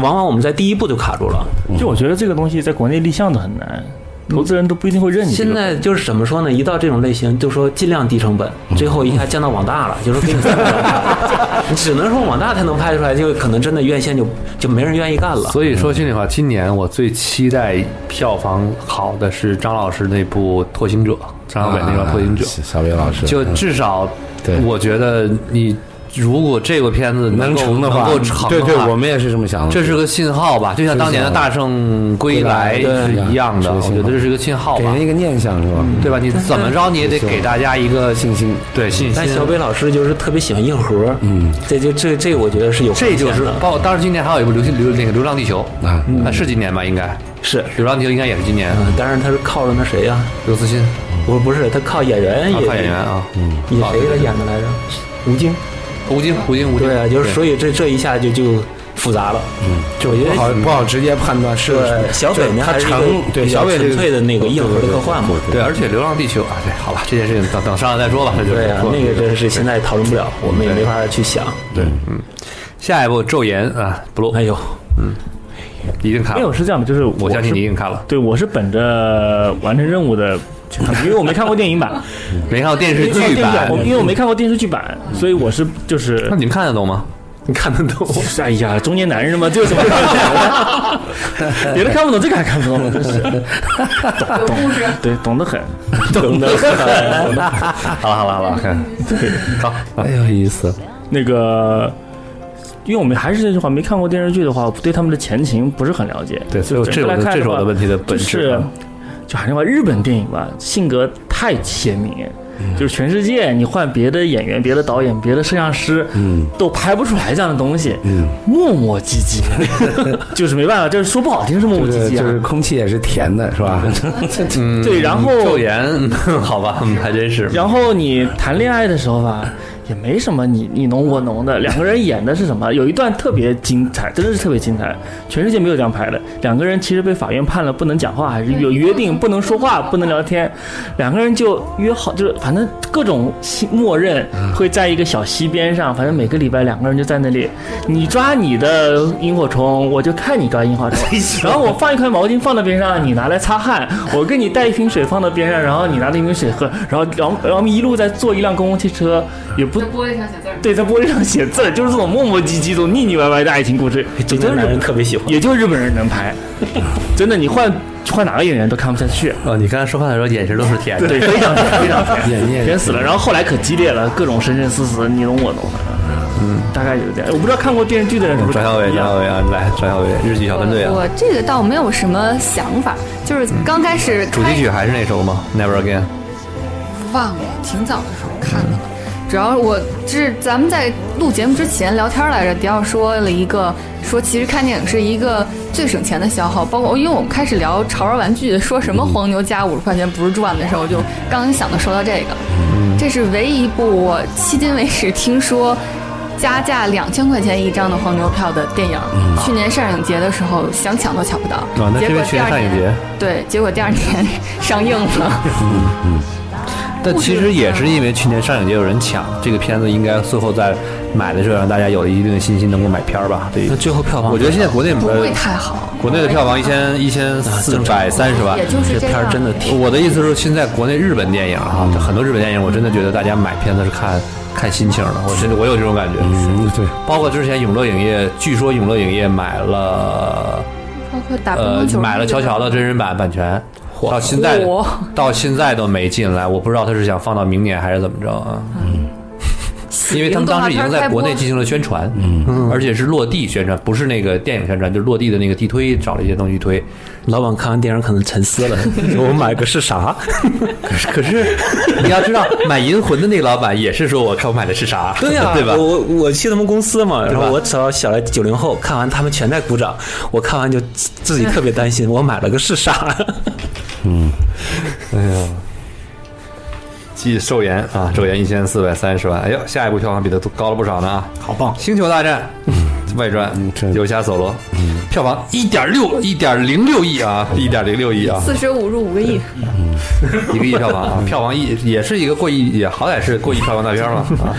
Speaker 6: 往往我们在第一步就卡住了。
Speaker 3: 就我觉得这个东西在国内立项的很难，投资人都不一定会认你这
Speaker 6: 现
Speaker 3: 个。
Speaker 6: 在就是怎么说呢？一到这种类型，就说尽量低成本，最后一下降到网大了，就是给你，你只能说网大才能拍出来，就可能真的院线就就没人愿意干了。
Speaker 11: 所以说心里话，今年我最期待票房好的是张老师那部《拓行者》，张小北那个《拓行者
Speaker 1: 啊》，小伟老师
Speaker 11: 就
Speaker 1: 嗯
Speaker 11: 至少
Speaker 1: 对，
Speaker 11: 我觉得你如果这个片子
Speaker 1: 能
Speaker 11: 够
Speaker 1: 成的
Speaker 11: 能
Speaker 1: 话
Speaker 11: 够成，
Speaker 1: 对对，
Speaker 11: 的话
Speaker 1: 我们也是这么
Speaker 6: 嗯
Speaker 1: 想的。
Speaker 11: 这是个信号吧，就像当年的大圣归来
Speaker 1: 归来
Speaker 11: 是一样的，
Speaker 1: 对
Speaker 11: 我觉得这是个信号
Speaker 1: 给
Speaker 11: 吧嗯
Speaker 1: 人，一个念想是吧？
Speaker 11: 对吧？你怎么着你也得给大家一个
Speaker 1: 信心，
Speaker 11: 对信
Speaker 6: 但
Speaker 11: 心
Speaker 6: 小。北老师就是特别喜欢硬核，嗯，这就这这我觉得是有
Speaker 11: 这就
Speaker 6: 风
Speaker 11: 是
Speaker 6: 险的，
Speaker 11: 包括当时今年还有一部《流星流那个《流浪地球》
Speaker 1: 啊
Speaker 11: 那是今年吧？应该《
Speaker 6: 是，
Speaker 11: 流浪地球》应该也是今年。
Speaker 6: 嗯，当然他是靠着那谁呀、
Speaker 11: 刘慈欣，
Speaker 6: 不不是他靠演员
Speaker 11: 啊
Speaker 6: 也，
Speaker 11: 靠演员啊，
Speaker 6: 也谁给他演的来着？吴京，
Speaker 11: 吴京，吴京，吴京，
Speaker 6: 对啊，就是所以这这一下就就复杂了，嗯，就我觉
Speaker 1: 不
Speaker 6: 得
Speaker 1: 好不好直接判断是
Speaker 6: 对小北呢
Speaker 1: 他
Speaker 6: 还是一个
Speaker 1: 成对
Speaker 6: 比较
Speaker 1: 小北这
Speaker 6: 纯
Speaker 1: 个
Speaker 6: 粹的那个硬核的科幻嘛，
Speaker 11: 对，而且《流浪地球》啊，对，好吧，这件事情等等上来再说吧，那就
Speaker 6: 对啊，那个真是现
Speaker 11: 在
Speaker 6: 在讨论不了，我们也没法去想。
Speaker 1: 对
Speaker 11: 下一部《昼颜》啊，不录，
Speaker 6: 哎呦，
Speaker 11: 一定看
Speaker 3: 没有
Speaker 11: 了，
Speaker 3: 是这样的，就是
Speaker 11: 我
Speaker 3: 我
Speaker 11: 相信
Speaker 3: 是
Speaker 11: 你一定看了，
Speaker 3: 对我是本着完成任务的去看的，因为我没看过电影
Speaker 11: [LAUGHS]
Speaker 3: 版，
Speaker 11: 没看过电视
Speaker 3: 因为
Speaker 11: 剧
Speaker 3: 电影
Speaker 11: 版嗯
Speaker 3: 我，因为我没看过电视剧版，所以我是就是
Speaker 11: 那你们看得懂吗？
Speaker 6: 你看得懂。
Speaker 3: 哎呀，中年男人嘛，这有什么看不懂
Speaker 11: [LAUGHS]
Speaker 3: 的？别的看不懂，这个还看不懂，真是懂懂，对，懂得很，懂得很。
Speaker 11: 好了好了好
Speaker 6: 嗯
Speaker 11: 了，看，
Speaker 3: [LAUGHS]
Speaker 11: 好，
Speaker 1: 哎有意思，
Speaker 3: 那个，因为我们还是这句话，没看过电视剧的话，对他们的前情不是很了解。
Speaker 11: 对，所以这
Speaker 3: 整个
Speaker 11: 种
Speaker 3: 来看
Speaker 11: 这
Speaker 3: 的
Speaker 11: 是我
Speaker 3: 话
Speaker 11: 的问题的本
Speaker 3: 就
Speaker 11: 质
Speaker 3: 是
Speaker 11: 啊。
Speaker 3: 就还是话，日本电影吧，性格太鲜明，
Speaker 11: 嗯
Speaker 3: 就是全世界你换别的演员、别的导演、别的摄像师，
Speaker 1: 嗯
Speaker 3: 都拍不出来这样的东西，
Speaker 1: 嗯，
Speaker 3: 磨磨唧唧， [LAUGHS] 就是没办法，就是说不好听是磨磨
Speaker 1: 就
Speaker 3: 唧
Speaker 1: 是
Speaker 3: 唧
Speaker 1: 就是
Speaker 3: 啊。
Speaker 1: 空气也是甜的，是 [LAUGHS] 吧？
Speaker 11: 嗯
Speaker 3: 对然后
Speaker 11: 昼颜，好吧，嗯还真是。
Speaker 3: 然后你谈恋爱的时候吧，也没什么你你侬我侬的，两个人演的是什么？有一段特别精彩，真的是特别精彩，全世界没有这样拍的。两个人其实被法院判了不能讲话，还是有约定不能说话、不能聊天，两个人就约好，就是反正各种西默认会在一个小溪边上，反正每个礼拜两个人就在那里，你抓你的萤火虫，我就看你抓萤火虫，然后我放一块毛巾放到边上，你拿来擦汗，我给你带一瓶水放到边上，然后你拿了一瓶水喝，然后然后然后一路在坐一辆公共汽车，也不
Speaker 7: 玻璃上写字儿。
Speaker 3: 对在玻璃上写字，就是这种磨磨唧唧、这种腻腻歪歪的爱情故事，也
Speaker 6: 中
Speaker 3: 就
Speaker 6: 年男
Speaker 3: 是
Speaker 6: 人特别喜欢。
Speaker 3: 也就日本人能拍，真的，你换换哪个演员都看不下去。
Speaker 11: 哦，你刚才说话的时候眼神都是甜的。
Speaker 3: 对，非常甜，非常甜，
Speaker 1: 演
Speaker 3: 甜
Speaker 1: 念
Speaker 3: 死了。然后后来可激烈了，各种生生死死，你侬我侬。嗯，大概就是这样。我不知道看过电视剧的人是不是
Speaker 11: 张小伟，
Speaker 3: 一
Speaker 11: 张
Speaker 3: 样
Speaker 11: 小伟啊，来，张小伟，日剧小分队啊，
Speaker 12: 我这个倒没有什么想法，就是刚开始
Speaker 11: 主
Speaker 12: 开
Speaker 11: 题曲还是那首吗？Never Again。
Speaker 12: 忘了，挺早的时候看的了。主要我是咱们在录节目之前聊天来着，迪奥说了一个，说其实看电影是一个最省钱的消耗，包括因为我们开始聊潮玩玩具，说什么黄牛加五十块钱不是赚的时候，我就刚刚想到说到这个，这是唯一一部我迄今为止听说加价两千块钱一张的黄牛票的电影。去年上影节的时候想抢都抢不到，
Speaker 11: 啊，那
Speaker 12: 结
Speaker 11: 是因
Speaker 12: 果
Speaker 11: 为去
Speaker 12: 第
Speaker 11: 年
Speaker 12: 二
Speaker 11: 上影
Speaker 12: 年
Speaker 11: 节，
Speaker 12: 对，结果第二年上映了。
Speaker 11: 但其实也是因为去年上影节有人抢这个片子，应该最后在买的时候让大家有一定的信心能够买片儿吧？对
Speaker 6: 那，最后票房，
Speaker 11: 我觉得现在国内
Speaker 12: 不会
Speaker 11: 呃，
Speaker 12: 太好，
Speaker 11: 国内的票房一千一千四百三十万
Speaker 12: 也。啊就是这
Speaker 6: 这片
Speaker 12: 样
Speaker 6: 儿。真的挺
Speaker 11: 我的意思是，现在国内日本电影哈，很多日本电影，我真的觉得大家买片子是看看心情的，我真的我有这种感觉。
Speaker 1: 嗯，对，
Speaker 11: 包括之前永乐影业，据说永乐影业买了
Speaker 12: 包括打乒
Speaker 11: 呃
Speaker 12: 乓球、
Speaker 11: 买了乔乔的真人版版权，到现在
Speaker 12: 嚯
Speaker 11: 到现在都没进来，我不知道他是想放到明年还是怎么着啊？因为他们当时已经在国内进行了宣传，嗯，而且是落地宣传，不是那个电影宣传，就是落地的那个地推找了一些东西推。
Speaker 6: 老板看完电影可能沉 [LAUGHS] 思了，我买个是啥？
Speaker 11: 可是，可是你要知道，买银魂的那个老板也是说我看我买的是啥，
Speaker 6: 对呀、
Speaker 11: [LAUGHS] 对吧？啊
Speaker 6: 我我去他们公司嘛，然
Speaker 11: 吧
Speaker 6: 后我找小来九零后，看完他们全在鼓掌，我看完就自自己特别担心，我买了个是啥？
Speaker 11: 继寿岩啊，寿岩一千四百三十万，哎呦，下一部票房比它都高了不少呢啊！
Speaker 8: 好棒
Speaker 11: 《星球大战》外传
Speaker 1: 这
Speaker 11: 《游侠索罗》，票房一点六一点零六亿啊，一点零六亿啊，
Speaker 12: 四舍五入五个亿，
Speaker 11: 一个亿票房啊，票房一也是一个过亿，也好歹是过亿票房大片儿嘛啊，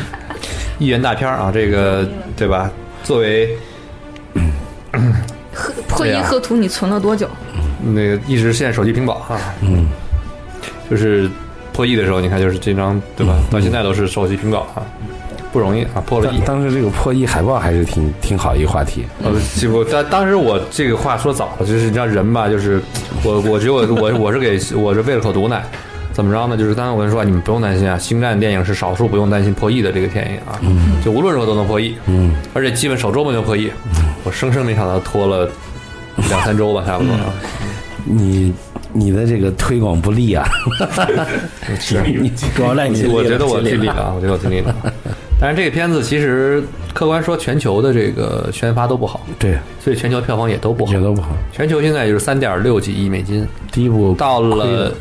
Speaker 11: 亿元大片儿啊，这个对吧？作为
Speaker 12: 赫
Speaker 11: 啊
Speaker 12: 破音赫图，你存了多久？
Speaker 11: 那个一直现在手机屏保啊，
Speaker 1: 嗯，
Speaker 11: 就是破亿的时候，你看就是这张对吧？到现在都是手机屏保啊，不容易啊，破了亿
Speaker 1: 当。当时这个破译海报还是挺挺好一个话题，
Speaker 11: 呃，这我当当时我这个话说早了，就是你知道人吧，就是我我觉得我我我是给我是喂了口毒奶，怎么着呢？就是刚才我跟你说啊，你们不用担心啊，星战电影是少数不用担心破亿的这个电影啊，就无论如何都能破亿，
Speaker 1: 嗯，
Speaker 11: 而且基本首周末就破亿，我生生没想到拖了两三周吧，差不多啊。
Speaker 1: 你你的这个推广不力 [LAUGHS] 啊，
Speaker 8: 你主要赖
Speaker 1: 嗯
Speaker 8: 你，
Speaker 11: 我觉得我尽力了啊，我觉得我尽力了。但是这个片子其实客观说，全球的这个宣发都不好，
Speaker 1: 对，
Speaker 11: 所以全球票房也都不好
Speaker 1: 也。都不好。
Speaker 11: 全球现在就是三点六几亿美金，
Speaker 1: 第一部
Speaker 11: 到了，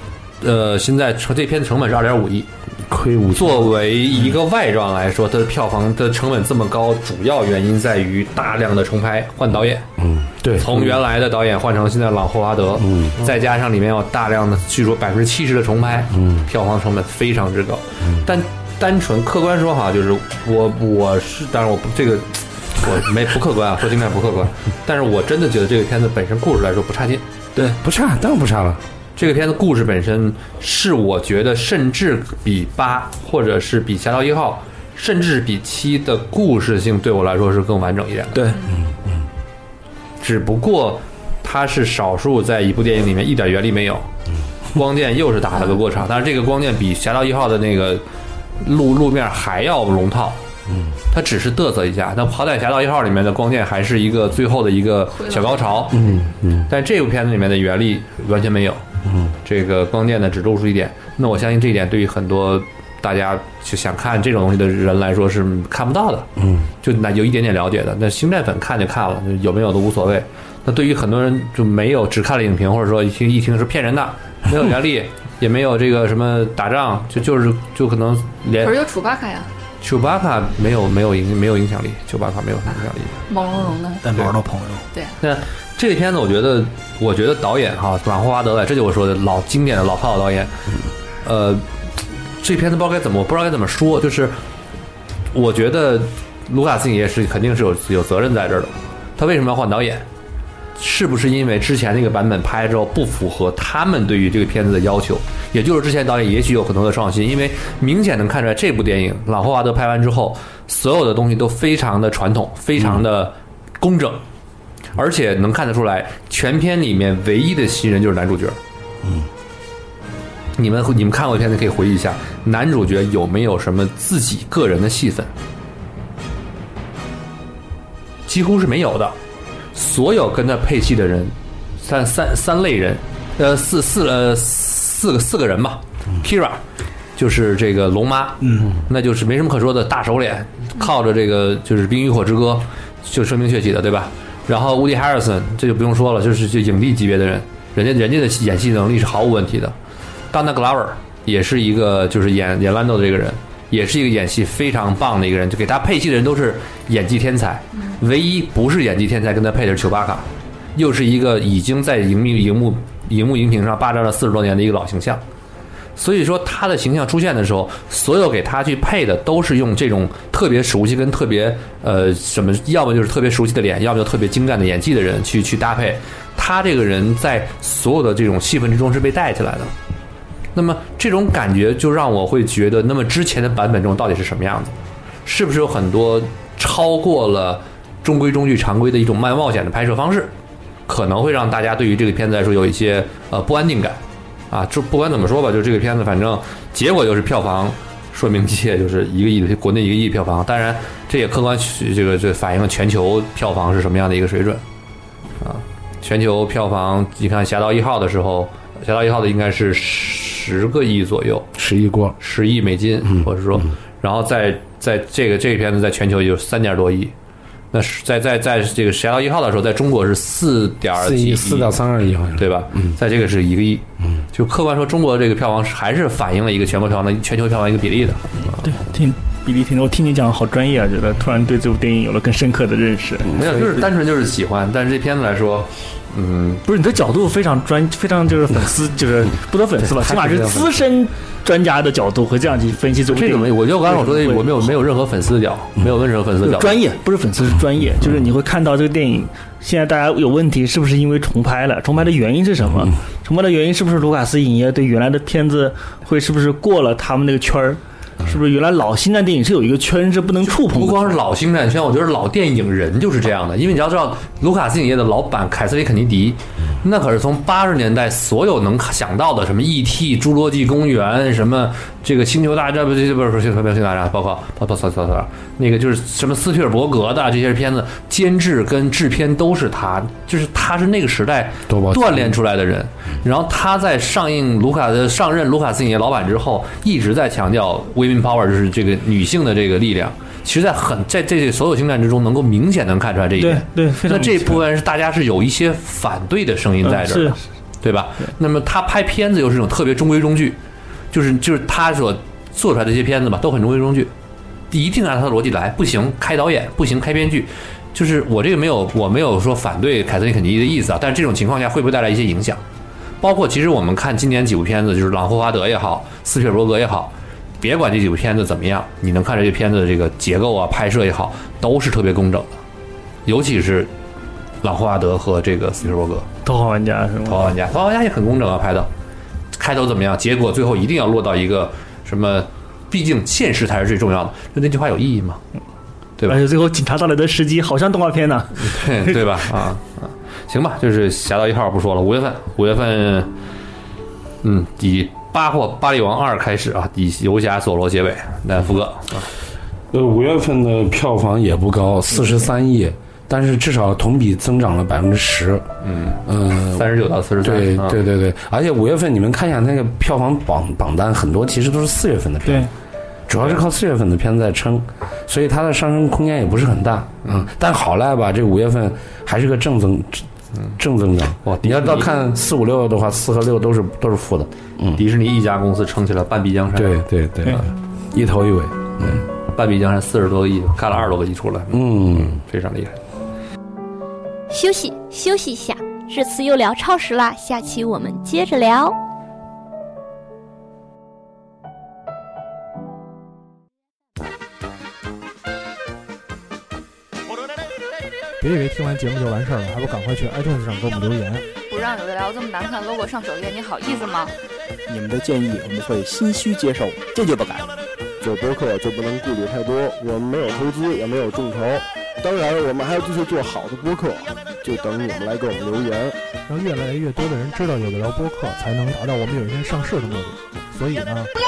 Speaker 11: 呃，现在成这片的成本是二点五亿。
Speaker 1: 亏五千，
Speaker 11: 作为一个外传来说，它的票房的成本这么高，主要原因在于大量的重拍换导演，
Speaker 1: 嗯，对，
Speaker 11: 从原来的导演换成现在朗霍华德，
Speaker 1: 嗯，
Speaker 11: 再加上里面有大量的，据说百分之七十的重拍，
Speaker 1: 嗯，
Speaker 11: 票房成本非常之高。但单纯客观说哈，就是我我是，当然我不这个我没不客观啊，说今天不客观，但是我真的觉得这个片子本身故事来说不差劲。
Speaker 1: 不差，当然不差了。
Speaker 11: 这个片子故事本身是我觉得甚至比八或者是比《侠盗一号》甚至比七的故事性对我来说是更完整一点的。
Speaker 6: 对，
Speaker 11: 只不过它是少数在一部电影里面一点原力没有，
Speaker 1: 嗯
Speaker 11: 光电又是打了个过场，但是这个光电比《侠盗一号》的那个路路面还要龙套。嗯，它只是嘚瑟一下，那好歹《侠盗一号》里面的光电还是一个最后的一个小高潮。
Speaker 1: 嗯嗯
Speaker 11: 但这部片子里面的原力完全没有，
Speaker 1: 嗯，
Speaker 11: 这个光电呢只露出一点。那我相信这一点对于很多大家就想看这种东西的人来说是看不到的，
Speaker 1: 嗯，
Speaker 11: 就那有一点点了解的。那星战粉看就看了，有没有都无所谓。那对于很多人就没有只看了影评，或者说一听一听是骗人的，没有原力，也没有这个什么打仗，就就是就可能连
Speaker 12: 可是有楚巴卡呀，
Speaker 11: 丘巴卡没有没有影没有影响力，丘巴卡没有什么影响力。
Speaker 12: 毛茸茸的，
Speaker 8: 带毛的朋友，
Speaker 12: 对，
Speaker 11: 那这个片子，我觉得，我觉得导演哈，马霍华德这就我说的老经典的老炮导演，呃，这片子不知道该怎么，我不知道该怎么说，就是我觉得卢卡斯影业是肯定是有有责任在这儿的，他为什么要换导演？是不是因为之前那个版本拍之后不符合他们对于这个片子的要求？也就是之前导演也许有很多的创新，因为明显能看出来这部电影朗霍华德拍完之后，所有的东西都非常的传统，非常的工整，而且能看得出来，全片里面唯一的新人就是男主角。
Speaker 1: 嗯，
Speaker 11: 你们你们看过的片子可以回忆一下，男主角有没有什么自己个人的戏份？几乎是没有的。所有跟他配戏的人，三三三类人，呃，四四呃四个四个人吧。Kira 就是这个龙妈，
Speaker 8: 嗯，
Speaker 11: 那就是没什么可说的大手脸，靠着这个就是《冰与火之歌》就声名鹊起的，对吧？然后 Woody Harrelson 这就不用说了，就是就影帝级别的人，人家人家的演戏能力是毫无问题的。Donna Glover 也是一个就是演演 Lando 的这个人，也是一个演戏非常棒的一个人，就给他配戏的人都是演技天才，唯一不是演技天才跟他配的是丘巴卡，又是一个已经在荧幕荧幕荧幕荧屏上霸占了四十多年的一个老形象。所以说他的形象出现的时候，所有给他去配的都是用这种特别熟悉跟特别呃什么，要么就是特别熟悉的脸，要么就特别精湛的演技的人去去搭配。他这个人在所有的这种戏份之中是被带起来的。那么这种感觉就让我会觉得，那么之前的版本中到底是什么样子？是不是有很多超过了中规中矩、常规的一种漫冒险的拍摄方式，可能会让大家对于这个片子来说有一些呃不安定感啊？就不管怎么说吧，就这个片子，反正结果就是票房说明一切，就是一个亿的国内一个亿票房。当然，这也客观这个这反映了全球票房是什么样的一个水准啊？全球票房，你看《侠盗一号》的时候，《侠盗一号》的应该是十个亿左右，
Speaker 1: 十亿过，
Speaker 11: 十亿美金，或者说，然后在在这个这个片子在全球有三点多亿，那是在在在这个《侠盗一号》的时候，在中国是四点
Speaker 1: 四
Speaker 11: 几亿
Speaker 1: 亿四到三二亿好像。
Speaker 11: 对吧？
Speaker 1: 嗯
Speaker 11: 在这个是一个亿，
Speaker 1: 嗯，
Speaker 11: 就客观说，中国这个票房是还是反映了一个全国票房的全球票房一个比例的。
Speaker 3: 对，听比利听我听你讲好专业啊，觉得突然对这部电影有了更深刻的认识。
Speaker 11: 没有，就是单纯就是喜欢，但是这片子来说，嗯，
Speaker 3: 不是你的角度非常专，非常就是粉丝，就是不得粉丝吧，
Speaker 11: 对
Speaker 3: 起码
Speaker 11: 他是
Speaker 3: 是
Speaker 11: 这样
Speaker 3: 资深专家的角度会这样去分析这部
Speaker 11: 这
Speaker 3: 电
Speaker 11: 种
Speaker 3: 影。
Speaker 11: 我就刚才我说的
Speaker 3: 为什，么会
Speaker 11: 我没有没有任何粉丝角，没有任何粉丝
Speaker 3: 就是
Speaker 11: 角，
Speaker 3: 专业不是粉丝，是专业。就是你会看到这个电影，现在大家有问题，是不是因为重拍了？重拍的原因是什
Speaker 11: 嗯
Speaker 3: 么？重拍的原因是不是卢卡斯影业对原来的片子会是不是过了他们那个圈儿？是不是原来老星战电影是有一个圈是不能触碰的？
Speaker 11: 嗯不光是老星战圈，我觉得老电影人就是这样的，因为你要知道，卢卡斯影业的老板凯瑟琳肯尼迪，那可是从八十年代所有能想到的什么 E.T.、侏罗纪公园、什么这个星球大战不这不是不是不是星球大战，包括包括包括包括那个就是什么斯皮尔伯格的这些片子，监制跟制片都是他，就是他是那个时代
Speaker 1: 多宝
Speaker 11: 锻炼出来的人。
Speaker 3: 嗯
Speaker 11: 然后他在上映卢卡的上任卢卡斯影业老板之后，一直在强调 women power，就是这个女性的这个力量。其实，在很在这所有星战之中，能够明显能看出来这一
Speaker 3: 对
Speaker 11: 点。
Speaker 3: 对，非常
Speaker 11: 那这部分是大家是有一些反对的声音在
Speaker 3: 嗯
Speaker 11: 这儿的，
Speaker 3: 是
Speaker 11: 对吧？那么他拍片子又是一种特别中规中矩，就是就是他所做出来的这些片子吧，都很中规中矩，一定按他的逻辑来，不行开导演，不行开编剧。就是我这个没有，我没有说反对凯瑟琳肯尼迪的意思啊，但是这种情况下会不会带来一些影响？包括其实我们看今年几部片子，就是朗霍华德也好，斯皮尔伯格也好，别管这几部片子怎么样，你能看出这片子的这个结构啊、拍摄也好，都是特别工整的，尤其是朗霍华德和这个斯皮尔伯格。
Speaker 3: 头号玩家是
Speaker 11: 头号
Speaker 3: 吗？
Speaker 11: 玩家，头号玩家也很工整啊，拍的。开头怎么样？结果最后一定要落到一个什么毕竟现实才是最重要的。就那句话有意义
Speaker 1: [LAUGHS]
Speaker 11: 吗？对吧
Speaker 3: 而且最后警察到来的时机好像动画片呢、
Speaker 11: 对对吧？啊啊，行吧，就是侠盗一号不说了。五月份，五月份，嗯，以《八或巴力王二》开始啊，以游侠索罗结尾。那福哥，
Speaker 1: 呃，五月份的票房也不高，嗯四十三亿，但是至少同比增长了百分之十。
Speaker 11: 嗯
Speaker 1: 嗯，
Speaker 11: 39到43
Speaker 1: 对
Speaker 11: 啊
Speaker 1: 对对对，而且五月份你们看一下那个票房榜榜单，很多其实都是四月份的片，
Speaker 3: 对，
Speaker 1: 主要是靠四月份的片在撑，所以它的上升空间也不是很大。嗯，但好赖吧，这五月份还是个正增。正增长，
Speaker 11: 哇！
Speaker 1: 你要到
Speaker 11: 迪士尼
Speaker 1: 看四五六的话，四和六都是都是负的。嗯，
Speaker 11: 迪士尼一家公司撑起了半壁江山，
Speaker 1: 对对对，一头一尾。
Speaker 11: 半壁江山四十多个亿，干了二十多个亿出来，
Speaker 1: 嗯，
Speaker 11: 非常厉害。
Speaker 13: 休息休息一下，这次又聊超时啦，下期我们接着聊。
Speaker 4: 别以为听完节目就完事儿了，还不赶快去 iTunes 上给我们留言。
Speaker 14: 不让有的聊这么难看 logo 上首页，你好意思吗？
Speaker 15: 你们的建议我们会心虚接受，坚决不改。
Speaker 16: 做播客就不能顾虑太多，我们没有投资，也没有众筹，当然我们还要继续做好的播客，就等你们来给我们留言。
Speaker 4: 让越来越多的人知道有个聊播客，才能达到我们有一天上市的目的。所以呢，
Speaker 17: 不